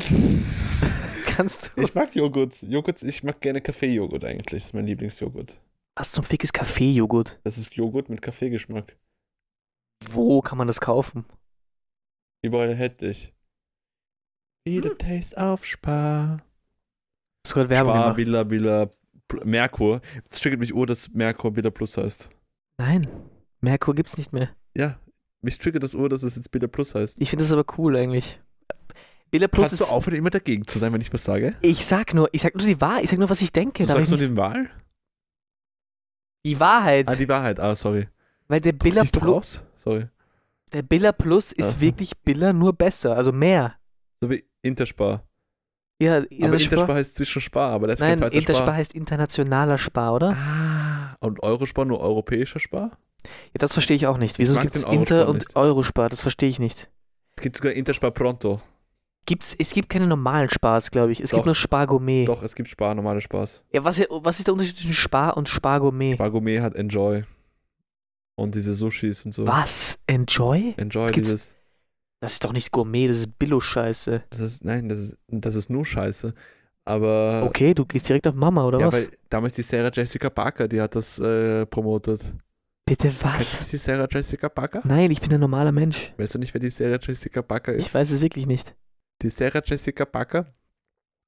B: kannst
A: (laughs)
B: du.
A: Ich mag Joghurt. Joghurt, ich mag gerne Kaffeejoghurt eigentlich. Das ist mein Lieblingsjoghurt.
B: Was zum Fick ist Kaffee-Joghurt?
A: Das ist Joghurt mit Kaffeegeschmack.
B: Wo kann man das kaufen?
A: Überall hätte ich. Wieder Taste auf Spar.
B: Hast du gerade Werbung
A: Spar,
B: gemacht?
A: Billa, Billa, Pl- Merkur. Es triggert mich Uhr, dass Merkur Billa Plus heißt.
B: Nein, Merkur gibt's nicht mehr.
A: Ja, mich triggert das Uhr, dass es jetzt Billa Plus heißt.
B: Ich finde das aber cool eigentlich. Billa Plus
A: Kannst
B: ist.
A: du aufhören, immer dagegen zu sein, wenn ich was sage?
B: Ich sag nur, ich sag nur die Wahrheit, ich sag nur, was ich denke.
A: Du
B: Darf
A: sagst
B: ich
A: nur
B: nicht,
A: den Wahl?
B: die Wahrheit.
A: Ah, die Wahrheit. Ah, sorry.
B: weil der
A: Druck
B: Billa,
A: dich doch
B: Plus,
A: aus. Sorry.
B: der Billa Plus ist
A: Aha.
B: wirklich Billa nur besser, also mehr.
A: So wie Interspar.
B: Ja,
A: aber
B: Interspar-
A: Interspar heißt zwischen Spar, aber das ist kein
B: Nein,
A: zweiter
B: Interspar
A: Spar.
B: heißt internationaler Spar, oder?
A: Ah, und Eurospar nur europäischer Spar?
B: Ja, das verstehe ich auch nicht. Wieso
A: mag
B: gibt's
A: den Eurospar
B: Inter- und
A: nicht.
B: Eurospar? Das verstehe ich nicht.
A: Es gibt sogar Interspar Pronto.
B: Gibt's, es gibt keine normalen Spars, glaube ich. Es gibt
A: Doch.
B: nur Spar Gourmet.
A: Doch, es gibt Spar, normale Spaß.
B: Ja, was, was ist der Unterschied zwischen Spar und Spar Gourmet?
A: Spar Gourmet hat Enjoy. Und diese Sushis und so.
B: Was? Enjoy?
A: Enjoy,
B: Das gibt's-
A: dieses.
B: Das ist doch nicht Gourmet, das ist Billo-Scheiße.
A: Das ist, nein, das ist, das ist nur Scheiße. Aber.
B: Okay, du gehst direkt auf Mama, oder
A: Äh, ja,
B: was?
A: weil damals die Sarah Jessica Parker, die hat das äh, promotet.
B: Bitte
A: Kennst
B: was?
A: du die Sarah Jessica Parker?
B: Nein, ich bin ein normaler Mensch.
A: Weißt du nicht, wer die Sarah Jessica Parker ist?
B: Ich weiß es wirklich nicht.
A: Die Sarah Jessica Parker.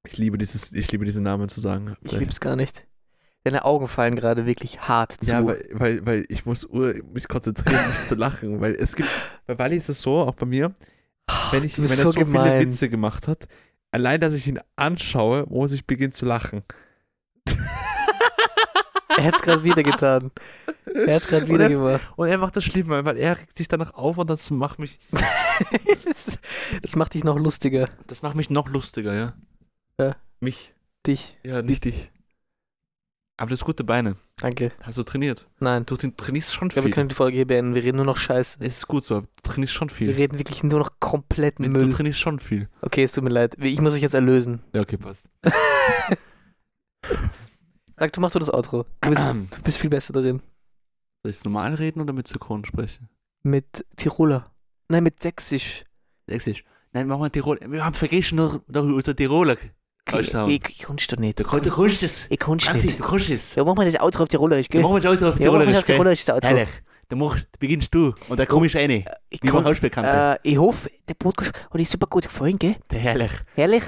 A: Ich liebe dieses, ich liebe diesen Namen zu sagen.
B: Ich lieb's gar nicht. Deine Augen fallen gerade wirklich hart zu.
A: Ja, weil, weil, weil ich muss ur, mich konzentrieren, nicht zu lachen, weil es gibt, bei Wally ist es so, auch bei mir, wenn, ich,
B: du
A: wenn er
B: bist
A: so, viele
B: so gemein.
A: Witze gemacht hat, allein, dass ich ihn anschaue, muss ich beginnen zu lachen.
B: (laughs) Er hat's gerade wieder getan. Er hat's gerade
A: Und
B: wieder
A: er-
B: gemacht. (laughs)
A: Und er macht das schlimmer, weil er regt sich danach auf und das macht mich,
B: das, das macht dich noch lustiger.
A: das macht mich noch lustiger, ja.
B: Ja.
A: Mich,
B: Dich.
A: ja, nicht dich. Aber das gute Beine,
B: Danke.
A: hast du trainiert.
B: Nein.
A: Du trainierst schon
B: Ich glaube, wir
A: viel.
B: können die Folge hier beenden. Wir reden nur noch Scheiße.
A: Es ist gut so, du trainierst schon
B: Wir
A: viel.
B: reden wirklich nur noch kompletten
A: Du
B: Müll.
A: trainierst schon viel.
B: Okay, es tut mir leid. Ich muss euch jetzt erlösen.
A: Ja, okay, passt.
B: Sag, du machst du das Outro.
A: (clears throat)
B: Du bist,
C: Soll
B: du bist viel besser darin.
C: ich normal reden oder mit Synchron sprechen?
B: Mit Tiroler. Nein, mit Sächsisch.
C: Sächsisch. Nein, machen wir Tirol. Wir haben vergessen, noch, noch über Tiroler
A: Deutsch haben.
B: ich, E ich kannst du nicht.
A: Du kannst- du kannst es.
B: Ich kannst
A: Franzi,
B: nicht.
A: du kannst es.
B: Ja, mach mal das Outro auf die Rolle, ich
A: Du
B: gell?
A: machst das Auto auf die
B: Ja, mach
A: Rolle.
B: mal das auf die
A: gell?
B: Rolle, das Outro.
A: Herrlich. Du machst, beginnst du. Und dann komm ich rein.
B: Ich,
A: Wie
B: kann,
A: mein Hausbekannter.
B: äh, ich hoffe, der Podcast hat euch super gut gefallen, gell?
A: Der Herrlich.
B: Herrlich.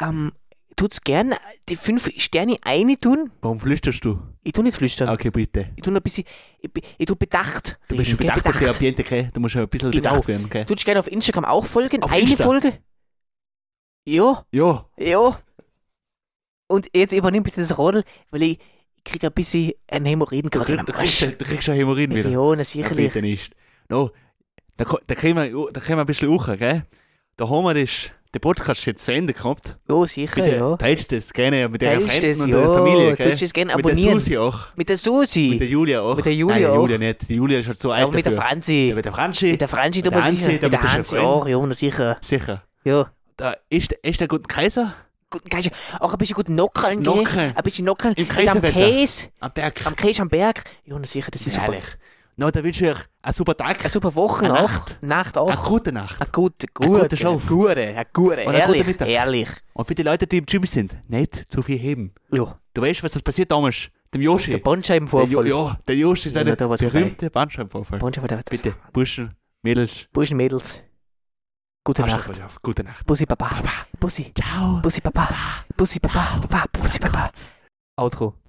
B: Ähm, tut's gern die fünf Sterne eine tun.
A: Warum flüsterst du?
B: Ich tu nicht flüstern.
A: Okay, bitte.
B: Ich tu noch ein bisschen, ich, be- ich tu bedacht.
A: Du bist
B: reden, gell?
A: bedacht auf die Ambiente, gell? Du musst ja ein bisschen
B: Genau.
A: bedacht werden, gell?
B: Tut's gerne auf Instagram auch folgen.
A: Auf
B: eine
A: Insta.
B: Folge. Ja.
A: Ja.
B: Ja. Und jetzt übernimm bitte das Radl, weil ich krieg ein bisschen ein Hämorrhoiden
A: Du,
B: gerade
A: krieg-
B: am
A: du,
B: Arsch.
A: kriegst, ja- du kriegst ja Hämorrhoiden wieder.
B: Ja, na
A: Ja,
B: sicherlich.
A: bitte nicht. No, da, ko- da, kriegen wir, da kriegen wir ein bisschen hoch, gell? Da haben wir das, den Podcast jetzt zu Ende gehabt.
B: Ja, sicher,
A: Bitte
B: ja.
A: teilst das gerne mit der
B: Teilst
A: Freunden
B: es,
A: und
B: ja.
A: der Familie, gell?
B: Tust es gerne
A: Mit der
B: abonnieren.
A: Susi auch.
B: Mit der Susi.
A: Mit der Julia auch.
B: Mit der Julia
A: Nein, die
B: auch.
A: Julia nicht. Die Julia ist schon zu alt
B: Aber mit der
A: dafür.
B: Franzi.
A: Ja, mit der Franzi.
B: mit der Franzi,
A: mit
B: da
A: der
B: mal
A: Hansi,
B: sicher.
A: da
B: Mit der
A: mit der
B: Hansi
A: Chefin.
B: auch, ja, na sicher.
A: Sicher.
B: Ja.
A: Da ist, ist der guten Kaiser
B: Guten Geist. Auch ein bisschen gut nockeln, gell?
A: Nockeln.
B: Ein bisschen nockeln.
A: Im
B: Und am
A: Kaiserwetter.
B: Käse.
A: am Berg.
B: Am Käse am Berg. Ja, na sicher, das ist super.
A: Herrlich. Na, da wünsche ich euch einen super Tag.
B: Eine super Woche
A: Eine
B: auch.
A: Nacht.
B: Nacht
A: Eine
B: auch.
A: gute Nacht.
B: Ein guter,
A: Ein
B: guter,
A: guter Schlaf.
B: Ein guter, ein guter.
A: Und ein guter
B: Ehrlich,
A: Mittag.
B: ehrlich.
A: Und für die Leute, die im Gym sind, nicht zu viel heben.
B: Ja.
A: Du weißt, was das passiert damals? Dem
B: Der
A: Yoshi. Der jo
B: Bandscheibenvorfall.
A: ja, der Yoshi ist
B: Ja,
A: eine
B: da war's
A: berühmte Bandscheibenvorfall.
B: Bandscheibenvorfall.
A: Bitte, Burschen, Mädels,
B: Burschen, Mädels. Gute
A: passt
B: Nacht.
A: auf euch auf. Gute Nacht.
B: Bussi, Papa. Bussi.
A: Ciao.
B: Bussi, Papa. Bussi, Papa. Papa. Bussi, Papa. Outro.